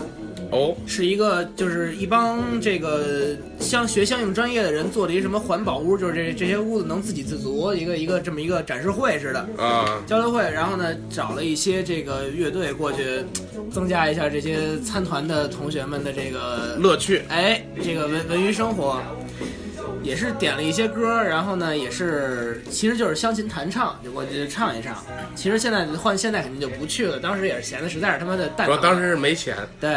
Speaker 2: 哦
Speaker 4: 是一个就是一帮这个相学相应专业的人做的一个什么环保屋，就是这这些屋子能自给自足，一个一个这么一个展示会似的。
Speaker 2: 啊
Speaker 4: 交流会，然后呢，找了一些这个乐队过去，增加一下这些参团的同学们的这个
Speaker 2: 乐趣
Speaker 4: 哎，这个文文娱生活，也是点了一些歌，然后呢，也是其实就是湘琴弹唱，就我就唱一唱。其实现在换现在肯定就不去了，当时也是闲的实在是他妈的蛋
Speaker 2: 主
Speaker 4: 疼
Speaker 2: 要
Speaker 4: 了。
Speaker 2: 当时是没钱，
Speaker 4: 对，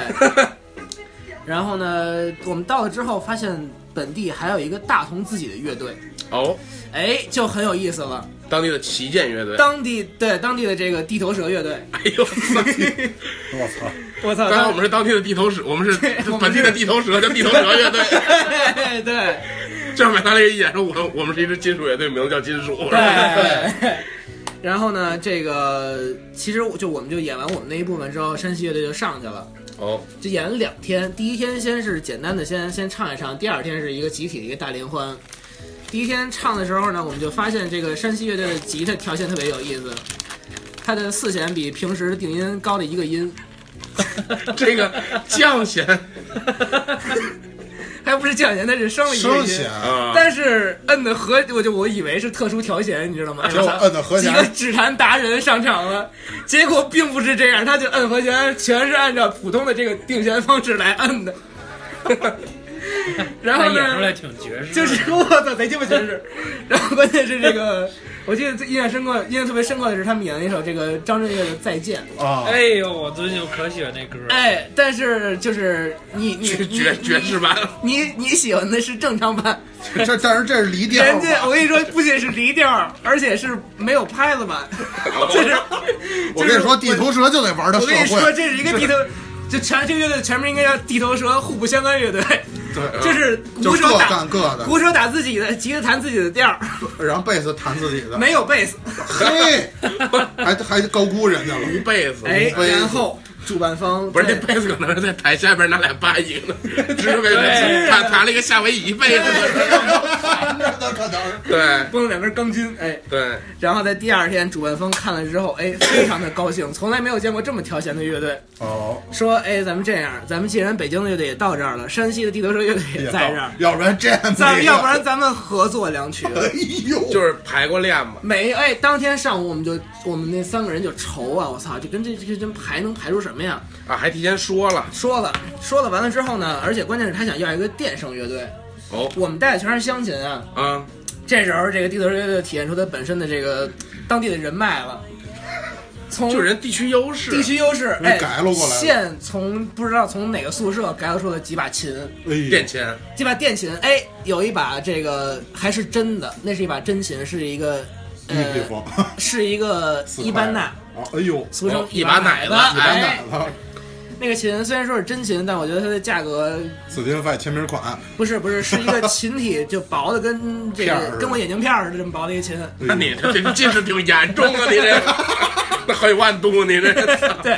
Speaker 4: 然后呢，我们到了之后发现本地还有一个大同自己的乐队，
Speaker 2: 哦，
Speaker 4: 哎，就很有意思了。
Speaker 2: 当地的旗舰乐队，
Speaker 4: 当地对当地的这个地头蛇乐队，
Speaker 2: 哎呦，我操！
Speaker 3: 我操，
Speaker 4: 我操，
Speaker 2: 刚才我们是当地的地头蛇，我们是
Speaker 4: 我们是
Speaker 2: 本地的地头蛇，叫地头蛇乐队。
Speaker 4: 对，
Speaker 2: 这买他那个演说，我我们是一支金属乐队，名字叫金属。
Speaker 4: 对。然后呢，这个其实我就我们就演完我们那一部分之后，山西乐队就上去了，
Speaker 2: 哦，
Speaker 4: 就演了两天。第一天先是简单的先先唱一唱，第二天是一个集体的一个大联欢。第一天唱的时候呢，我们就发现这个山西乐队的吉他调弦特别有意思，它的四弦比平时的定音高了一个音，
Speaker 2: 这个降弦
Speaker 4: 还不是降弦，它是升了一个
Speaker 3: 声
Speaker 4: 音。
Speaker 3: 弦，
Speaker 2: 啊，
Speaker 4: 但是摁的和我就我以为是特殊调弦，你知道吗？
Speaker 3: 结果啊摁的和弦
Speaker 4: 几个指弹达人上场了，结果并不是这样，他就摁和弦全是按照普通的这个定弦方式来摁的。 然后
Speaker 5: 但演出来
Speaker 4: 呢，
Speaker 5: 挺爵士的，
Speaker 4: 就是 我操，贼鸡巴真是。然后关键是这个，我记得最印象深刻、印象特别深刻的是他们演了一首这个张震岳的《再见》。
Speaker 3: 啊，
Speaker 5: 哎呦，我最近可喜欢那歌，，
Speaker 4: 哎，但是就是你你
Speaker 2: 这个
Speaker 4: 你
Speaker 2: 爵爵士版，
Speaker 4: 你你喜欢的是正常版，
Speaker 3: 这但是这是离调
Speaker 4: 人家我跟你说，不仅是离调，而且是没有拍 子版，就是
Speaker 3: 我跟你说，地头蛇就得玩到
Speaker 4: 我
Speaker 3: 社
Speaker 4: 跟你说，
Speaker 3: 会，
Speaker 4: 这是一个地头，就全这个乐队全名应该叫地头蛇互不相干乐队，
Speaker 3: 对，
Speaker 4: 就是
Speaker 3: 嗯就
Speaker 4: 鼓手
Speaker 3: 各
Speaker 4: 打
Speaker 3: 干各的
Speaker 4: 鼓手打自己的，吉他弹自己的调儿，
Speaker 3: 然后贝斯弹自己的，
Speaker 4: 没有贝斯，
Speaker 3: 嘿，还还高估人家了，
Speaker 2: 无贝斯，
Speaker 4: 哎，
Speaker 3: 贝斯
Speaker 4: 然后主办方
Speaker 2: 不是那
Speaker 4: 在
Speaker 2: 贝斯可能是在台下边拿俩八音的，只是给
Speaker 4: 对啊
Speaker 2: 弹弹了一个夏威夷贝斯，
Speaker 3: 那可能是
Speaker 2: 对
Speaker 4: 崩了两根钢筋，哎，
Speaker 2: 对，
Speaker 4: 然后在第二天主办方看了之 后，哎，非常的高兴，从来没有见过这么调弦的乐队。
Speaker 3: 哦，
Speaker 4: 说，哎，咱们这样，咱们既然北京的乐队也到这儿了，山西的地头蛇乐队也
Speaker 3: 也到
Speaker 4: 在这儿，
Speaker 3: 要不然这样子
Speaker 4: 咱们
Speaker 3: 也
Speaker 4: 要不然咱们合作两曲。
Speaker 3: 哎呦，
Speaker 2: 就是排过练嘛，
Speaker 4: 没哎，当天上午我们就我们那三个人就愁啊，我操，这跟这这这排能排出什么呀？
Speaker 2: 啊，还提前说了，
Speaker 4: 说了说了，完了之后呢，而且关键是他想要一个电声乐队，
Speaker 2: 哦
Speaker 4: 我们带的全是乡亲啊。
Speaker 2: 啊，
Speaker 4: 这时候这个地头蛇乐队体现出他本身的这个当地的人脉了，从
Speaker 2: 就是人地区优势，
Speaker 4: 地区优势，
Speaker 3: 人
Speaker 4: 哎，
Speaker 3: 改了过来了
Speaker 4: 现从不知道从哪个宿舍改了出了几把琴，
Speaker 3: 哎呦
Speaker 2: 变迁，
Speaker 4: 这把电琴，哎，有一把这个还是真的，那是一把真琴，是一个
Speaker 3: 一
Speaker 4: 呃
Speaker 3: 地方，
Speaker 4: 是一个
Speaker 3: 四块
Speaker 4: 伊班纳，
Speaker 3: 啊，哎呦，
Speaker 4: 俗称
Speaker 2: 哦
Speaker 4: 一
Speaker 2: 一把
Speaker 4: 把
Speaker 2: 奶
Speaker 4: 奶
Speaker 2: 子
Speaker 3: 一
Speaker 4: 子，
Speaker 3: 般啊
Speaker 4: 哎
Speaker 3: 奶，了，
Speaker 4: 那个琴虽然说是真琴，但我觉得它的价格
Speaker 3: 死金饭签名款，哎
Speaker 4: 不是不是是一个琴体就薄的跟这
Speaker 3: 片儿似
Speaker 4: 个
Speaker 3: 的
Speaker 4: 跟我眼镜片儿似的这么薄的一 个琴，
Speaker 3: 呦
Speaker 2: 那你
Speaker 4: 嗯
Speaker 2: 这这近视挺严重啊，你 这那好几万度，你这
Speaker 4: 对。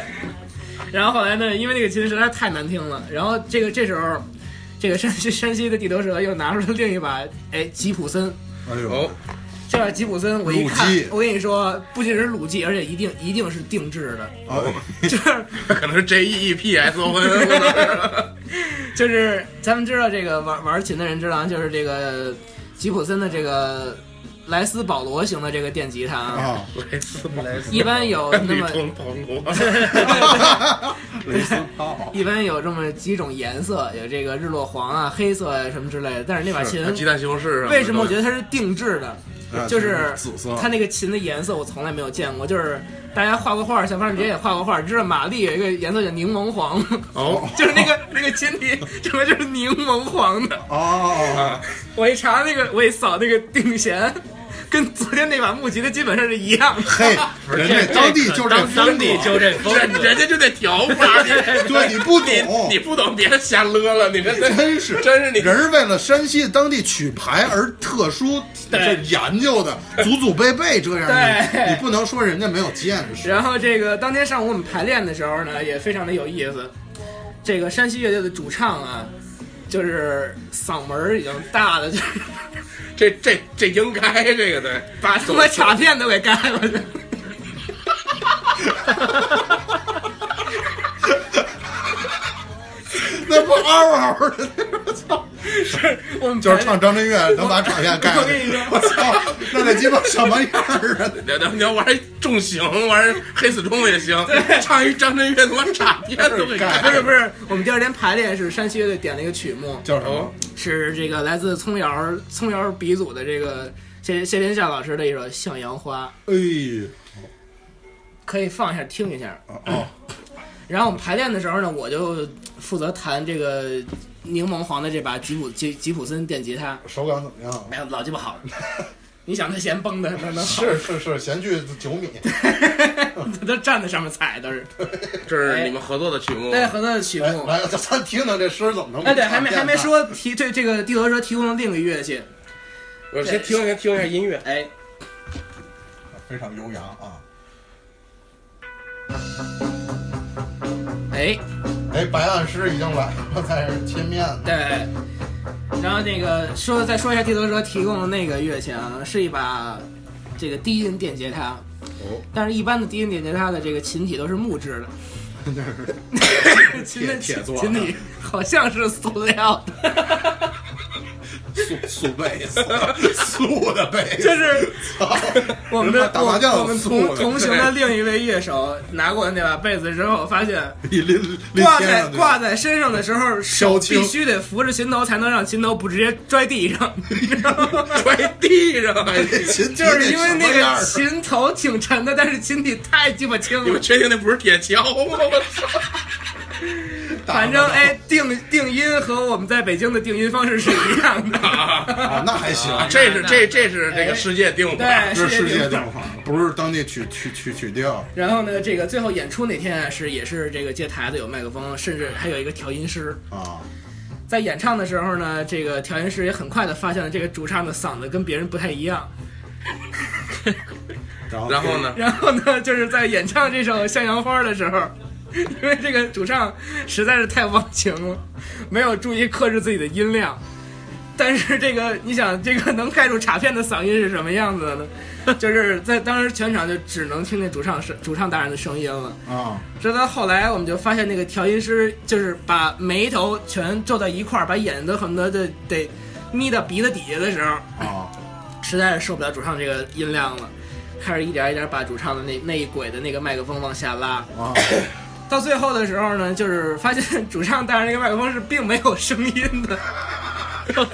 Speaker 4: 然后后来呢，因为那个琴实在太难听了，然后这个这时候，这个山西山西的地头蛇又拿出了另一把哎吉普森，
Speaker 3: 哎
Speaker 2: 哦
Speaker 3: 呦，，
Speaker 4: 这把吉普森我一
Speaker 3: 鲁
Speaker 4: 看
Speaker 3: 基，
Speaker 4: 我跟你说不仅是鲁基，而且一定一定是定制 的，
Speaker 3: 哎
Speaker 4: 就是
Speaker 2: 可能是 J E E P S O N，
Speaker 4: 就是咱们知道这个玩玩琴的人知道，啊就是这个吉普森的这个莱斯保罗型的这个电吉他啊，
Speaker 3: 啊，
Speaker 2: 莱斯不莱斯，
Speaker 4: 一般 有哦那
Speaker 2: 女
Speaker 4: 么
Speaker 2: 同朋友，
Speaker 3: 蕾丝泡，
Speaker 4: 一般有这么几种颜色，有这个日落黄啊、黑色啊什么之类的。但是那把琴
Speaker 2: 是鸡蛋啊西红柿，
Speaker 4: 为什么我觉
Speaker 2: 得？
Speaker 4: 得它是定制的？
Speaker 3: 哎
Speaker 4: 就是
Speaker 3: 紫色，
Speaker 4: 它那个琴的颜色我从来没有见过，就是大家画过画，像方志杰也画过画，知道玛丽有一个颜色叫柠檬黄，
Speaker 2: 哦，
Speaker 4: 就是那个那个琴体整个就是柠檬黄的。
Speaker 3: 哦，
Speaker 4: 我一查那个，我一扫那个定弦，跟昨天那把木吉的基本上是一样的。
Speaker 3: 嘿，人家当地就这
Speaker 5: 当当地
Speaker 3: 风格
Speaker 5: 就这风
Speaker 2: 人
Speaker 5: 格，
Speaker 2: 人家就得调法，你
Speaker 3: 对你不
Speaker 2: 你你
Speaker 3: 懂，
Speaker 2: 不懂，别瞎乐了，你这
Speaker 3: 真是
Speaker 2: 真是你
Speaker 3: 人是为了山西当地曲牌而特殊这研究的，祖祖辈辈这样的，
Speaker 4: 对
Speaker 3: 你不能说人家没有见识。
Speaker 4: 然后这个当天上午我们排练的时候呢，也非常的有意思。这个山西乐队的主唱啊，就是嗓门儿已经大的，就是
Speaker 2: 这这这应该这个对，
Speaker 4: 把他妈卡片都给盖了。
Speaker 3: 那不嗷嗷的，
Speaker 4: 我们
Speaker 3: 就是
Speaker 4: 排
Speaker 3: 唱张震岳能把场面盖
Speaker 4: 我
Speaker 3: 了
Speaker 4: 跟你说，
Speaker 3: 我操，那得鸡巴什么样儿啊？
Speaker 2: 你要你要玩重型，玩黑死虫也行，唱一张震岳他妈插片都给
Speaker 4: 不
Speaker 2: 盖
Speaker 4: 是
Speaker 2: 了，
Speaker 4: 不是，我们第二天排练是山西乐队点了一个曲目，
Speaker 3: 叫什么？
Speaker 4: 是这个来自葱瑶儿葱瑶儿鼻祖的这个谢谢天笑老师的一首《向阳花》，
Speaker 3: 哎，
Speaker 4: 可以放一下听一下。嗯
Speaker 3: 哦，
Speaker 4: 然后我们排练的时候呢，我就负责弹这个柠檬黄的这把吉普吉吉普森电吉他，
Speaker 3: 手感怎么样？
Speaker 4: 哎呀，老鸡巴好。你想他弦蹦的那能好？
Speaker 3: 是是是，弦距九米，
Speaker 4: 他都站在上面踩都是。
Speaker 2: 这是你们合作的曲目吗，啊
Speaker 4: 对，很多的曲
Speaker 3: 来
Speaker 4: 目。
Speaker 3: 来，咱咱听听这诗怎么能？
Speaker 4: 哎，对，还没还没。说提对这个地头蛇提供了另一个乐器，
Speaker 2: 我先听先听一下音乐。
Speaker 4: 哎，
Speaker 3: 非常悠扬啊！
Speaker 4: 哎，
Speaker 3: 哎，白案师已经来了，在这切面呢。
Speaker 4: 对。然后那个说再说一下地头蛇提供的那个乐器啊，是一把这个低音电吉他。
Speaker 3: 哦，
Speaker 4: 但是，一般的低音电吉他的这个琴体都是木质的，琴的
Speaker 2: 铁做的
Speaker 4: 琴体好像是塑料的，
Speaker 3: 素素贝斯，素的贝斯，
Speaker 4: 就是我们的
Speaker 3: 打麻将
Speaker 4: 我们
Speaker 3: 素
Speaker 4: 同
Speaker 3: 的
Speaker 4: 同行的另一位乐手拿过那把被子之后，发现
Speaker 3: 一拎拎
Speaker 4: 挂
Speaker 3: 天
Speaker 4: 在
Speaker 3: 上去
Speaker 4: 挂在身上的时候，手
Speaker 3: 青
Speaker 4: 必须得扶着琴头，才能让琴头不直接拽地上，
Speaker 2: 摔地上，哎
Speaker 3: 琴
Speaker 4: 就
Speaker 3: 体得
Speaker 4: 是因为那
Speaker 3: 什么样
Speaker 4: 个
Speaker 3: 儿
Speaker 4: 琴头挺沉的，但是琴体太鸡巴轻
Speaker 2: 你
Speaker 4: 了
Speaker 2: 们。确定那不是铁锹吗？我操！
Speaker 4: 反正哎，定定音和我们在北京的定音方式是一样的。
Speaker 3: 啊，那还行，
Speaker 2: 这是这这是这个世界定
Speaker 4: 哎
Speaker 2: 法，
Speaker 3: 这
Speaker 4: 世
Speaker 3: 是世
Speaker 4: 界
Speaker 3: 界
Speaker 4: 顶
Speaker 3: 调法，不是当地曲曲曲曲调。
Speaker 4: 然后呢，这个最后演出那天啊，是也是这个接台的有麦克风，甚至还有一个调音师。
Speaker 3: 啊，
Speaker 4: 在演唱的时候呢，这个调音师也很快的发现了这个主唱的嗓子跟别人不太一样。
Speaker 3: 然后
Speaker 2: 然后？呢？
Speaker 4: 然后呢，就是在演唱这首《向阳花》的时候，因为这个主唱实在是太忘情了，没有注意克制自己的音量。但是这个，你想，这个能盖住镲片的嗓音是什么样子的呢？就是在当时全场就只能听见主唱声、主唱大人的声音了。
Speaker 3: 啊，
Speaker 4: 直到后来，我们就发现那个调音师就是把眉头全皱在一块儿，把眼睛都恨不得得得眯到鼻子底下的时候，
Speaker 3: 啊，
Speaker 4: 实在是受不了主唱这个音量了，开始一点一点把主唱的那那一轨的那个麦克风往下拉。
Speaker 3: 啊，
Speaker 4: 到最后的时候呢，就是发现 主唱带着那个麦克风是并没有声音的，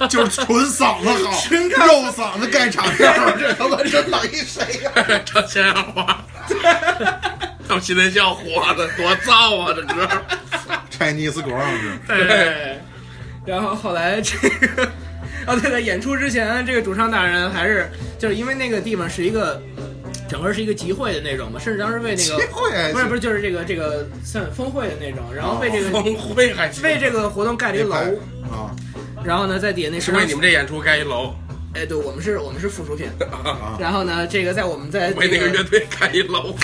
Speaker 3: 就是纯嗓子好，
Speaker 4: 纯靠
Speaker 3: 肉嗓子盖场面 儿，这他妈真当一谁呀？
Speaker 2: 这先让花，他们新天笑火的多燥啊！这歌
Speaker 3: Chinese ground 是
Speaker 4: 对， 然后后来这个，哦对，在演出之前，这个主唱大人还是就是因为那个地方是一个，整个是一个集会的那种嘛，甚至当时为那个
Speaker 3: 集会还
Speaker 4: 不是不是就是这个这个算峰会的那种，然后为这个、
Speaker 2: 哦峰会还行
Speaker 4: 为这个活动盖了一楼，
Speaker 3: 啊
Speaker 4: 然后呢在底下那
Speaker 2: 是
Speaker 4: 是
Speaker 2: 为你们这演出盖一楼，
Speaker 4: 哎对我们是我们是附属品，
Speaker 3: 啊
Speaker 4: 然后呢这个在我们在
Speaker 2: 为那个乐队盖一楼，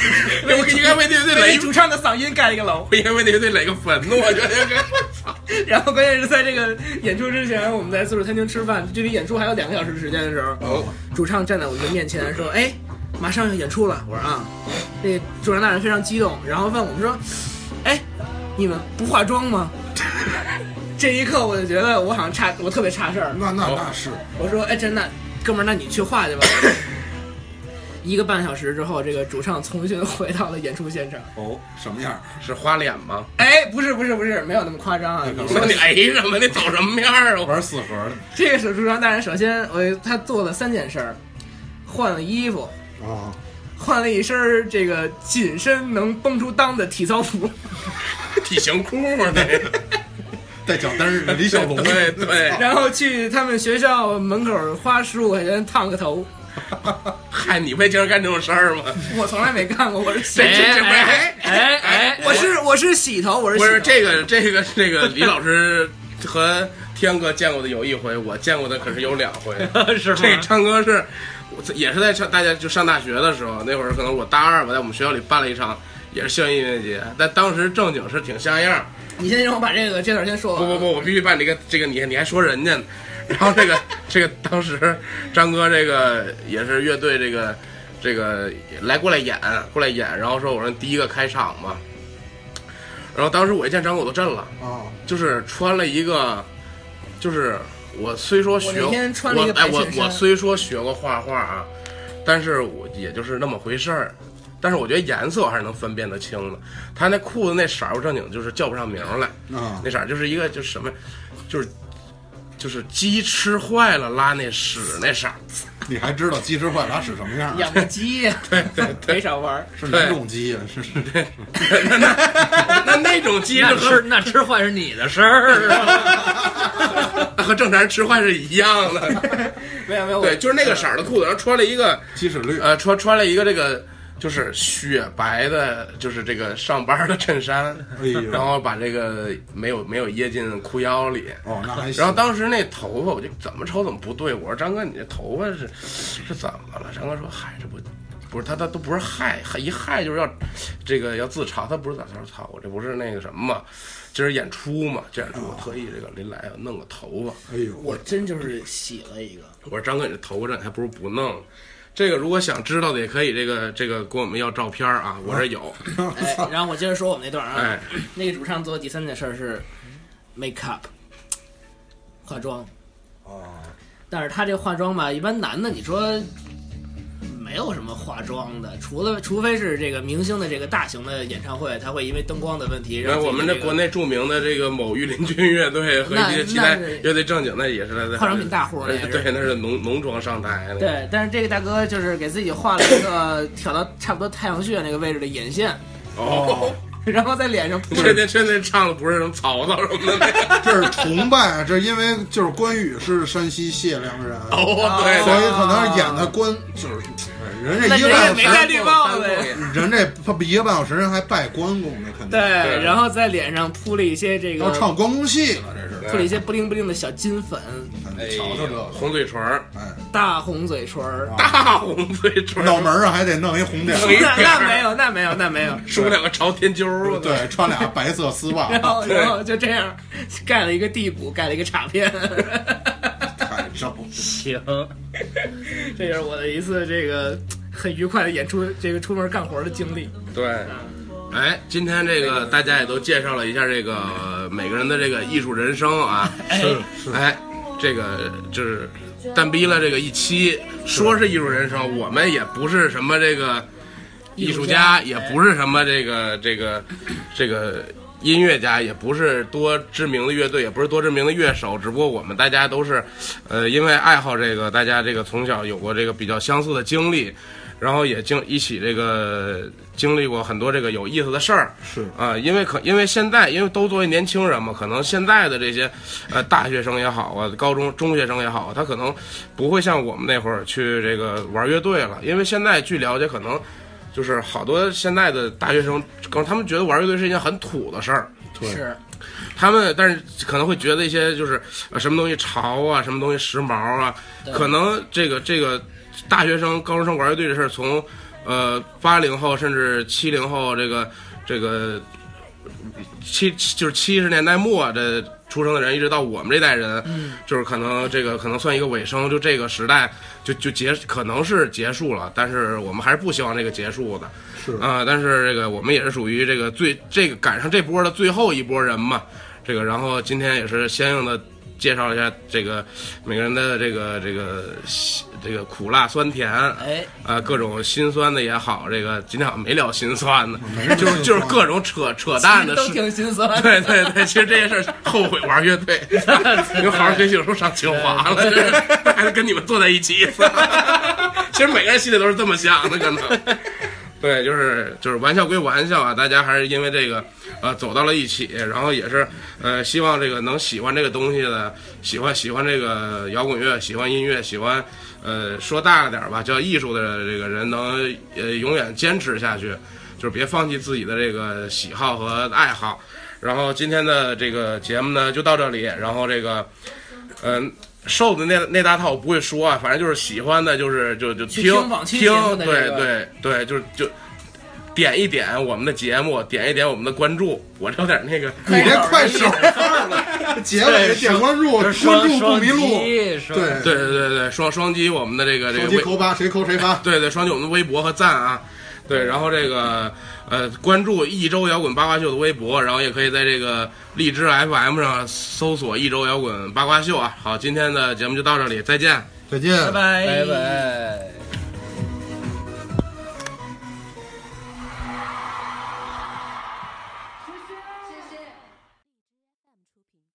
Speaker 2: 我应该为那乐队垒
Speaker 4: 为
Speaker 2: 一
Speaker 4: 主唱的嗓音盖了一个楼。
Speaker 2: 我应该为那乐队垒个坟呢！我觉得应该。
Speaker 4: 然后关键是在这个演出之前，我们在自助餐厅吃饭，距离演出还有两个小时时间的时候，
Speaker 3: 哦
Speaker 4: 主唱站在我的面前说：“哎，马上要演出了。”我说：“啊。”那个主唱大人非常激动，然后问我们说：“哎，你们不化妆吗？” 这一刻我就觉得我好像差，我特别差事儿。
Speaker 3: 那
Speaker 2: 哦
Speaker 3: 那那是
Speaker 4: 我说：“哎，真的，哥们儿，那你去化去吧。” 一个半小时之后，这个主唱重新回到了演出现场。
Speaker 3: 哦，什么样儿？
Speaker 2: 是花脸吗？
Speaker 4: 哎，不是不是不是，没有那么夸张啊！你说
Speaker 2: 那你哎什么？你走什么面儿啊？
Speaker 3: 玩四合的
Speaker 4: 这个手术上大人首先我他做了三件事儿，换了衣服，
Speaker 3: 啊，
Speaker 4: 换了一身儿这个紧身能绷出裆的体操服，
Speaker 2: 体型裤儿那 个。
Speaker 3: 带脚蹬儿，李小龙
Speaker 2: 对对，
Speaker 4: 然后去他们学校门口花十五块钱烫个头。
Speaker 2: 嗨，你会经常干这种事儿吗？
Speaker 4: 我从来没干过，我是洗
Speaker 2: 这，这这哎
Speaker 5: 哎哎，
Speaker 4: 我是我是洗头，我是洗
Speaker 2: 不
Speaker 4: 头
Speaker 2: 是这个这个 这个李老师和天哥见过的有一回，我见过的可是有两回。
Speaker 5: 哎 是
Speaker 2: 这
Speaker 5: 吗？
Speaker 2: 唱歌是，我也是在上大家就上大学的时候，那会儿可能我大二吧，在我们学校里办了一场也是校园音乐节，但当时正经是挺像样儿。
Speaker 4: 你先让我把这个这段先说
Speaker 2: 不
Speaker 4: 完。
Speaker 2: 不不，我必须把这个这个你你还说人家呢，然后这个这个当时张哥这个也是乐队这个这个来过来演过来演，然后说我说第一个开场嘛，然后当时我一见张哥我都震了，
Speaker 3: 啊，
Speaker 2: 就是穿了一个，就是我虽说学
Speaker 4: 我那天穿了一个
Speaker 2: 我哎
Speaker 4: 白
Speaker 2: 我
Speaker 4: 衬衫
Speaker 2: 我虽说学过画画啊，但是我也就是那么回事儿。但是我觉得颜色我还是能分辨得清的。他那裤子那色儿，我正经就是叫不上名儿来。
Speaker 3: 啊
Speaker 2: 那色儿就是一个就是什么，就是就是鸡吃坏了拉那屎那色儿，
Speaker 3: 你还知道鸡翅坏它使什么样啊？
Speaker 4: 养个鸡呀，
Speaker 2: 对对对，
Speaker 4: 没少玩儿。
Speaker 3: 是哪种鸡啊？是是这
Speaker 2: 那那种鸡
Speaker 5: 那
Speaker 2: 是
Speaker 5: 吃
Speaker 2: 和
Speaker 5: 那吃坏是你的事儿啊，
Speaker 2: 和正常人吃坏是一样的，
Speaker 4: 没有没有，我
Speaker 2: 对，就是那个色儿的裤子，然后穿了一个
Speaker 3: 鸡翅绿，
Speaker 2: 呃穿穿了一个这个就是雪白的，就是这个上班的衬衫，
Speaker 3: 哎呦，
Speaker 2: 然后把这个没有没有掖进裤腰里。
Speaker 3: 哦，那还行。
Speaker 2: 然后当时那头发我就怎么瞅怎么不对，我说张哥你这头发是是怎么了？张哥说嗨这不不是他他都不是害，一害就是要这个要自嘲，他不是咋说操我这不是那个什么嘛，今儿演出嘛，这演出
Speaker 3: 哦
Speaker 2: 我特意这个临来我弄个头发，
Speaker 3: 哎呦，
Speaker 4: 我真就是洗了一个，
Speaker 2: 我说张哥你这头发这还不如不弄。这个如果想知道的也可以，这个这个跟我们要照片啊，我这有。
Speaker 4: 哎，然后我接着说我们那段儿啊
Speaker 2: 哎，
Speaker 4: 那个主唱做的第三件事儿是 make up，化妆。
Speaker 2: 哦
Speaker 4: 但是他这化妆吧，一般男的你说没有什么化妆的，除了除非是这个明星的这个大型的演唱会，他会因为灯光的问题让
Speaker 2: 然后我
Speaker 4: 自己
Speaker 2: 们这
Speaker 4: 个
Speaker 2: 国内著名的这个某御林军乐队和一些其他
Speaker 4: 那那是
Speaker 2: 乐队正经，那也是在呃
Speaker 4: 化妆品大户那也是
Speaker 2: 对，那是浓浓妆上台那个。
Speaker 4: 对，但是这个大哥就是给自己画了一个 挑到差不多太阳穴那个位置的眼线，
Speaker 2: 哦，
Speaker 4: 然后在脸上铺
Speaker 2: 这这这这唱的不是什么曹操什么的，
Speaker 3: 这是崇拜，啊这因为就是关羽是山西解良人，
Speaker 2: 哦，
Speaker 3: 所
Speaker 2: 对
Speaker 3: 以可能是演的关就是人
Speaker 4: 那
Speaker 3: 这一个
Speaker 4: 人也
Speaker 3: 半
Speaker 4: 没
Speaker 3: 小
Speaker 4: 戴
Speaker 3: 时，
Speaker 4: 绿帽子。
Speaker 3: 人这他一个半小时人还拜关公呢，肯定
Speaker 4: 对，
Speaker 2: 对
Speaker 4: 然后在脸上铺了一些这个
Speaker 3: 要唱关公戏了，这是
Speaker 4: 铺了一些不灵不灵的小金粉，
Speaker 3: 哎瞧瞧这个，
Speaker 2: 红嘴唇儿，
Speaker 3: 哎，
Speaker 4: 大红嘴唇儿。
Speaker 2: 大红嘴唇儿，
Speaker 3: 脑门上还得哦弄一红点儿，
Speaker 2: 没
Speaker 4: 那
Speaker 2: 点儿
Speaker 4: 那没有，那没有，那没 有。
Speaker 2: 梳两个朝天揪儿，我操，
Speaker 3: 对，穿俩白色丝袜，
Speaker 4: 然后然后就这样盖了一个地鼓，盖了一个镲片。
Speaker 3: 太招。
Speaker 5: 行，
Speaker 4: 这就是我的一次这个很愉快的演出，这个出门干活的经历。
Speaker 2: 对。哎，今天这个大家也都介绍了一下这个呃每个人的这个艺术人生啊，是哎，这个就是蛋逼了这个一期，说是艺术人生，我们也不是什么这个艺术家，也不是什么这个这个这个音乐家，也不是多知名的乐队，也不是多知名的乐手，只不过我们大家都是，呃，因为爱好这个，大家这个从小有过这个比较相似的经历。然后也经一起这个经历过很多这个有意思的事儿，
Speaker 3: 是
Speaker 2: 啊、因为可因为现在因为都作为年轻人嘛，可能现在的这些呃大学生也好啊，高中中学生也好，啊他可能不会像我们那会儿去这个玩乐队了，因为现在据了解，可能就是好多现在的大学生，可能他们觉得玩乐队是一件很土的事儿，
Speaker 4: 是，
Speaker 2: 他们但是可能会觉得一些就是呃什么东西潮啊，什么东西时髦啊，可能这个这个大学生、高中生玩乐队这事儿，从呃八零后甚至七零后这个这个七就是七十年代末这出生的人，一直到我们这代人，就是可能这个可能算一个尾声，就这个时代就就结可能是结束了，但是我们还是不希望这个结束的，
Speaker 3: 是
Speaker 2: 啊、但是这个我们也是属于这个最这个赶上这波的最后一波人嘛，这个然后今天也是相应的介绍一下这个每个人的这个这个这个苦辣酸甜，
Speaker 4: 哎，
Speaker 2: 啊，各种心酸的也好，这个今天好像没聊心酸的
Speaker 3: 没什么，
Speaker 2: 就是
Speaker 3: 心
Speaker 2: 就是
Speaker 3: 酸
Speaker 2: 各种扯扯淡的
Speaker 4: 都
Speaker 2: 事。
Speaker 4: 挺心酸。
Speaker 2: 对对对，其实这件事儿后悔玩乐队，你好好学习，有时候上清华了，这是还能跟你们坐在一起。 其实每个人心里都是这么想的，可能。对，就是就是玩笑归玩笑啊，大家还是因为这个，呃，走到了一起，然后也是，呃，希望这个能喜欢这个东西的，喜欢喜欢这个摇滚乐，喜欢音乐，喜欢，呃，说大了点儿吧，叫艺术的这个人能呃永远坚持下去，就是别放弃自己的这个喜好和爱好。然后今天的这个节目呢就到这里，然后这个，嗯、瘦子那那大套我不会说啊，反正就是喜欢的，就是就就
Speaker 4: 去
Speaker 2: 听
Speaker 4: 听往期节目的
Speaker 2: 对
Speaker 4: 这个
Speaker 2: 对对，就是就点一点我们的节目，点一点我们的关注，我这有点那个，
Speaker 3: 你这快手了，结尾点关注，关注哦
Speaker 5: 双
Speaker 3: 不
Speaker 5: 双
Speaker 3: 迷路，
Speaker 5: 击，双
Speaker 3: 对
Speaker 2: 对对对对，双双击我们的这个这
Speaker 3: 手
Speaker 2: 个
Speaker 3: 机
Speaker 2: 微
Speaker 3: 扣八，谁扣谁发。
Speaker 2: 对对，双击我们的微博和赞啊。对，然后这个呃，关注一周摇滚八卦秀的微博，然后也可以在这个荔枝 FM 上搜索一周摇滚八卦秀啊。好，今天的节目就到这里，再见。
Speaker 3: 再见，
Speaker 4: 拜拜
Speaker 5: 拜拜。